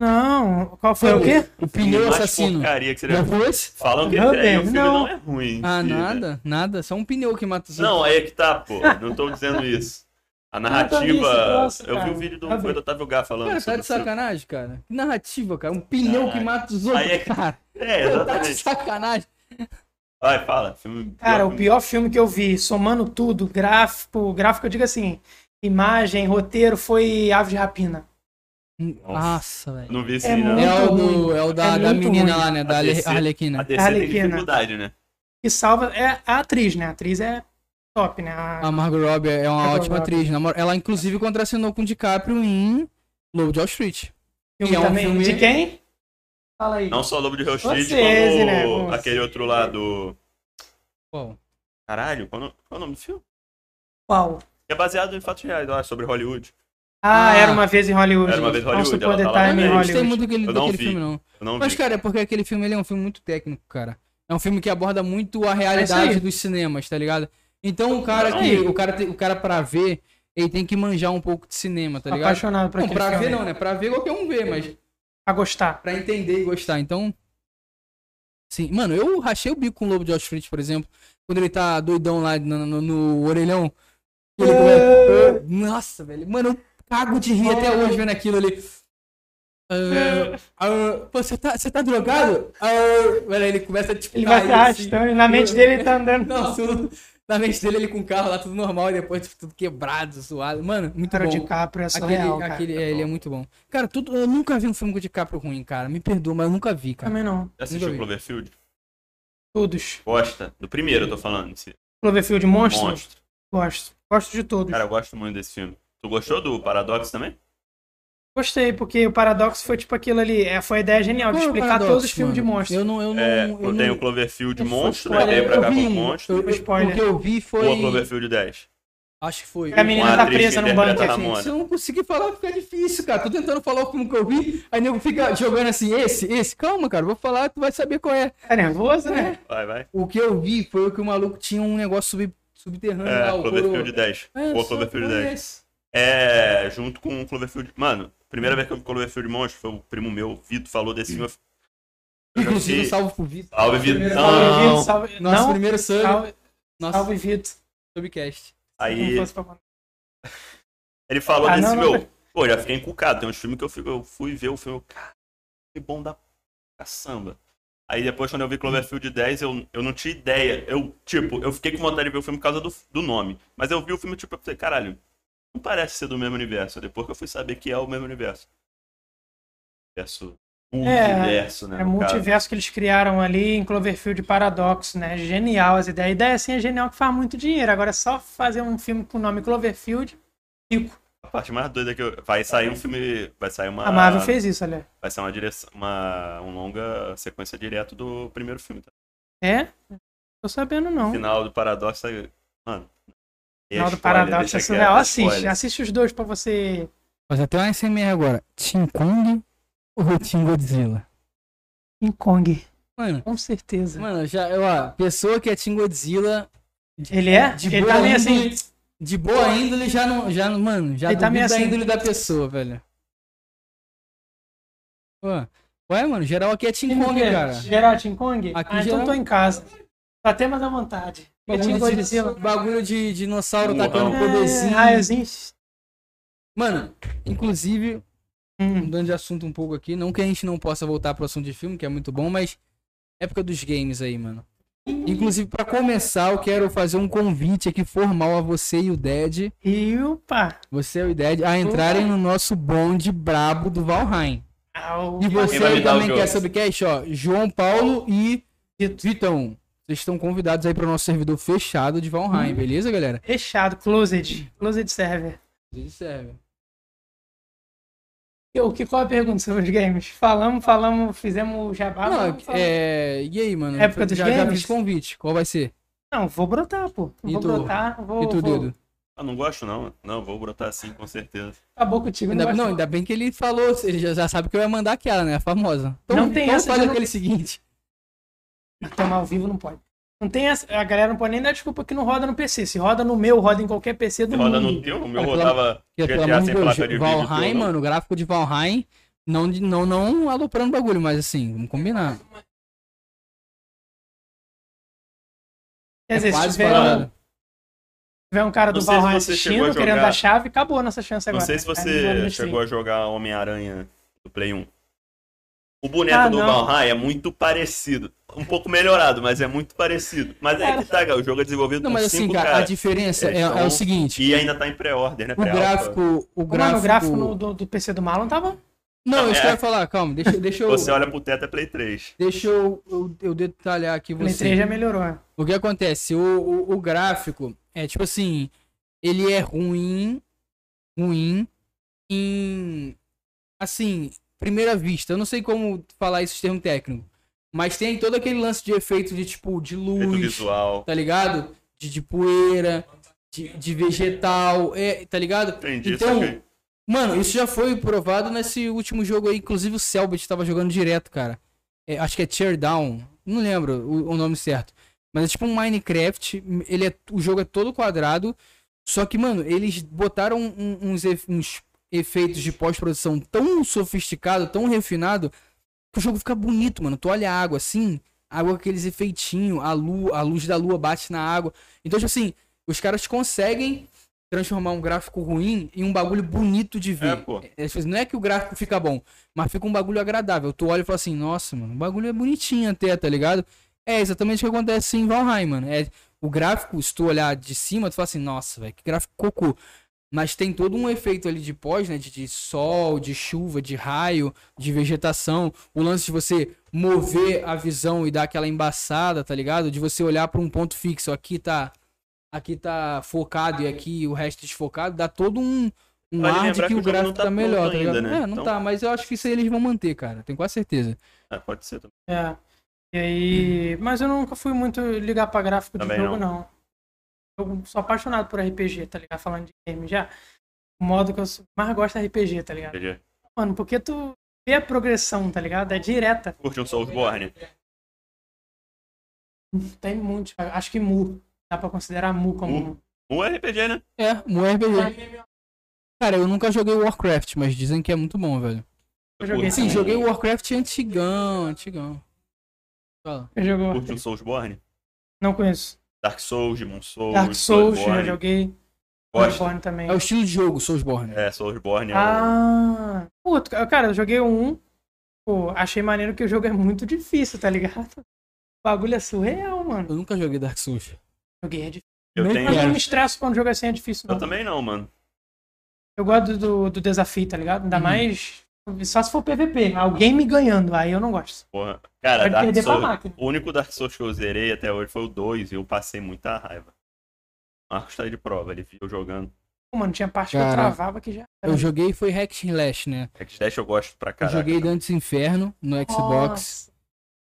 Não. Qual foi o quê?
O pneu
mais
assassino.
porcaria que você já
Já
viu.
foi esse?
Falam que
Meu
é, e o
Deus,
filme não.
não.
é ruim. em
Ah,
si, né?
nada, nada. Só um pneu que mata os
Não, aí é que tá, pô. Não tô dizendo isso. A narrativa.
vi
Eu,
esse troço,
vi
cara.
o vídeo do,
Tá
foi do Otávio Gá falando.
Cara, tá
sobre
de
o filme.
sacanagem, cara. Que narrativa, cara. Um pneu que
Caralho.
mata os outros,
Aí é que-
cara.
É,
Tá de
exatamente.
sacanagem.
Vai, fala. Filme,
Cara, o
filme-
pior filme que eu vi, somando tudo, gráfico, gráfico, eu digo assim, imagem, roteiro, foi Aves de Rapina.
Nossa, velho.
Não vi esse
É
ainda.
muito-
É o, do, é o da,
É
da
muito
menina
ruim.
lá, né? Da
A
Ale-
DC.
Arlequina.
A DC tem
Arlequina.
dificuldade, né?
que salva é a atriz, né? A atriz é top, né? A-
A Margot Robbie é uma
Margot
ótima
Robbie.
atriz. na moral. Ela, inclusive, contracenou com o DiCaprio em Lobo de Wall Street.
filme
é um
também.
filme-
De quem? Fala aí.
Não só Lobo de Hill Street,
Scorsese,
como
né, com-
aquele outro lá do...
Qual?
Caralho, qual, o no- qual o nome do filme?
Qual?
É baseado em fatos reais, lá, sobre Hollywood.
Ah,
Ah.
era uma vez em Hollywood.
Era uma vez em
Once
Hollywood,
Upon
ela
a
tá lá
Time
também.
in
Eu
Não gostei
Hollywood.
muito daquele,
Eu não
daquele
vi.
filme, não.
Eu não
Mas,
vi.
cara, é porque aquele filme ele é um filme muito técnico, cara. É um filme que aborda muito a
É isso
realidade
aí.
dos cinemas, tá ligado? Então o cara
Não.
que. O cara, tem- o cara pra ver, ele tem que manjar um pouco de cinema, tá ligado?
Apaixonado por
Não,
aquele
pra
filme.
ver não, né? Pra ver qualquer um vê, mas
A gostar.
pra entender e gostar. Então. Sim. Mano, eu rachei o bico com o Lobo de Wall Street, por exemplo. Quando ele tá doidão lá no, no- no orelhão. Ele começa- "Ah, Nossa, velho. Mano, eu cago de rir até hoje vendo aquilo ali. Ah, ah, pô, você tá, você tá drogado? Ah, velho, ele começa a tipo.
Ele vai se
cair, assim.
arrastando e na mente dele ele tá andando.
Não, tudo- na mente dele ele com o carro lá, tudo normal, e depois tipo, tudo quebrado, zoado. Mano, muito
Cara, o
bom.
DiCaprio é
Aquele,
surreal, cara.
aquele- é, ele é muito bom. Cara, tudo, eu nunca vi um filme com o DiCaprio ruim, cara. Me perdoa, mas eu nunca vi, cara.
Também não.
Assistiu
vi.
Cloverfield?
Todos.
Gosta? Do primeiro, eu tô falando. Esse
Cloverfield Monstro?
monstro.
Gosto. Gosto de todos.
Cara, eu gosto muito desse filme. Tu gostou do Paradoxo também?
Gostei, porque o paradoxo foi tipo aquilo ali. É, foi a ideia genial de
Qual é o
explicar
paradoxo,
todos os filmes de
mano?
monstro.
Eu não, eu não.
É,
eu
eu
não-
tenho o Cloverfield
eu só
Monstro,
spoiler.
ele veio pra cá
Eu
com
vi
o
um-
Monstro.
eu- eu-
Spoiler.
O que eu vi foi.
Ou Cloverfield 10.
Acho que foi.
Que a menina
uma
tá
atriz que
presa num
interpreta
bunker.
a
assim.
Ramona.
Se eu não conseguir falar, fica difícil, cara. Tô tentando falar o filme que eu vi, aí nego fica jogando assim, esse, esse. Calma, cara, vou falar, tu vai saber qual é.
Tá nervoso, né?
Vai, vai.
O que eu vi foi que o maluco tinha um negócio sub- subterrâneo
É,
lá, Ah, o
Cloverfield 10.
É,
Ou
só
Cloverfield
foi
10.
esse.
É, junto com o Cloverfield. Mano, primeira vez que eu vi Cloverfield Monstro foi o primo meu, o Vito, falou desse filme. Eu já
Inclusive,
fiquei-
salvo pro Vitor.
Salve,
Salve, Vito,
Vitão!
salve-
Nosso
Não,
primeiro sub,
salve,
nosso
salve, Vito.
subcast.
Aí
Não fosse pra-
ele falou
Ah,
desse
não, não.
meu. Pô, já fiquei encucado. Tem uns filmes que eu, fico- eu fui ver o filme. eu, Cara, que bom da caçamba. Aí depois, quando eu vi Cloverfield 10, eu, eu não tinha ideia. Eu, tipo, eu fiquei com vontade de ver o filme por causa do, do nome. Mas eu vi o filme, tipo, eu falei, caralho, não parece ser do mesmo universo. Depois que eu fui saber que é o mesmo universo. Universo. Multiverso, né?
É
no caso.
multiverso que eles criaram ali em Cloverfield Paradoxo, né? Genial as ideias. A ideia assim é genial que faz muito dinheiro. Agora é só fazer um filme com o nome Cloverfield. Rico.
A parte mais doida é que eu... vai sair um filme. Vai sair uma.
A Marvel fez isso, olha.
Vai ser uma direção. Uma um longa sequência direto do primeiro filme. Tá?
É? Tô sabendo não.
Final do Paradoxo. é- Mano. é
Final do
spoiler,
Paradoxo
deixa
é
quieto,
surreal.
é
Assiste,
spoiler.
assiste os dois pra você.
Mas até uma SMR agora. Team Kong ou Team Godzilla?
King Kong,
Mano,
com certeza.
mano, já, eu, ó, pessoa que é Team Godzilla,
ele é?
de
ele
boa
tá meio assim. tá
índole, de boa índole, já não, já, não- mano, já
Ele tá
duvido
meio
da
assim.
índole da pessoa, velho. Ué, ué, mano, geral aqui é Team Kong, cara.
Geral, King Kong?
Aqui é.
ah, então
geral.
tô em casa. Tá até mais à vontade. Ele tinha
Bagulho
Godzilla.
de, bagulho de dinossauro
Burrão.
tacando poderzinho.
É, raiozinhos.
Mano, inclusive,
Hum.
mudando de assunto um pouco aqui. Não que a gente não possa voltar pro assunto de filme, que é muito bom, mas época dos games aí, mano. Inclusive, pra começar, eu quero fazer um convite aqui formal a você e o Ded,
E opa!
você e o Ded, a entrarem no nosso bonde brabo do Valheim.
Au.
E
Quem vai
você
me dar o
também
jogo?
quer subcast, ó, João Paulo e Vitão. Vocês estão convidados aí pro nosso servidor fechado de
Hum.
Valheim, beleza, galera?
Fechado, closed. Closed server.
Isso serve.
E O que, qual a pergunta sobre os games? Falamos, falamos, fizemos o jabá. mas
Não,
Ah, não, falamos.
é... E aí, mano?
Época dos
já, já
games?
fiz convite. Qual vai ser?
não, vou brotar, pô.
E
Vou
tu?
brotar, vou.
e tu,
vou...
Dudu?
Ah, não gosto, não. Não, vou brotar assim, com certeza.
Acabou contigo,
Ainda,
não,
não,
não,
ainda bem que ele falou, ele já, já sabe que eu ia mandar aquela, né? A famosa. Então,
Não tem
então
essa de
faz
não-
aquele seguinte.
Tomar ao vivo não pode. Não tem essa... A galera não pode nem dar desculpa que não roda no PC. Se roda no meu, roda em qualquer PC do
Você roda no
mundo.
teu, o meu
Ah, pelo-
rodava
Que, pelo
GTA
amor de
sem
Deus,
placa de vídeo.
Valheim,
teu, não.
mano, o gráfico de Valheim, não, de- não, não aloprando o bagulho, mas assim, vamos combinar.
Quer dizer, se
É Quase
tiver,
parado.
tiver um cara
Não
do
sei se
Valheim
você chegou a
assistindo, querendo
jogar.
dar chave, acabou a nossa chance
Não
agora. Tá
sei se
Cara, não roda no
você
stream.
chegou a jogar Homem-Aranha do Play 1. O boneco
Ah,
do
não.
Valheim é muito parecido. Um pouco melhorado, mas é muito parecido. Mas é que tá, cara. O jogo é desenvolvido
Não,
por
mas assim,
cinco
cara, a
caras.
diferença é,
É,
é
então,
o seguinte,
E ainda tá em pré-order, né?
o
Pré-alpha.
gráfico, o
Mano, o
gráfico,
gráfico no- do, do PC do Marlon tava
Não, isso que eu
É.
ia falar, calma, deixa, deixa eu.
Você olha pro teto é Play 3.
Deixa eu, eu, eu detalhar aqui
Play 3
você.
já melhorou. né?
O que acontece? O, o, o gráfico é tipo assim. Ele é ruim. Ruim. Em. Assim, primeira vista. Eu não sei como falar esse termo técnico. Mas tem todo aquele lance de efeito de tipo, de
Efeito
luz.
visual.
Tá ligado? De, de poeira. De, de vegetal. É, tá ligado?
Entendi,
Então,
saquei.
Mano, isso já foi provado nesse último jogo aí. Inclusive o Selbit tava jogando direto, cara. É, acho que é Teardown. Não lembro o, o nome certo. Mas é tipo um Minecraft. Ele é, o jogo é todo quadrado. Só que, mano, eles botaram um- uns, ef- uns efeitos de pós-produção tão sofisticado, tão refinado, que o jogo fica bonito, mano. Tu olha a água assim, a água com aqueles efeitinhos, a, lua, a luz da lua bate na água. Então, tipo assim, os caras conseguem transformar um gráfico ruim em um bagulho bonito de ver.
É, pô.
É, tipo assim, não é que o gráfico fica bom, mas fica um bagulho agradável. Tu olha e fala assim, nossa, mano, o bagulho é bonitinho até, tá ligado? É exatamente o que acontece em Valheim, mano. É, o gráfico, se tu olhar de cima, tu fala assim, nossa, velho, que gráfico cocô. Mas tem todo um efeito ali de pós, né? De, de sol, de chuva, de raio, de vegetação. O lance de você mover a visão e dar aquela embaçada, tá ligado? De você olhar pra um ponto fixo. Aqui tá aqui tá focado e aqui o resto desfocado. Dá todo um, um
Vale
ar de
lembrar
que,
que
o
o jogo
gráfico
não
tá,
tá
melhor,
pronto
tá ligado?
ainda, né?
É, não
Então-
tá, mas eu acho que isso aí eles vão manter, cara. Tenho quase certeza.
É, pode ser também.
É. E aí. Mas eu nunca fui muito ligar pra gráfico de
Também
jogo, não. Eu sou apaixonado por RPG, tá ligado? Falando de game já. O modo que eu sou- mais gosto é RPG, tá ligado?
Entendi.
Mano, porque tu vê a progressão, tá ligado? É direta.
Curte um Soulsborne.
Tem muitos. Acho que Mu. Dá pra considerar Mu como.
Mu? Um RPG, né?
É, um RPG. Cara, eu nunca joguei Warcraft, mas dizem que é muito bom, velho.
Eu joguei
Sim,
É. um
Hum.
joguei Warcraft antigão, antigão. Fala.
Eu jogo.
Curte um Soulsborne.
Não conheço.
Dark Souls, Demon Souls,
Dark Souls, já
Bloodborne.
joguei.
Gosta?
Bloodborne também.
É o estilo de jogo, Soulsborne.
É, Soulsborne é o...
Ah, puto, cara, eu joguei o um. Pô, achei maneiro que o jogo é muito difícil, tá ligado? O bagulho é surreal, mano.
Eu nunca joguei Dark Souls.
Joguei é difícil.
Eu
nem
tenho...
Mas eu não
quero.
me estresso quando o jogo assim é difícil,
Eu
não.
também não, mano.
Eu gosto do, do desafio, tá ligado? Ainda
Uhum.
mais só se for PVP. né? Alguém me ganhando, aí eu não gosto.
Porra. Cara,
Pode
Dark
perder pra
Souls...
máquina.
O único Dark Souls que eu zerei até hoje foi o 2 e eu passei muita raiva. Marcos tá aí de prova, ele viu jogando.
Pô, mano, tinha parte que eu
Cara,
travava que já.
Eu joguei foi Hack and Slash, né?
Hack Dash É eu gosto pra
Eu
caralho.
joguei Dantes Inferno no Xbox.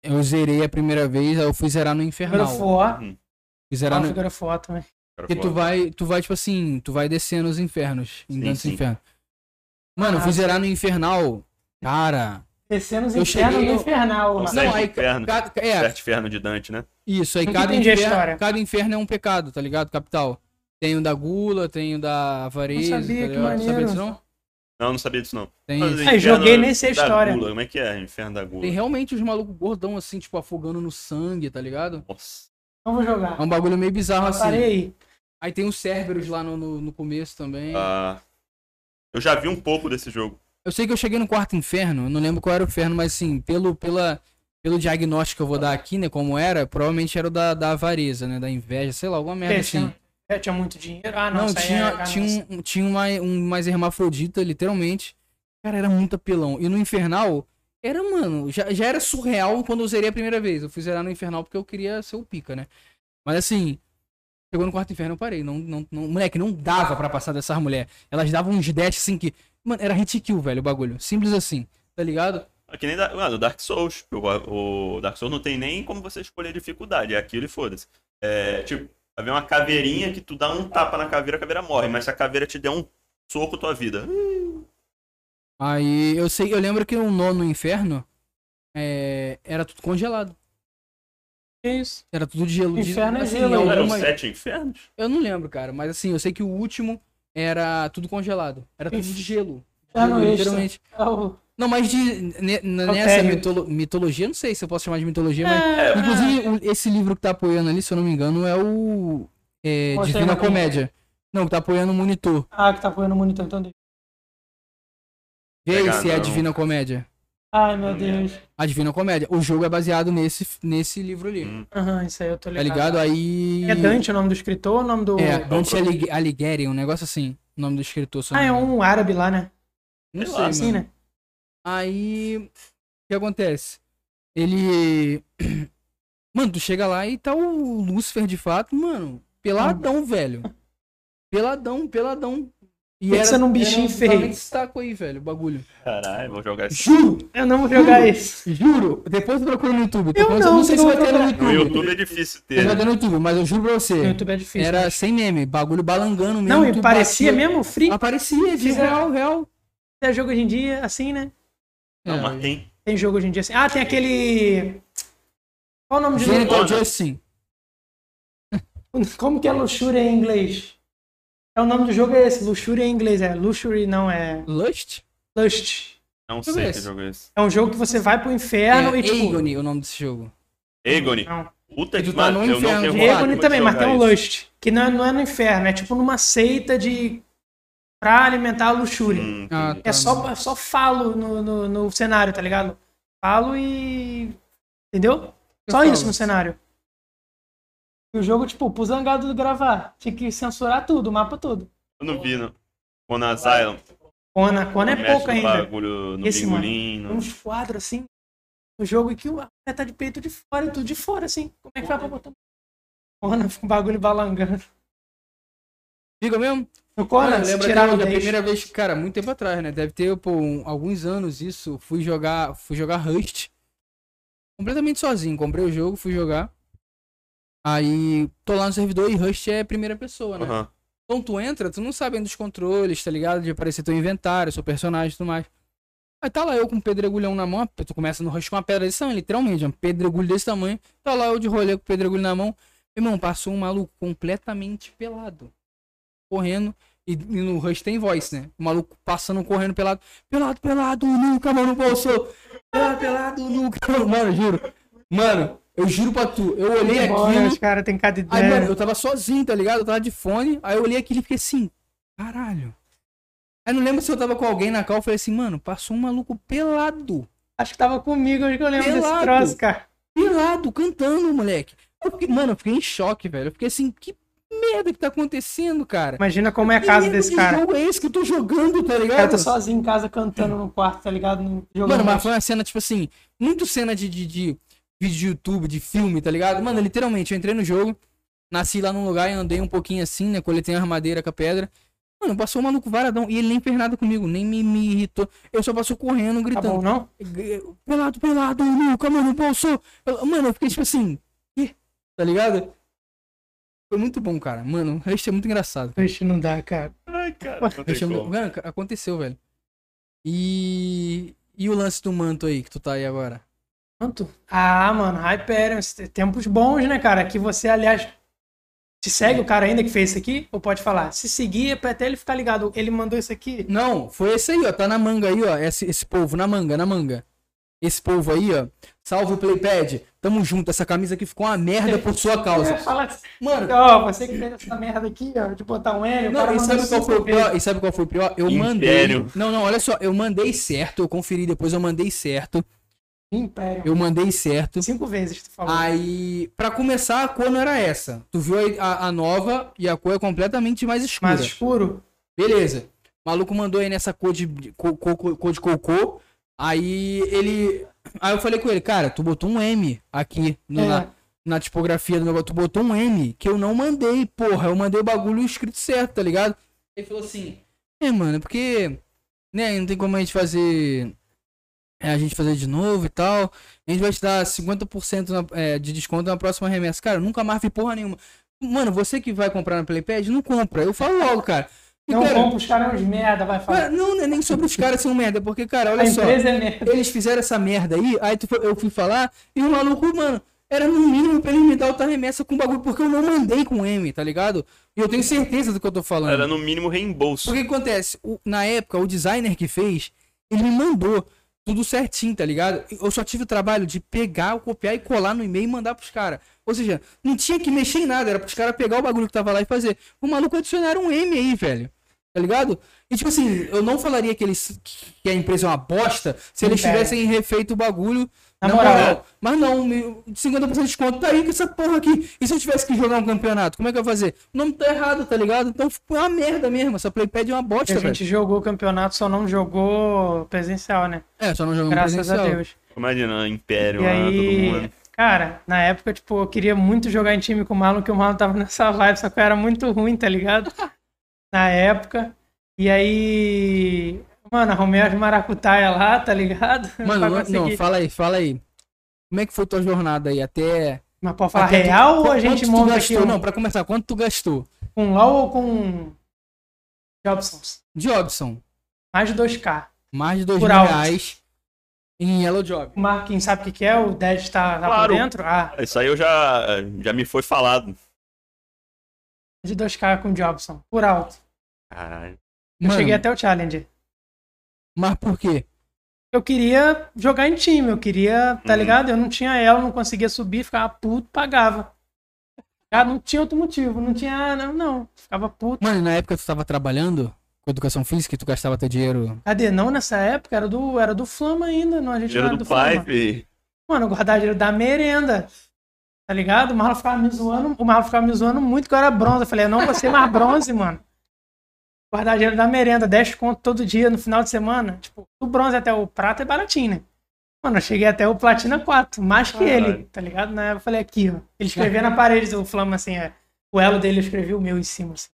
Nossa,
Eu zerei a primeira vez, aí eu fui zerar no
God
Infernal.
of War.
Uhum.
Fui
Era
zerar no...
God of War também.
Porque tu vai, tu vai, tipo assim, tu vai descendo os infernos. Em
Sim,
Dantes
sim.
Inferno. Mano, eu fui
Ah.
zerar no Infernal. Cara...
Descendo os
Eu
infernos
cheguei-
do infernal, mano.
Então, Sete
Não, aí...
infernos.
Cada, é,
Certo Inferno de Dante, né?
Isso, aí
Nunca
cada
entendi a
inferno,
história.
cada inferno é um pecado, tá ligado? Capital. Tem o da gula, tem o da avareza,
Não sabia,
tá
que
ligado? Não sabia
maneiro.
disso não?
Não, não sabia disso não.
Tem
Mas
isso.
Aí,
Inferno
É, joguei, nem sei a
da
história.
Gula, Como é que é? Inferno da Gula.
Tem realmente os malucos gordão assim, tipo, afogando no sangue, tá ligado?
Nossa.
Não vou jogar.
É um bagulho meio bizarro assim.
Parei aí.
Aí tem os Cerberus lá no, no, no começo também.
Ah, eu já vi um pouco desse jogo.
Eu sei que eu cheguei no quarto inferno, eu não lembro qual era o inferno, mas assim, pelo, pela, pelo diagnóstico que eu vou dar aqui, né, como era, provavelmente era o da, da avareza, né, da inveja, sei lá, alguma merda
É,
assim.
tinha, é, tinha muito dinheiro. Ah, não,
Não,
isso aí
tinha,
é ganância.
tinha, um, tinha uma, um mais hermafrodita, literalmente. Cara, era muito apelão. E no Infernal, era, mano, já, já era surreal quando eu zerei a primeira vez. Eu fui zerar no Infernal porque eu queria ser o pica, né? Mas assim, chegou no quarto inferno, eu parei. Não, não, não, moleque, não dava pra passar dessas mulher. Elas davam uns dash assim que. Mano, era hit kill, velho, o bagulho. Simples assim, tá ligado?
É que nem da, mano, Dark Souls. O, o Dark Souls não tem nem como você escolher a dificuldade. É aquilo e foda-se. É, tipo, vai ver uma caveirinha que tu dá um tapa na caveira, a caveira morre. Mas se a caveira te der um soco, tua vida. Hum,
Aí eu sei, eu lembro que o nono inferno é, era tudo congelado.
Que
É
isso?
Era tudo de gelo. de-
Inferno é
assim,
gelo,
Não
Não,
eram
algumas-
um sete infernos?
Eu não lembro, cara, mas assim, eu sei que o último era tudo congelado. Era tudo de gelo.
Ah, não,
Gelo,
extra.
literalmente.
É o-
Não, mas de, ne- n- nessa
térreo.
mitolo- mitologia, não sei se eu posso chamar de mitologia, mas.
É,
Inclusive, o- esse livro que tá apoiando ali, se eu não me engano, é o. É,
Mostra aí
Divina
na minha.
Comédia. Não, que tá apoiando o monitor.
Ah, que tá apoiando o monitor, então. deixa.
Vê aí
Legal,
se é a
não.
Divina Comédia.
Ai, meu Deus.
A Divina Comédia. O jogo é baseado nesse, nesse livro ali.
Hum,
Aham, isso aí eu tô
Tá
ligado.
ligado? Aí.
É Dante o nome do escritor ou o nome do.
É, Dante Alig- Alighieri, um negócio assim. O nome do escritor. se eu
Ah,
não
é
me engano.
um árabe lá, né?
Não sei,
sei lá,
mano.
Assim, né?
Aí, o que acontece? Ele. Mano, tu chega lá e tá o Lúcifer de fato, mano, peladão, velho. Peladão, peladão. E
Pensa num
era- um
bichinho
tava
feio.
em destaco aí, velho, o bagulho.
Caralho, vou jogar isso.
Juro,
Eu não vou jogar
Juro.
isso.
juro. Depois tu procura no YouTube.
Eu
Depois,
não,
sei se
tu não
vai ter
vai
no
No
YouTube.
YouTube é difícil ter.
Não vai
né?
ter no YouTube, né? mas eu juro pra você.
No YouTube é difícil.
Era sem meme, bagulho balangando mesmo.
Não, e
tu
parecia
batia-
mesmo free.
Aparecia, de
Fizeram-
real, real.
Tem jogo hoje em dia, assim, né?
Não,
É,
mas tem.
Tem jogo hoje em dia assim. Ah, tem aquele. Qual o nome de jogo?
Genital
Lona.
Justin.
Como que é luxúria em inglês? É o nome do jogo é esse, luxúria em inglês, é luxury, não é
Lust?
lust.
Não
Deixa eu
sei
ver
que
esse.
jogo é esse.
É um jogo que você vai pro inferno
é,
e tipo,
Agony, o nome desse jogo.
Egoni.
Não.
Puta
Tu
que
tá
pariu,
no
eu não
inferno,
tenho
Diego,
vontade
Egoni
de
também, mas tem
jogar
um
isso.
lust, que não é, não é no inferno, é tipo numa seita de pra alimentar a luxúria.
Hum,
Ah,
entendi.
É só é só falo no, no, no cenário, tá ligado? Falo e entendeu?
Eu
Só
falo.
isso no cenário. E o jogo, tipo, pro zangado gravar. Tinha que censurar tudo, o mapa todo.
Eu não vi, não. Conan Asylum.
Kona, Kona é
mexe
pouco
no
ainda.
bagulho, no
Esse,
bingolinho.
Uhum.
no-
uns quadros assim. O jogo em que o cara tá de peito de fora e tudo de fora, assim. Como é que vai pra botar? Conan, um bagulho balangando.
Fica mesmo?
No Conan,
Mano,
se
lembra
tiraram
que
o
da
10.
primeira vez, cara, muito tempo atrás, né? Deve ter, pô, um- alguns anos isso. Fui jogar, fui jogar Rust. Completamente sozinho. Comprei o jogo, fui jogar. Aí, tô lá no servidor e Rust é primeira pessoa, né?
Aham.
Então tu entra, tu não sabe ainda os controles, tá ligado? De aparecer teu inventário, seu personagem e tudo mais. Aí tá lá eu com um pedregulhão na mão, tu começa no rush com uma pedra desse tamanho, literalmente, um pedregulho desse tamanho. Tá lá eu de rolê com o pedregulho na mão. Irmão, passou um maluco completamente pelado. Correndo. E, e no rush tem voz, né? O maluco passando, correndo pelado. Pelado, pelado, nunca, mano, bolsou. Pelado, pelado, nunca. Mano, juro. Mano, eu juro pra tu. Eu olhei
Olha,
aquilo.
né, Os caras têm cada
Aí, mano,
ideia.
eu tava sozinho, tá ligado? Eu tava de fone. Aí eu olhei aquilo e fiquei assim, caralho. Aí não lembro se eu tava com alguém na cal. Eu falei assim, mano, passou um maluco pelado.
Acho que tava comigo, acho que eu lembro desse
Pelado.
troço, cara.
Pelado, cantando, moleque. Eu fiquei- mano, eu fiquei em choque, velho. Eu fiquei assim, que merda que tá acontecendo, cara?
Imagina como é a
Que
casa
merda
desse
de
cara.
jogo é esse que eu tô jogando, tá
O
ligado?
cara tá sozinho em casa cantando no quarto, tá ligado? No-
Mano,
Jogando
mas foi uma cena, tipo assim, muito cena de, de, de vídeo de YouTube, de filme, tá ligado? Mano, literalmente, eu entrei no jogo, nasci lá num lugar e andei um pouquinho assim, né? Coletei a madeira com a pedra. Mano, passou um maluco varadão e ele nem fez nada comigo, nem me, me irritou. Eu só passou correndo,
Tá bom,
gritando.
não?
pelado, pelado, nunca, mano, bolso. Eu- Mano, eu fiquei tipo assim, "Ih", tá ligado? Foi muito bom, cara. Mano, o resto é muito engraçado.
Vixe, não dá, cara.
Ai, cara, não tem
Deixa eu ver-
como.
Mano, ca- aconteceu, velho. E. E o lance do manto aí que tu tá aí agora?
Quanto? Ah, mano, Hyperion, tempos bons, né, cara? Que você, aliás, te segue o cara ainda que fez isso aqui? Ou pode falar? Se seguir, é pra até ele ficar ligado. Ele mandou isso aqui.
Não, foi esse aí, ó. Tá na manga aí, ó. Esse, esse povo, na manga, na manga. Esse povo aí, ó. Salve o Playpad. Tamo junto. Essa camisa aqui ficou uma merda por sua
Eu
causa.
ia falar assim,
Mano,
ó, você que fez essa merda aqui, ó, de botar um M, o
Não,
cara
e
mandou
sabe qual
cinco
foi o
vezes.
pior? E sabe qual foi o pior? Eu
Império.
mandei. Não, não, olha só, eu mandei certo, eu conferi depois, eu mandei certo.
Império.
Eu Ah, é mandei certo.
Cinco vezes, tu falou.
Aí, pra começar, a cor não era essa. Tu viu aí a, a nova e a cor é completamente mais escura.
Mais escuro.
Beleza. O maluco mandou aí nessa cor de, de co- co- co- cor de cocô. Aí ele. Aí eu falei com ele, cara, tu botou um M aqui no-
É.
na, na tipografia do negócio. Tu botou um M que eu não mandei, porra. Eu mandei o bagulho escrito certo, tá ligado? Ele falou assim: É, mano, é porque. Né, não tem como a gente fazer. é, a gente fazer de novo e tal. A gente vai te dar 50% na- é, de desconto na próxima remessa. Cara, eu nunca mais vi porra nenhuma. Mano, você que vai comprar na Playpad, não compra. Eu falo logo, cara. E,
Não
cara,
compra os caras uns merda, vai falar.
Cara, não, não é nem sobre os caras ser um merda, porque, cara,
A
olha só.
empresa é merda.
Eles fizeram essa merda aí, aí tu foi- eu fui falar, e o maluco, mano, era no mínimo pra ele me dar outra remessa com bagulho, porque eu não mandei com M, tá ligado? E eu tenho certeza do que eu tô falando.
Era no mínimo reembolso.
Porque o que acontece? O- na época, o designer que fez, ele me mandou tudo certinho, tá ligado? Eu só tive o trabalho de pegar, copiar e colar no e-mail e mandar pros caras. Ou seja, não tinha que mexer em nada, era pros caras pegar o bagulho que tava lá e fazer. O maluco adicionaram um M aí, velho. Tá ligado? E tipo assim, eu não falaria que, eles, que a empresa é uma bosta se eles
Império.
tivessem refeito o bagulho
Na
Na
moral.
moral. Mas não, meu, 50% de desconto tá aí com essa porra aqui. E se eu tivesse que jogar um campeonato, como é que eu ia fazer? O nome tá errado, tá ligado? Então ficou uma merda mesmo. Essa playpad é uma bosta,
A
velho.
gente jogou o campeonato, só não jogou presencial, né?
É, só não jogamos
Graças
presencial.
a Deus.
Imagina, Império
E
lá,
aí,
todo mundo.
cara, na época, tipo, eu queria muito jogar em time com o Marlon, que o Marlon tava nessa vibe, só que eu era muito ruim, tá ligado? Na época. E aí, mano, arrumei as maracutaia lá, tá ligado?
Mano,
Pra
não,
conseguir.
não, fala aí, fala aí. Como é que foi tua jornada aí? Até.
Mas pode falar
até tu-
real ou a
quanto
gente
tu
monta aqui
gastou?
um,
Não, pra começar, quanto tu gastou?
com LOL ou com Jobsons?
Jobson,
Mais de 2K.
mais de dois
Por
mil
alto.
reais em Yellow Job.
O Marquinhos sabe o que, que é? O Dead tá lá
Claro.
por dentro? Ah,
Isso aí eu já, já me foi falado.
de 2K com Jobson, por alto.
Caralho.
Eu
Mano,
cheguei até o Challenger.
mas por quê?
Eu queria jogar em time, eu queria, tá
Uhum.
ligado? Eu não tinha ela, não conseguia subir, ficava puto, pagava. Ah, não tinha outro motivo, não tinha, ah, não, não. Ficava puto.
Mano, na época tu tava trabalhando com educação física e tu gastava teu dinheiro.
Cadê? Não, nessa época era do, era do Flama ainda, não, a gente não
Dinheiro
era
do
Flama.
pai, fi.
Mano, eu guardava dinheiro da merenda. Tá ligado? O Marlon ficava me zoando. O Marlon ficava me zoando muito que eu era bronze. Eu falei, eu não vou ser mais bronze, mano. Guardar dinheiro da merenda, 10 conto todo dia no final de semana. Tipo, do bronze até o prata é baratinho, né? Mano, eu cheguei até o platina 4, mais que
Caralho.
ele, tá ligado? Na época eu falei, aqui, ó. Ele escrevia na parede do Flama, assim, é. O elo dele eu escrevi o meu em cima, assim.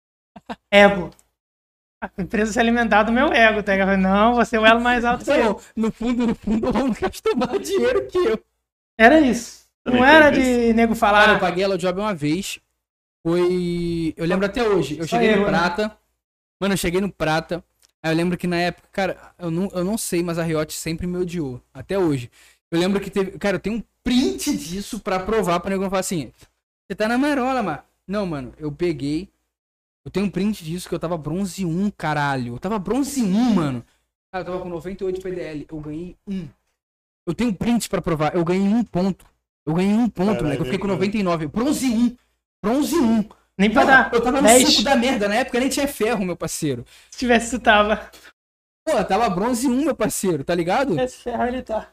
Ego. A empresa se alimentar do meu ego, tá ligado? Eu falei, Não, você é o elo mais alto que eu.
Então, no fundo, no fundo, o Romulo gastou mais dinheiro que eu.
Era isso.
Também
não era
teve
de nego falar.
Cara, eu paguei Hello Job uma vez. Foi. Eu lembro até hoje. Eu
Só
cheguei no
erro, né?
Prata. Mano, eu cheguei no Prata. Aí eu lembro que na época, cara, eu não, eu não sei, mas a Riot sempre me odiou. Até hoje. Eu lembro que teve. Cara, eu tenho um print disso pra provar pra ninguém falar assim. Você tá na marola, mano. Não, mano, eu peguei. Eu tenho um print disso que eu tava bronze 1, caralho. Eu tava bronze 1, mano. Cara, eu tava com 98 PDL. Eu ganhei um. Eu tenho um print pra provar. Eu ganhei um ponto. Eu ganhei um ponto,
Caralho,
moleque. Eu fiquei com
velho.
99. Bronze 1. Bronze 1.
Nem pra dar.
Eu tava no
10.
suco da merda. Na época nem tinha ferro, meu parceiro.
Se tivesse, tu tava.
Pô, tava bronze 1, meu parceiro, tá ligado?
Esse ferro ele tá.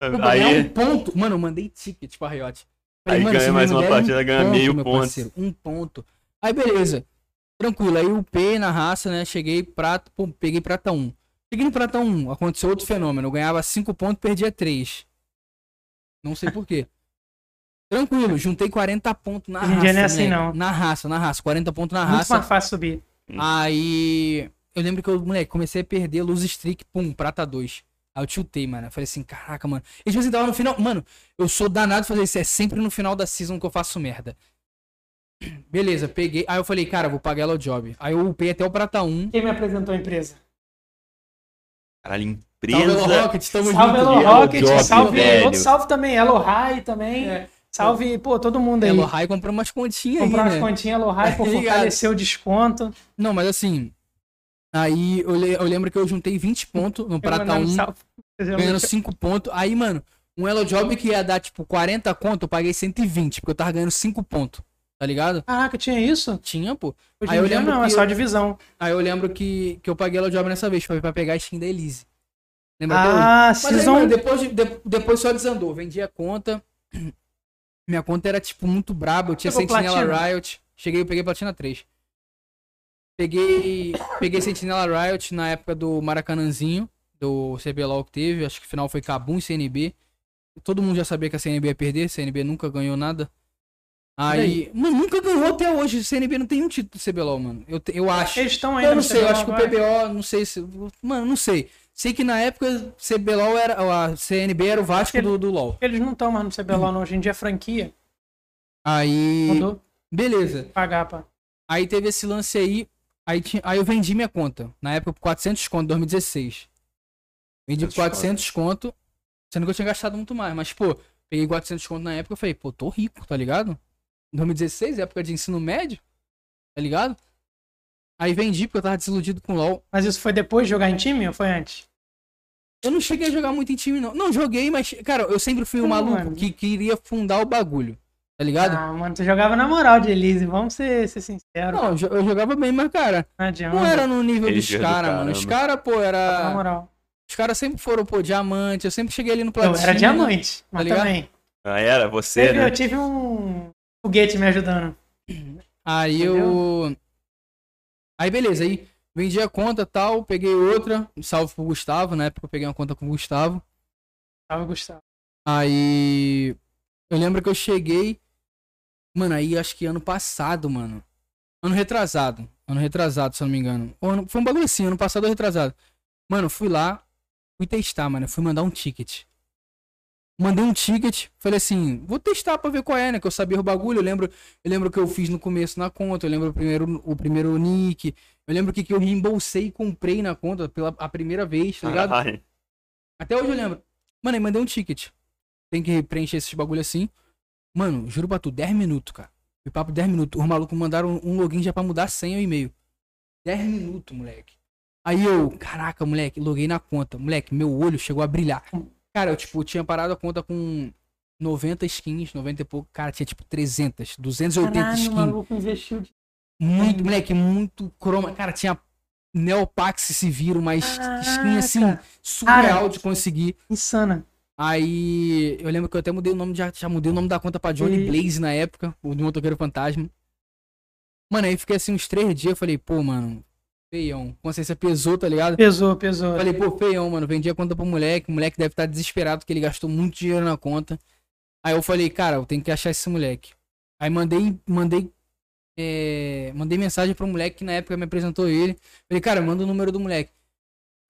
Eu vou ganhar um
Aí,
ponto. Mano, eu mandei ticket pra Riot.
Aí
mano,
ganha
se
mais
me
uma
derem
partida, ganha meio
um meu
ponto.
parceiro, um ponto. Aí, beleza. Tranquilo. Aí upei na raça, né? Cheguei prata, pô, peguei prata 1. Cheguei no prata 1, aconteceu outro fenômeno. Eu ganhava 5 pontos, perdia 3. Não sei porquê. Tranquilo, juntei 40 pontos na
Hoje em
raça.
dia não é assim,
moleque.
não.
Na raça, na raça. 40 pontos na
Muito
raça.
mais fácil subir.
Aí eu lembro que eu, moleque, comecei a perder luz streak, pum, prata 2. Aí eu tiltei, mano. Eu falei assim, caraca, mano. E tipo assim, tava no final. Mano, eu sou danado fazer isso. É sempre no final da season que eu faço merda. Beleza, peguei. Aí eu falei, cara, vou pagar ela o job. Aí eu upei até o prata 1.
Quem me apresentou a empresa?
caralho,
Salve, Hello
empresa.
Rocket, tamo junto.
Salve Elo
Yellow
Rocket,
Job,
salve.
velho.
Outro salve também, Elo High também.
É.
Salve, pô, todo mundo aí.
Elo High comprou umas continhas aí,
Comprar umas
né?
continhas Elo High, pô,
Tá ligado.
fortaleceu o desconto.
Não, mas assim. Aí eu, le- eu lembro que eu juntei 20 pontos no prata
Mandar um
1.
salve. Vocês já
ganhando 5 pontos. Aí, mano, um Elo Job que ia dar, tipo, 40 conto, eu paguei 120, porque eu tava ganhando 5 pontos, tá ligado?
Caraca, tinha isso?
Tinha, pô.
Hoje
Aí
em
eu
dia
lembro
não, é
que
só
eu-
divisão.
Aí eu lembro que, que eu paguei Elo Job nessa vez, foi pra pegar a skin da Elise. Lembra até hoje?
Ah,
Mas aí,
Season
mano, depois, de- de- depois só desandou, vendi a conta. Minha conta era, tipo, muito braba, eu tinha
Pegou
Sentinela
platina?
Riot. Cheguei, eu peguei Platina 3. Peguei, peguei Sentinela Riot na época do Maracanãzinho, do CBLOL que teve, acho que o final foi Cabum e CNB. Todo mundo já sabia que a CNB ia perder, CNB nunca ganhou nada. Aí, mano, nunca ganhou até hoje, CNB não tem um título do CBLOL, mano. Eu, te-
É
eu acho.
Eles estão ainda.
Eu não
no
sei, eu
CBLOL
acho que o
agora.
PBO, não sei se. Mano, não sei. Sei que na época CBLOL era. ó, A CNB era o Vasco do, do LOL.
Eles não estão mais no CBLOL, não. Hoje em dia é franquia.
Aí.
Mandou
Beleza.
pagar, pá.
Aí teve esse lance aí. Aí, tinha- aí eu vendi minha conta. Na época, por 400 conto, 2016. Vendi por 400 conto. Sendo que eu tinha gastado muito mais. Mas, pô, peguei 400 conto na época eu falei, pô, tô rico, tá ligado? 2016, época de ensino médio. Tá ligado? Aí vendi porque eu tava desiludido com o LOL.
Mas isso foi depois de jogar em time ou foi antes?
Eu não cheguei a jogar muito em time, não. Não, joguei, mas, cara, eu sempre fui o
Não,
maluco
mano.
que queria fundar o bagulho. Tá ligado?
Ah, mano, tu jogava na moral de Elise, vamos ser, ser sinceros.
não, eu jo- eu jogava bem, mas, cara,
Não adianta.
não era no nível
Ele
dos
veio do
caras, mano. Os caras, pô,
Na
era.
moral.
Os caras sempre foram, pô, diamante. Eu sempre cheguei ali no
Eu
platina. tá
era diamante, mas
ligado?
também.
Ah, era você,
Teve,
né?
eu tive um foguete me ajudando.
Aí eu. Aí beleza, aí vendi a conta tal, peguei outra, um salve pro Gustavo, na época eu peguei uma conta com o Gustavo.
Tava Gustavo.
Aí eu lembro que eu cheguei, mano, aí acho que ano passado, mano. Ano retrasado, ano retrasado, se eu não me engano. Ou ano- Foi um bagulho assim, ano passado ou retrasado. Mano, fui lá, fui testar, mano, fui mandar um ticket. Mandei um ticket, falei assim, vou testar pra ver qual é, né? Que eu sabia o bagulho, eu lembro, eu lembro o que eu fiz no começo na conta, eu lembro o primeiro, o primeiro nick, eu lembro o que, que eu reembolsei e comprei na conta pela a primeira vez, tá ligado?
Caralho.
Até hoje eu lembro. Mano, aí mandei um ticket. Tem que preencher esses bagulho assim. Mano, juro pra tu, 10 minutos, cara. E papo 10 minutos. Os malucos mandaram um login já pra mudar a senha e o e-mail. 10 minutos, moleque. Aí eu, caraca, moleque, loguei na conta. Moleque, meu olho chegou a brilhar. Cara, eu, tipo, tinha parado a conta com 90 skins, 90 e pouco. Cara, tinha, tipo, 300, 280
Caralho, o
skins.
maluco investiu de
Muito, moleque, muito croma. Cara, tinha Neopax se viram, mas skin, assim,
Caraca.
surreal
Cara.
de conseguir.
insana.
Aí eu lembro que eu até mudei o nome, já, já mudei o nome da conta pra Johnny
E-
Blaze na época, o do Motoqueiro Fantasma. Mano, aí fiquei assim uns três dias, eu falei, pô, mano, feião. Consciência pesou, tá ligado?
Pesou, pesou.
Eu Falei, pô, feião, mano, vendi a conta pro moleque, o moleque deve estar desesperado porque ele gastou muito dinheiro na conta. Aí eu falei, cara, eu tenho que achar esse moleque. Aí mandei, mandei, é, mandei mensagem pro moleque que na época me apresentou ele. Falei, cara, manda o número do moleque.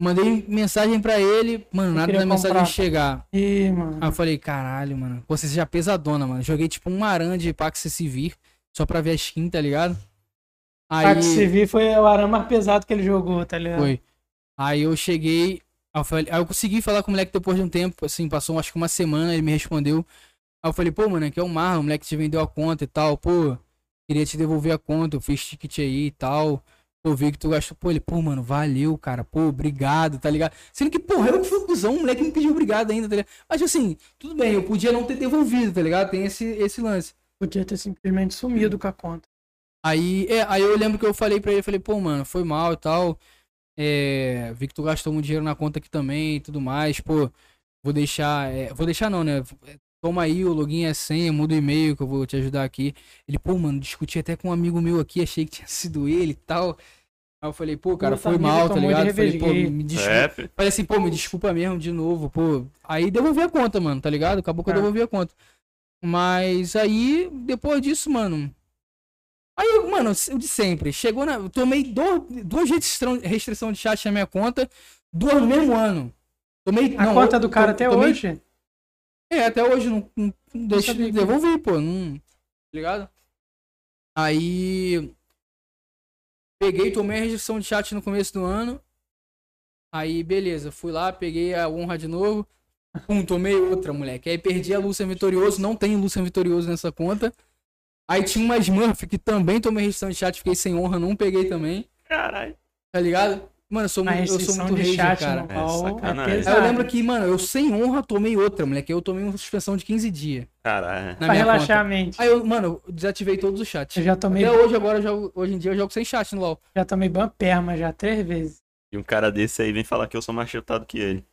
Mandei mensagem pra ele, mano, nada
queria
da mensagem
comprar.
chegar.
Ih, mano.
Aí eu falei, caralho, mano. Pô, você já é pesadona, mano. Joguei tipo um aranha de Pax Civir, só pra ver a skin, tá ligado? Aí
Paco Civi foi o arame mais pesado que ele jogou, tá ligado?
foi. Aí eu cheguei, aí eu, falei- aí eu consegui falar com o moleque depois de um tempo, assim, passou acho que uma semana, ele me respondeu. Aí eu falei, pô, mano, aqui é o Marlon, o moleque te vendeu a conta e tal, pô, queria te devolver a conta, eu fiz ticket aí e tal. Eu vi que tu gastou, pô, ele, pô, mano, valeu, cara, pô, obrigado, tá ligado? Sendo que, porra, eu que fui o cuzão, o moleque me pediu obrigado ainda, tá ligado? Mas assim, tudo bem, eu podia não ter devolvido, tá ligado? Tem esse, esse lance.
Podia ter simplesmente sumido com a conta.
Aí, é, aí eu lembro que eu falei pra ele, falei, pô, mano, foi mal e tal. É, vi que tu gastou muito dinheiro na conta aqui também e tudo mais, pô. Vou deixar. é, vou deixar não, né? Toma aí o login e a senha, muda o e-mail que eu vou te ajudar aqui. Ele, pô, mano, discuti até com um amigo meu aqui, achei que tinha sido ele e tal. Aí eu falei, pô, cara,
Puta,
foi
amigo,
mal, tá
tomou de
ligado? Falei, pô,
revergueiro.
me desculpa.
É, filho.
Falei assim, pô, me desculpa mesmo de novo, pô. Aí devolvi a conta, mano, tá ligado? Acabou que eu
É.
devolvi a conta. Mas aí, depois disso, mano. Aí, mano, o de sempre. Chegou na. eu Tomei do- duas restrição, restrição de chat na minha conta, duas no mesmo ano. Tomei.
A
não,
conta
eu-
do cara
to-
até
tomei-
hoje?
É, até hoje não, não, não deixa
sabia
de
que-
devolver, pô. Não, tá ligado? Aí. Peguei, tomei a restrição de chat no começo do ano. Aí, beleza, fui lá, peguei a honra de novo. Pum, tomei outra, moleque. Aí perdi a Lúcia Vitorioso, não tem Lúcia Vitorioso nessa conta. Aí tinha uma Smurf que também tomei restrição de chat, fiquei sem honra, não peguei também.
Caralho.
Tá ligado? Mano, eu sou
A
muito, eu sou
restrição
muito
de
rager,
chat
cara.
no
É,
qual é,
sacanagem.
Aí
pesado.
eu lembro que, mano, eu sem honra tomei outra, moleque. Eu tomei uma suspensão de 15 dias
Caralho.
na
pra
minha
relaxar É,
conta.
a mente.
Aí eu, mano, eu desativei todos os chats.
Eu já tomei,
Até hoje, agora, eu jogo- hoje em dia, eu jogo sem chat no LoL.
já tomei ban perma já três vezes.
E um cara desse aí vem falar que eu sou mais chutado que ele.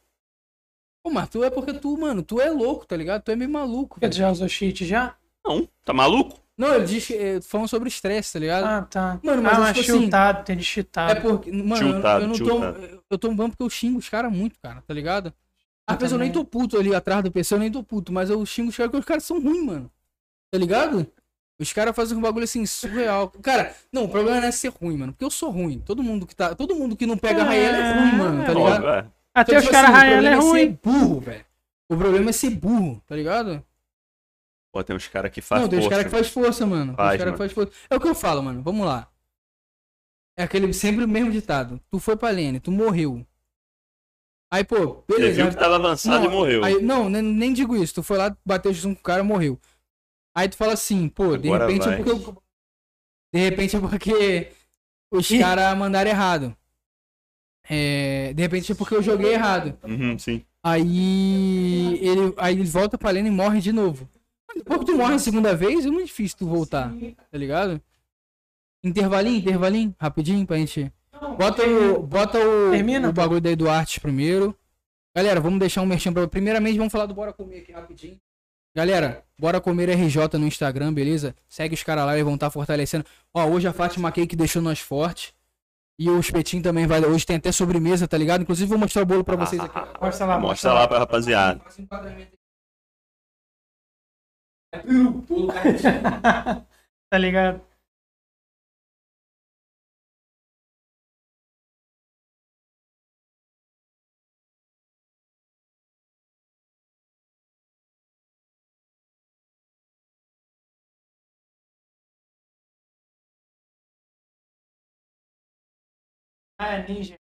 Pô, mas tu é porque tu, mano, tu é louco, tá ligado? Tu é meio maluco.
Você
velho.
já usou cheat já?
Não, tá maluco?
Não, ele diz que é, falando sobre estresse, tá ligado?
Ah, tá.
Mano, mas
ah,
é
mas
tipo assim,
cheatado, tem de
É
cheatado.
porque, mano, eu-
Tiltado,
eu não tomo. Eu tomo ban porque eu xingo os caras muito, cara, tá ligado? Às
Eu
vezes eu nem
também.
tô puto ali atrás do PC, eu nem tô puto, mas eu xingo os caras porque os caras são ruins, mano. Tá ligado? Os caras fazem um bagulho assim surreal. Cara, não, o problema não é ser ruim, mano. Porque eu sou ruim. Todo mundo que tá. Todo mundo que não pega
É,
a Raela é ruim, mano, tá
é
ligado?
Óbvio, é.
Até
Então,
os
tipo
caras
assim, o
raiando é
problema
ruim.
ser burro, velho. O problema é ser burro, tá ligado?
Pô, tem uns caras que fazem.
não, tem os caras que faz força, mano. Tem os
Faz,
caras que faz força. É o que eu falo, mano. Vamos lá. É aquele sempre o mesmo ditado. Tu foi pra Lene, tu morreu. Aí, pô,
Ele
beleza.
viu que tava avançado
né? Não,
e morreu.
Aí, não, nem, nem digo isso. Tu foi lá, bateu junto com o cara, morreu. Aí tu fala assim, pô, de
Agora
repente é
vai.
porque. eu- De repente é porque os caras mandaram errado. É, de repente é porque eu joguei errado.
Uhum, sim.
Aí ele, aí ele volta pra lane e morre de novo. Mas Depois que tu morre a segunda vez, é muito difícil tu voltar, tá ligado? Intervalinho, intervalinho, rapidinho pra gente. Bota o, bota o,
Termina,
o bagulho da Eduardo primeiro. Galera, vamos deixar um merchan pra. Primeiramente, vamos falar do Bora Comer aqui rapidinho. Galera, Bora Comer RJ no Instagram, beleza? Segue os caras lá, eles vão estar fortalecendo. Ó, hoje a Fátima Cake deixou nós forte. E o espetinho também vai. Hoje tem até sobremesa, tá ligado? Inclusive, vou mostrar o bolo pra
ah,
vocês aqui.
Mostra lá,
Mostra lá pra rapaziada.
Faça um enquadramento. É peru, todo carretinho.
Tá ligado? Ah, é ninja.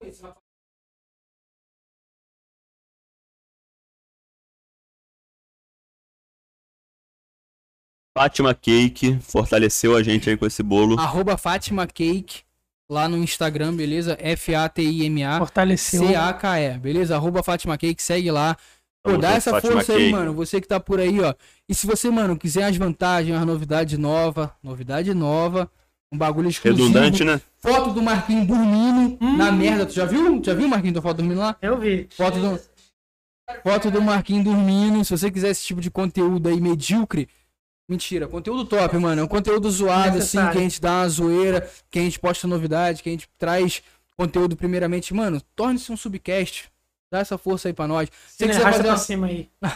Esse rapaz-
Fátima Cake fortaleceu a gente aí com esse bolo.
Arroba Fátima Cake lá no Instagram, beleza? F-A-T-I-M-A.
Fortaleceu.
C-A-K-E, beleza? Arroba Fátima Cake, segue lá. Pô,
Tamo
dá
junto,
essa
Fátima
força aí,
Cake.
mano. Você que tá por aí, ó. E se você, mano, quiser as vantagens, as novidades novas, novidade nova, um bagulho exclusivo.
Redundante, né?
Foto do Marquinhos dormindo
Hum.
na merda. Tu já viu? Já viu o Marquinhos da foto dormindo lá?
Eu vi.
Foto do, foto do Marquinhos dormindo. Se você quiser esse tipo de conteúdo aí medíocre. Mentira, conteúdo top, mano. É um conteúdo zoado, assim,
Necessário.
que a gente dá uma zoeira, que a gente posta novidade, que a gente traz conteúdo primeiramente. Mano, torne-se um subcast. Dá essa força aí pra nós. Se você
Você
quiser fazer
pra
uma
cima aí.
se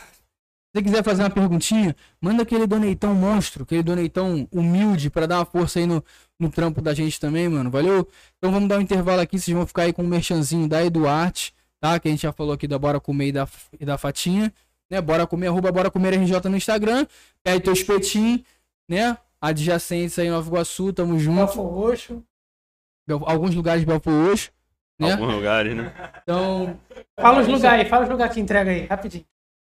você quiser fazer uma perguntinha, manda aquele doneitão monstro, aquele doneitão humilde pra dar uma força aí no, no trampo da gente também, mano. Valeu? Então vamos dar um intervalo aqui, vocês vão ficar aí com o merchanzinho da Eduarte, tá? Que a gente já falou aqui da Bora Comer e da, e da Fatinha, né? Bora Comer, arroba Bora Comer RJ no Instagram, pede teu espetinho, né? Adjacentes aí, Nova Iguaçu, tamo junto.
Belfo roxo.
Bel- Alguns lugares de Belfor hoje,
Em
né?
alguns lugares, né?
Então,
Fala os lugares aí, fala os lugares que entrega aí, rapidinho.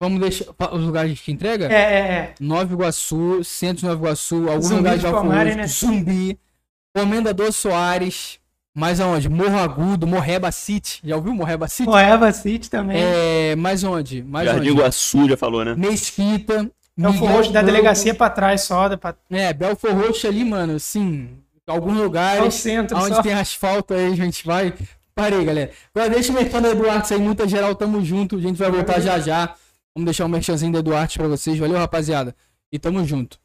vamos deixar pa- os lugares que entrega?
É, é, é.
Nova Iguaçu, Centro de Nova Iguaçu, algum
Zumbi
lugar de
de
Alfa
Palmares,
Rosto,
né?
Zumbi, Comendador Soares, mais aonde? Morro Agudo, Morreba City, já ouviu Morreba City?
Coeva City também.
É, mais onde? Mais
Jardim
onde?
Iguaçu já falou, né?
Mesquita,
É o
Miguel
forroxo da
Branco,
delegacia pra trás só, da pra...
É, Belfor Roxo ali, mano, assim, alguns
é o
lugares,
centro
aonde
só.
tem asfalto aí a gente vai. Parei, galera. Agora deixa o merchan da Eduardo sair, muita geral, tamo junto, a gente vai voltar já já. Vamos deixar o merchanzinho da Eduardo pra vocês, valeu rapaziada, e tamo junto.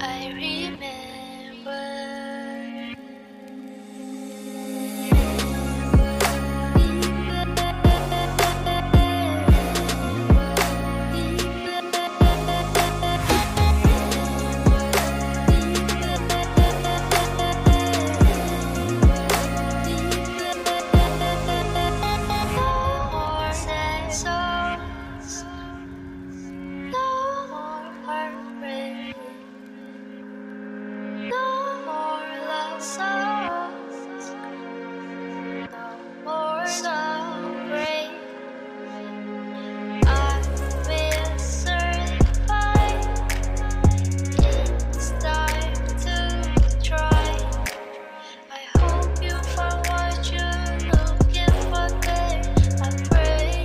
I remember. No more sad songs. No more heartbreak. No more love songs. No more heartbreak. I will survive. It's time to try. I hope you find what you're looking for there. I pray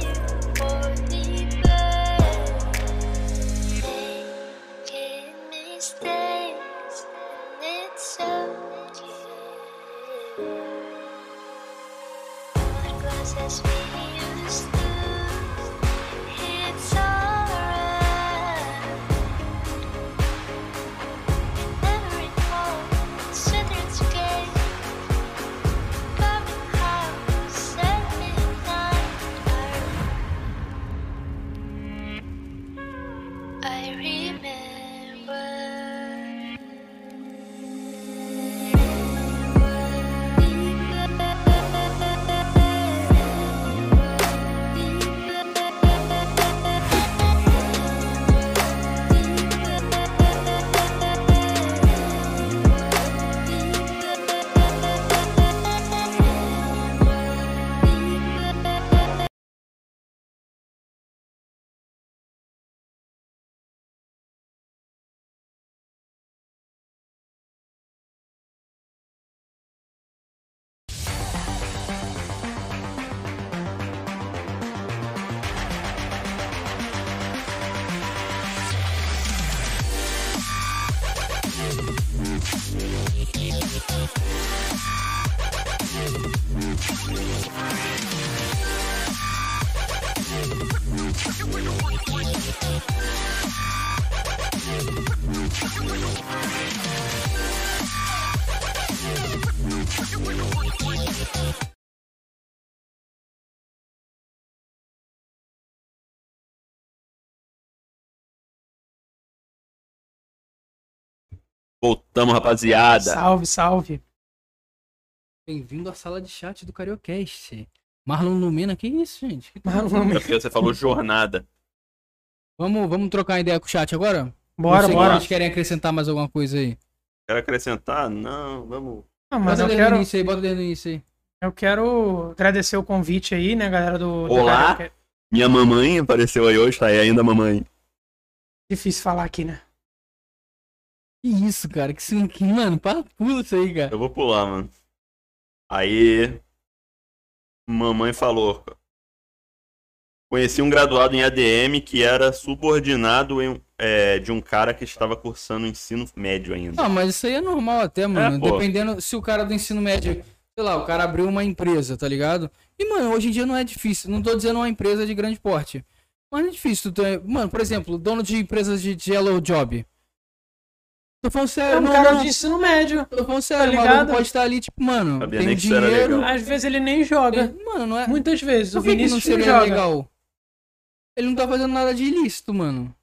for the best. Making mistakes, and it's okay. Our glasses we used to, it's alright. Every moment, children's game. Coming home, set me I
Voltamos, rapaziada.
Salve, salve.
Bem-vindo à sala de chat do Cariocast. Marlon Lumina, que isso, gente? Que tá-
É porque Você falou jornada.
Vamos, vamos trocar ideia com o chat agora?
Bora,
Não sei
bora.
Vocês querem acrescentar mais alguma coisa aí?
Quero acrescentar? Não, vamos.
Ah, mas
bota
eu
desde o
quero,
início aí, bota desde o início aí.
eu quero agradecer o convite aí, né, galera do, é do
Olá.
Carioca.
Minha mamãe apareceu aí hoje, tá aí ainda a mamãe.
Difícil falar aqui, né?
Que isso, cara? Que, isso- que mano, para, pula isso aí, cara.
Eu vou pular, mano. Aí. Mamãe falou. Conheci um graduado em ADM que era subordinado em- é, de um cara que estava cursando ensino médio ainda.
Não, mas isso aí é normal até, mano.
É, pô.
Dependendo se o cara do ensino médio, sei lá, o cara abriu uma empresa, tá ligado? E, mano, hoje em dia não é difícil. Não tô dizendo uma empresa de grande porte. Mas não é difícil. Tu tem... Mano, por exemplo, dono de empresas de de yellow job. Tô falando sério,
É um
não,
cara
não.
de ensino médio.
Tô falando sério, o
Tá
um maluco
ligado?
pode estar ali, tipo, mano,
Sabia
tem
nem que isso era
dinheiro.
Às vezes ele nem joga.
Mano, não é.
Muitas vezes. O
Por que que não
Vinícius não
seria
joga.
legal? Ele não tá fazendo nada de ilícito, mano.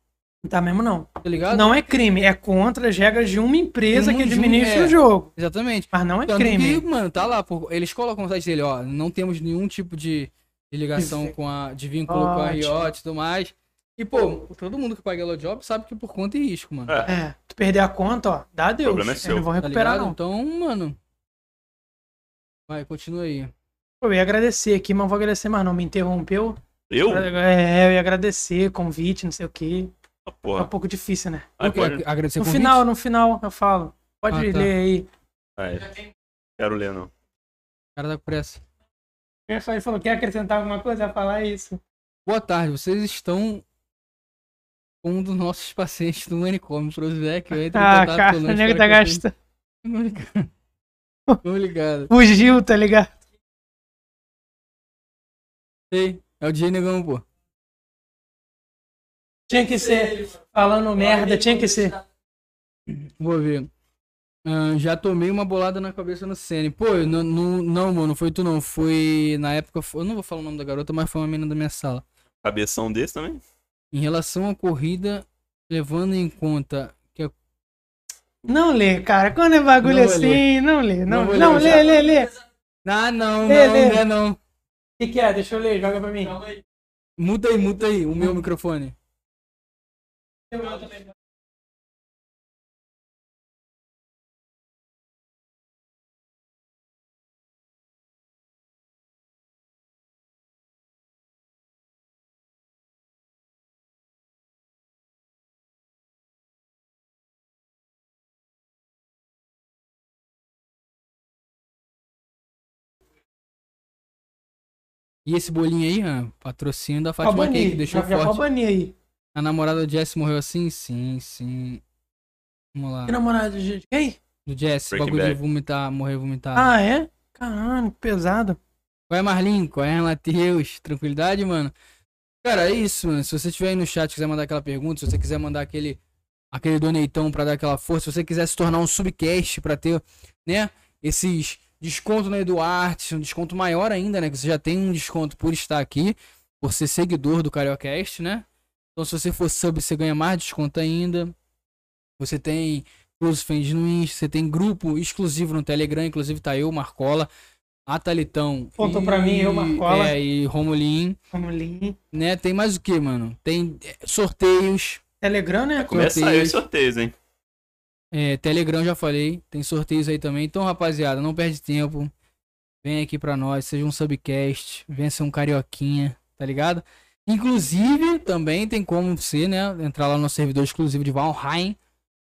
Não tá mesmo, não.
Tá ligado?
Não é crime, é contra as regras de uma empresa
Não,
que
de um-
administra
é.
o jogo.
Exatamente.
Mas não é
Tanto
crime.
que, mano, tá lá. por- Eles colocam no site dele, ó. Não temos nenhum tipo de, de ligação
Perfeito.
com a. de vínculo com a
Ótimo.
Riot e tudo mais. E, pô, todo mundo que paga Hello Job sabe que é por conta e risco, mano.
É,
É, tu perder a conta, ó, dá adeus.
problema é
Eu
seu.
não vou
tá
recuperar,
ligado?
não.
Então, mano. Vai, continua aí.
Pô, Eu ia agradecer aqui, mas não vou agradecer mais não. Me interrompeu.
Eu?
É, eu ia agradecer, convite, não sei o quê. É
Ah,
um
Porra.
pouco difícil, né?
Aí
Eu quero
pode-
agradecer o
No
convite?
final, né? no final, eu falo. Pode
Ah, tá.
ler aí.
aí, Ah, é. Quero ler, não.
O cara tá com pressa.
Ele falou- ele falou, quer acrescentar alguma coisa? Vai falar isso.
Boa tarde, vocês estão com um dos nossos pacientes do Manicom, o Prozac. Eu entro em
Ah,
contato
cara,
pelo
o
lanche,
nego tá
espero que vocês-
gastando.
Tô ligado. Tô ligado.
Fugiu, tá ligado?
Ei, é o DJ Negão, pô.
Tinha que ser. Falando merda, tinha que ser.
Vou ver. Ah, já tomei uma bolada na cabeça no Sene. Pô, eu não, não, não, mano, foi tu não. Foi na época. foi- eu não vou falar o nome da garota, mas foi uma menina da minha sala.
Cabeção desse também?
Em relação à corrida, levando em conta que a-
Não lê, cara. Quando é bagulho
Não vou
assim, não lê. Não,
Não vou
não,
ler, já.
lê, lê, lê. O
Ah, não, não,
Lê,
não,
lê.
é não.
que, que é? Deixa eu ler, joga pra mim.
Muta aí, muta aí o meu microfone. E esse bolinho aí, ah, patrocínio da Fátima
Pode
Cake,
banir.
deixou
Já- já pode
forte.
banir aí.
A namorada do Jess morreu assim? Sim, sim. Vamos lá.
Que namorada de quem?
Do Jess,
Breaking
bagulho de
Bad.
vomitar, morrer vomitar.
Ah, é? Caralho, que pesado.
Qual é, Marlin? Qual é, Matheus? Tranquilidade, mano? Cara, é isso, mano. Se você tiver aí no chat, quiser mandar aquela pergunta, se você quiser mandar aquele aquele doneitão pra dar aquela força, se você quiser se tornar um subcast pra ter, né, esses desconto na Eduarte, um desconto maior ainda, né, que você já tem um desconto por estar aqui, por ser seguidor do Cariocast, né? Então, se você for sub, você ganha mais desconto ainda. Você tem Close Friends no Insta, você tem grupo exclusivo no Telegram, inclusive tá eu, Marcola, Atalitão.
Faltou pra mim, eu, Marcola.
É, e Romulin,
Vamos ler.
né? Tem mais o que, mano? Tem é, sorteios,
Telegram, né?
Começa aí
Sorteios.
os sorteios, hein?
É, Telegram já falei, tem sorteios aí também. Então, rapaziada, não perde tempo. Vem aqui pra nós, seja um subcast, venha ser um carioquinha, tá ligado? Inclusive, também tem como você, né, entrar lá no nosso servidor exclusivo de Valheim.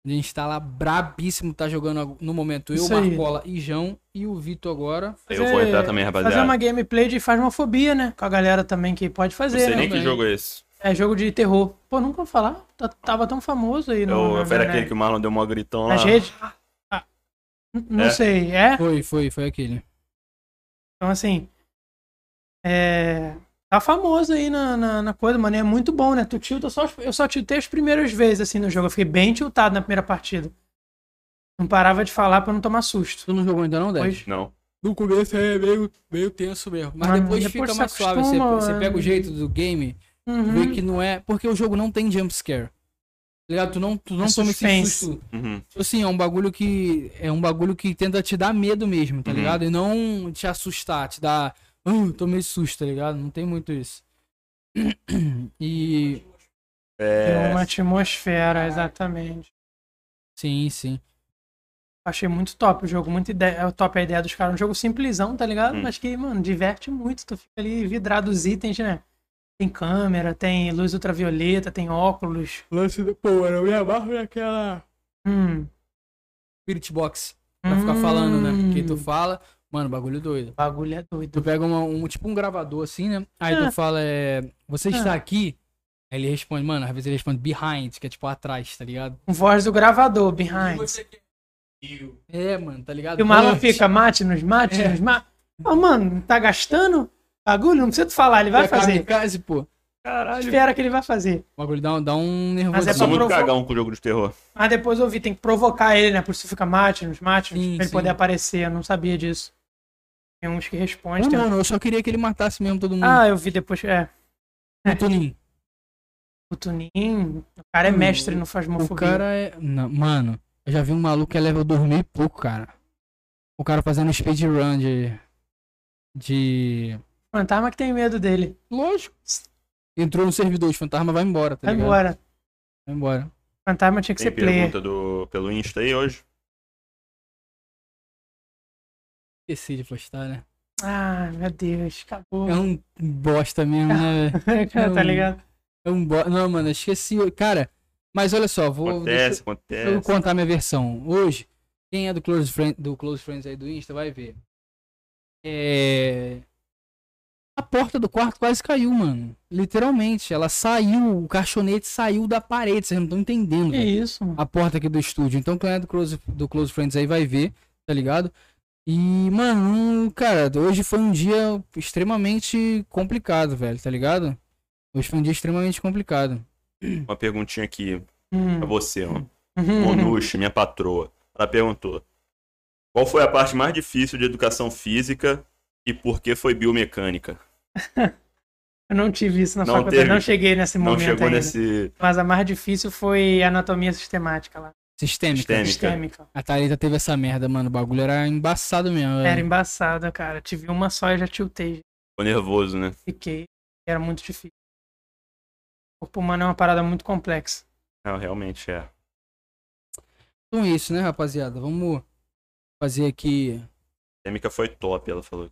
A gente tá lá brabíssimo, tá jogando ag- no momento eu,
Isso aí.
Marcola e João e o Vitor agora.
Eu vou entrar também,
Fazer uma
rapaziada.
gameplay de Phasmophobia, né? Com a galera também que pode
Não
fazer,
sei
né?
nem que
também.
jogo é esse.
É jogo de terror. Pô, nunca vou falar. Tá- Tava tão famoso aí no.
Eu,
na-
foi
na-
aquele que É o Marlon deu mó gritão lá.
Nas redes. Ah, ah, n- não
É.
sei, é?
Foi, foi, foi aquele.
Então, assim. É. Tá famoso aí na, na, na coisa, mano. E é muito bom, né? Tu tilta só. as- Eu só tiltei as primeiras vezes, assim, no jogo. Eu fiquei bem tiltado na primeira partida. Não parava de falar pra não tomar susto.
Tu não jogou ainda não, Dez?
Pois.
Não.
No começo é meio, meio tenso mesmo. Mas
Mano,
depois,
depois
fica
Ah, é
mais
se
suave. Você,
acostuma,
você
mano.
pega o jeito do game, vê
Uhum.
que não é. Porque o jogo não tem jump scare. Tá ligado? Tu não, tu não
É
toma esse
suspense.
susto.
Uhum.
Tipo Assim, é um bagulho que. É um bagulho que tenta te dar medo mesmo, tá
Uhum.
ligado? E não te assustar, te dar. Uh, tomei susto, tá ligado? Não tem muito isso. E.
É
É,
uma atmosfera, exatamente.
Sim, sim.
Achei muito top o jogo, muito ideia, é o top a ideia dos caras. Um jogo simplesão, tá ligado?
Hum.
Mas que, mano, diverte muito. Tu fica ali vidrado os itens, né? Tem câmera, tem luz ultravioleta, tem óculos.
Lance do. Pô, eu me amarro naquela.
Hum,
Spirit Box. Pra ficar falando, né? Que tu fala. Mano, bagulho doido.
Hum. bagulho é doido.
Tu pega uma- um tipo um gravador assim, né? Aí
Ah.
tu fala, é, você
Ah.
está aqui? Aí ele responde, mano, às vezes ele responde behind, que é tipo atrás, tá ligado?
Com voz do gravador, behind.
É, mano, tá ligado?
E o maluco
Antes.
fica, mate-nos,
É.
mate-nos, mate. Ô, mano, tá gastando bagulho? Não precisa tu falar, ele vai
É
fazer.
kamikaze, pô.
Caralho.
Espera que ele vai fazer.
O bagulho dá, um- dá um
Mas
nervoso.
é
Eu
pra
sou muito
provocar.
cagão com o jogo de terror.
Mas depois eu vi, tem que provocar ele, né? Por isso fica Matinus, Matinus,
Sim,
pra ele
sim.
poder aparecer. Eu não sabia disso. Tem uns que respondem. tem-
mano, eu só queria que ele matasse mesmo todo mundo.
Ah, eu vi depois. É,
O Toninho.
o Tunin. O cara é
Mano,
mestre no
Hum, O
Fasmofobia.
cara é... Não, mano, eu já vi um maluco que é level 2000 e pouco, cara. O cara fazendo speedrun de... De...
Fantasma que tem medo dele.
Lógico. Entrou no servidor, os fantasma vai embora, tá
Vai
ligado?
embora.
Vai embora.
Fantasma tinha que
Tem
ser player.
pergunta do, pelo Insta aí hoje?
Esqueci de postar, né?
Ah, meu Deus, acabou.
É um bosta mesmo, né? velho?
tá ligado?
É um bosta. Não, mano, eu esqueci. Cara, mas olha só, vou. deixa eu-
Acontece,
eu
acontece.
contar minha versão. Hoje, quem é do Close, Friend, do Close Friends aí do Insta vai ver. É. A porta do quarto quase caiu, mano. Literalmente. Ela saiu, o caixonete saiu da parede. Vocês não estão entendendo.
Que
velho.
isso, mano.
a porta aqui do estúdio. Então, quem é do Close, do Close Friends aí vai ver, tá ligado? E, mano, cara, hoje foi um dia extremamente complicado, velho, tá ligado? Hoje foi um dia extremamente complicado.
Uma perguntinha aqui pra
Hum.
você, ó. Monushi, minha patroa. Ela perguntou: Qual foi a parte mais difícil de educação física e por que foi biomecânica?
Eu não tive isso na
Não
faculdade,
teve.
não cheguei nesse
Não
momento
chegou
ainda.
nesse
Mas a mais difícil foi anatomia sistemática lá.
Sistêmica.
Sistêmica.
Sistêmica.
A Thalita teve essa merda, mano. O bagulho era embaçado mesmo.
Era
velho.
embaçada, cara. Tive uma só e já tiltei.
Ficou nervoso, né?
Fiquei. Era muito difícil. O corpo humano é uma parada muito complexa.
Não, realmente é.
Então é isso, né, rapaziada? Vamos fazer aqui.
Têmica foi top, ela falou.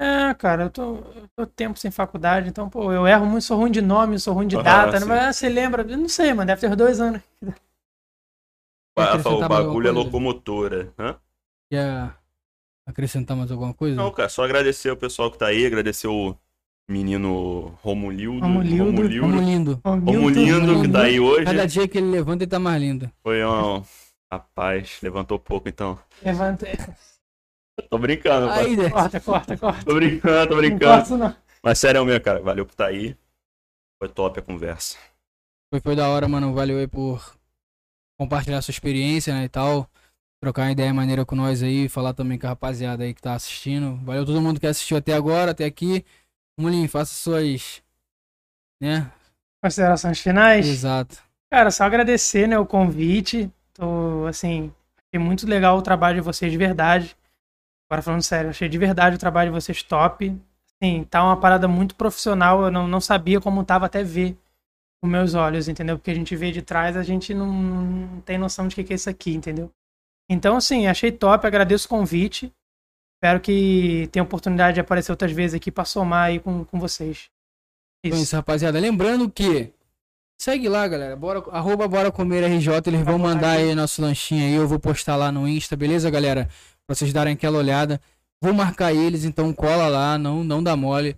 É, cara, eu tô, eu tô tempo sem faculdade, então, pô, eu erro muito, sou ruim de nome, sou ruim de
Ah,
data.
sim.
Não, mas, ah, você lembra? Eu não sei, mano, deve ter uns dois anos.
Quer
Ela falou, o
acrescentar mais
bagulho é
alguma coisa?
locomotora. Hã?
Quer acrescentar mais alguma coisa?
Não, cara, só agradecer o pessoal que tá aí, agradecer o menino Romulildo.
Romulildo.
Vamos lindo.
Romulildo, que tá aí hoje.
Cada dia que ele levanta, ele tá mais lindo.
Foi um. Rapaz, levantou pouco então.
Levanta.
Tô brincando, pai.
Aí, né?
Corta, corta, corta.
Tô brincando, tô
Não corta
brincando.
isso, não.
Mas sério mesmo, cara. Valeu por tá aí. Foi top a conversa.
Foi, foi da hora, mano. Valeu aí por compartilhar sua experiência, né, e tal. Trocar uma ideia maneira com nós aí. Falar também com a rapaziada aí que tá assistindo. Valeu todo mundo que assistiu até agora, até aqui. Mulim, faça suas. Né?
Considerações finais?
Exato.
Cara, só agradecer, né, o convite. Tô, assim, achei muito legal o trabalho de vocês de verdade. Agora falando sério, achei de verdade o trabalho de vocês top. Assim, tá uma parada muito profissional, eu não, não sabia como tava até ver com meus olhos, entendeu? Porque a gente vê de trás, a gente não, não tem noção de o que, que é isso aqui, entendeu? Então, assim, achei top, agradeço o convite. Espero que tenha oportunidade de aparecer outras vezes aqui pra somar aí com, com vocês.
Então é isso, rapaziada. Lembrando que. Segue lá, galera. Bora, arroba Bora Comer RJ. Eles vão
botar
mandar
aqui.
aí nosso lanchinho aí. Eu vou postar lá no Insta, beleza, galera? Pra vocês darem aquela olhada. Vou marcar eles, então cola lá, não, não dá mole.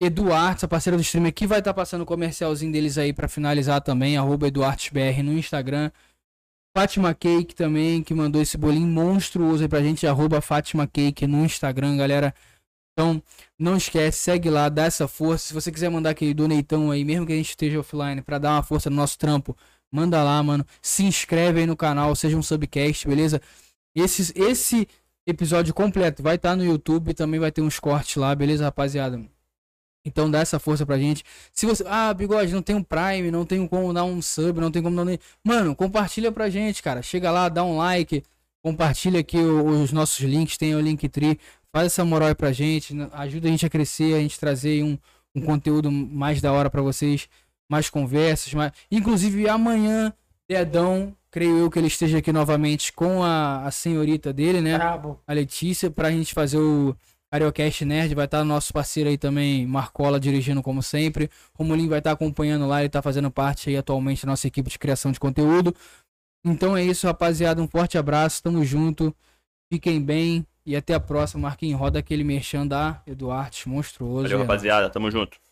Eduardo, a parceira do stream aqui, vai estar passando o comercialzinho deles aí pra finalizar também. Arroba EduardesBR no Instagram. Fátima Cake também, que mandou esse bolinho monstruoso aí pra gente. Arroba Fátima Cake no Instagram, galera. Então, não esquece, segue lá, dá essa força. Se você quiser mandar aquele doneitão aí, mesmo que a gente esteja offline, pra dar uma força no nosso trampo, manda lá, mano. Se inscreve aí no canal, seja um subcast, beleza? Esse, esse episódio completo vai estar no YouTube, também vai ter uns cortes lá, beleza, rapaziada? Então dá essa força pra gente. Se você. Ah, bigode, não tem um Prime, não tem como dar um sub, não tem como dar nem. Mano, compartilha pra gente, cara. Chega lá, dá um like, compartilha aqui o- os nossos links, tem o Linktree faz essa moral aí pra gente, né? ajuda a gente a crescer, a gente trazer aí um, um conteúdo mais da hora pra vocês, mais conversas, mais... inclusive amanhã, Dedão, creio eu que ele esteja aqui novamente com a, a senhorita dele, né,
Brabo.
a Letícia, pra gente fazer o Ariocast Nerd, vai estar nosso parceiro aí também, Marcola, dirigindo como sempre, Romulinho vai estar acompanhando lá, ele tá fazendo parte aí atualmente da nossa equipe de criação de conteúdo, então é isso, rapaziada, um forte abraço, tamo junto, fiquem bem e até a próxima. Marquinhos, roda aquele merchan da Eduardo, monstruoso.
Valeu,
Renato.
rapaziada. Tamo junto.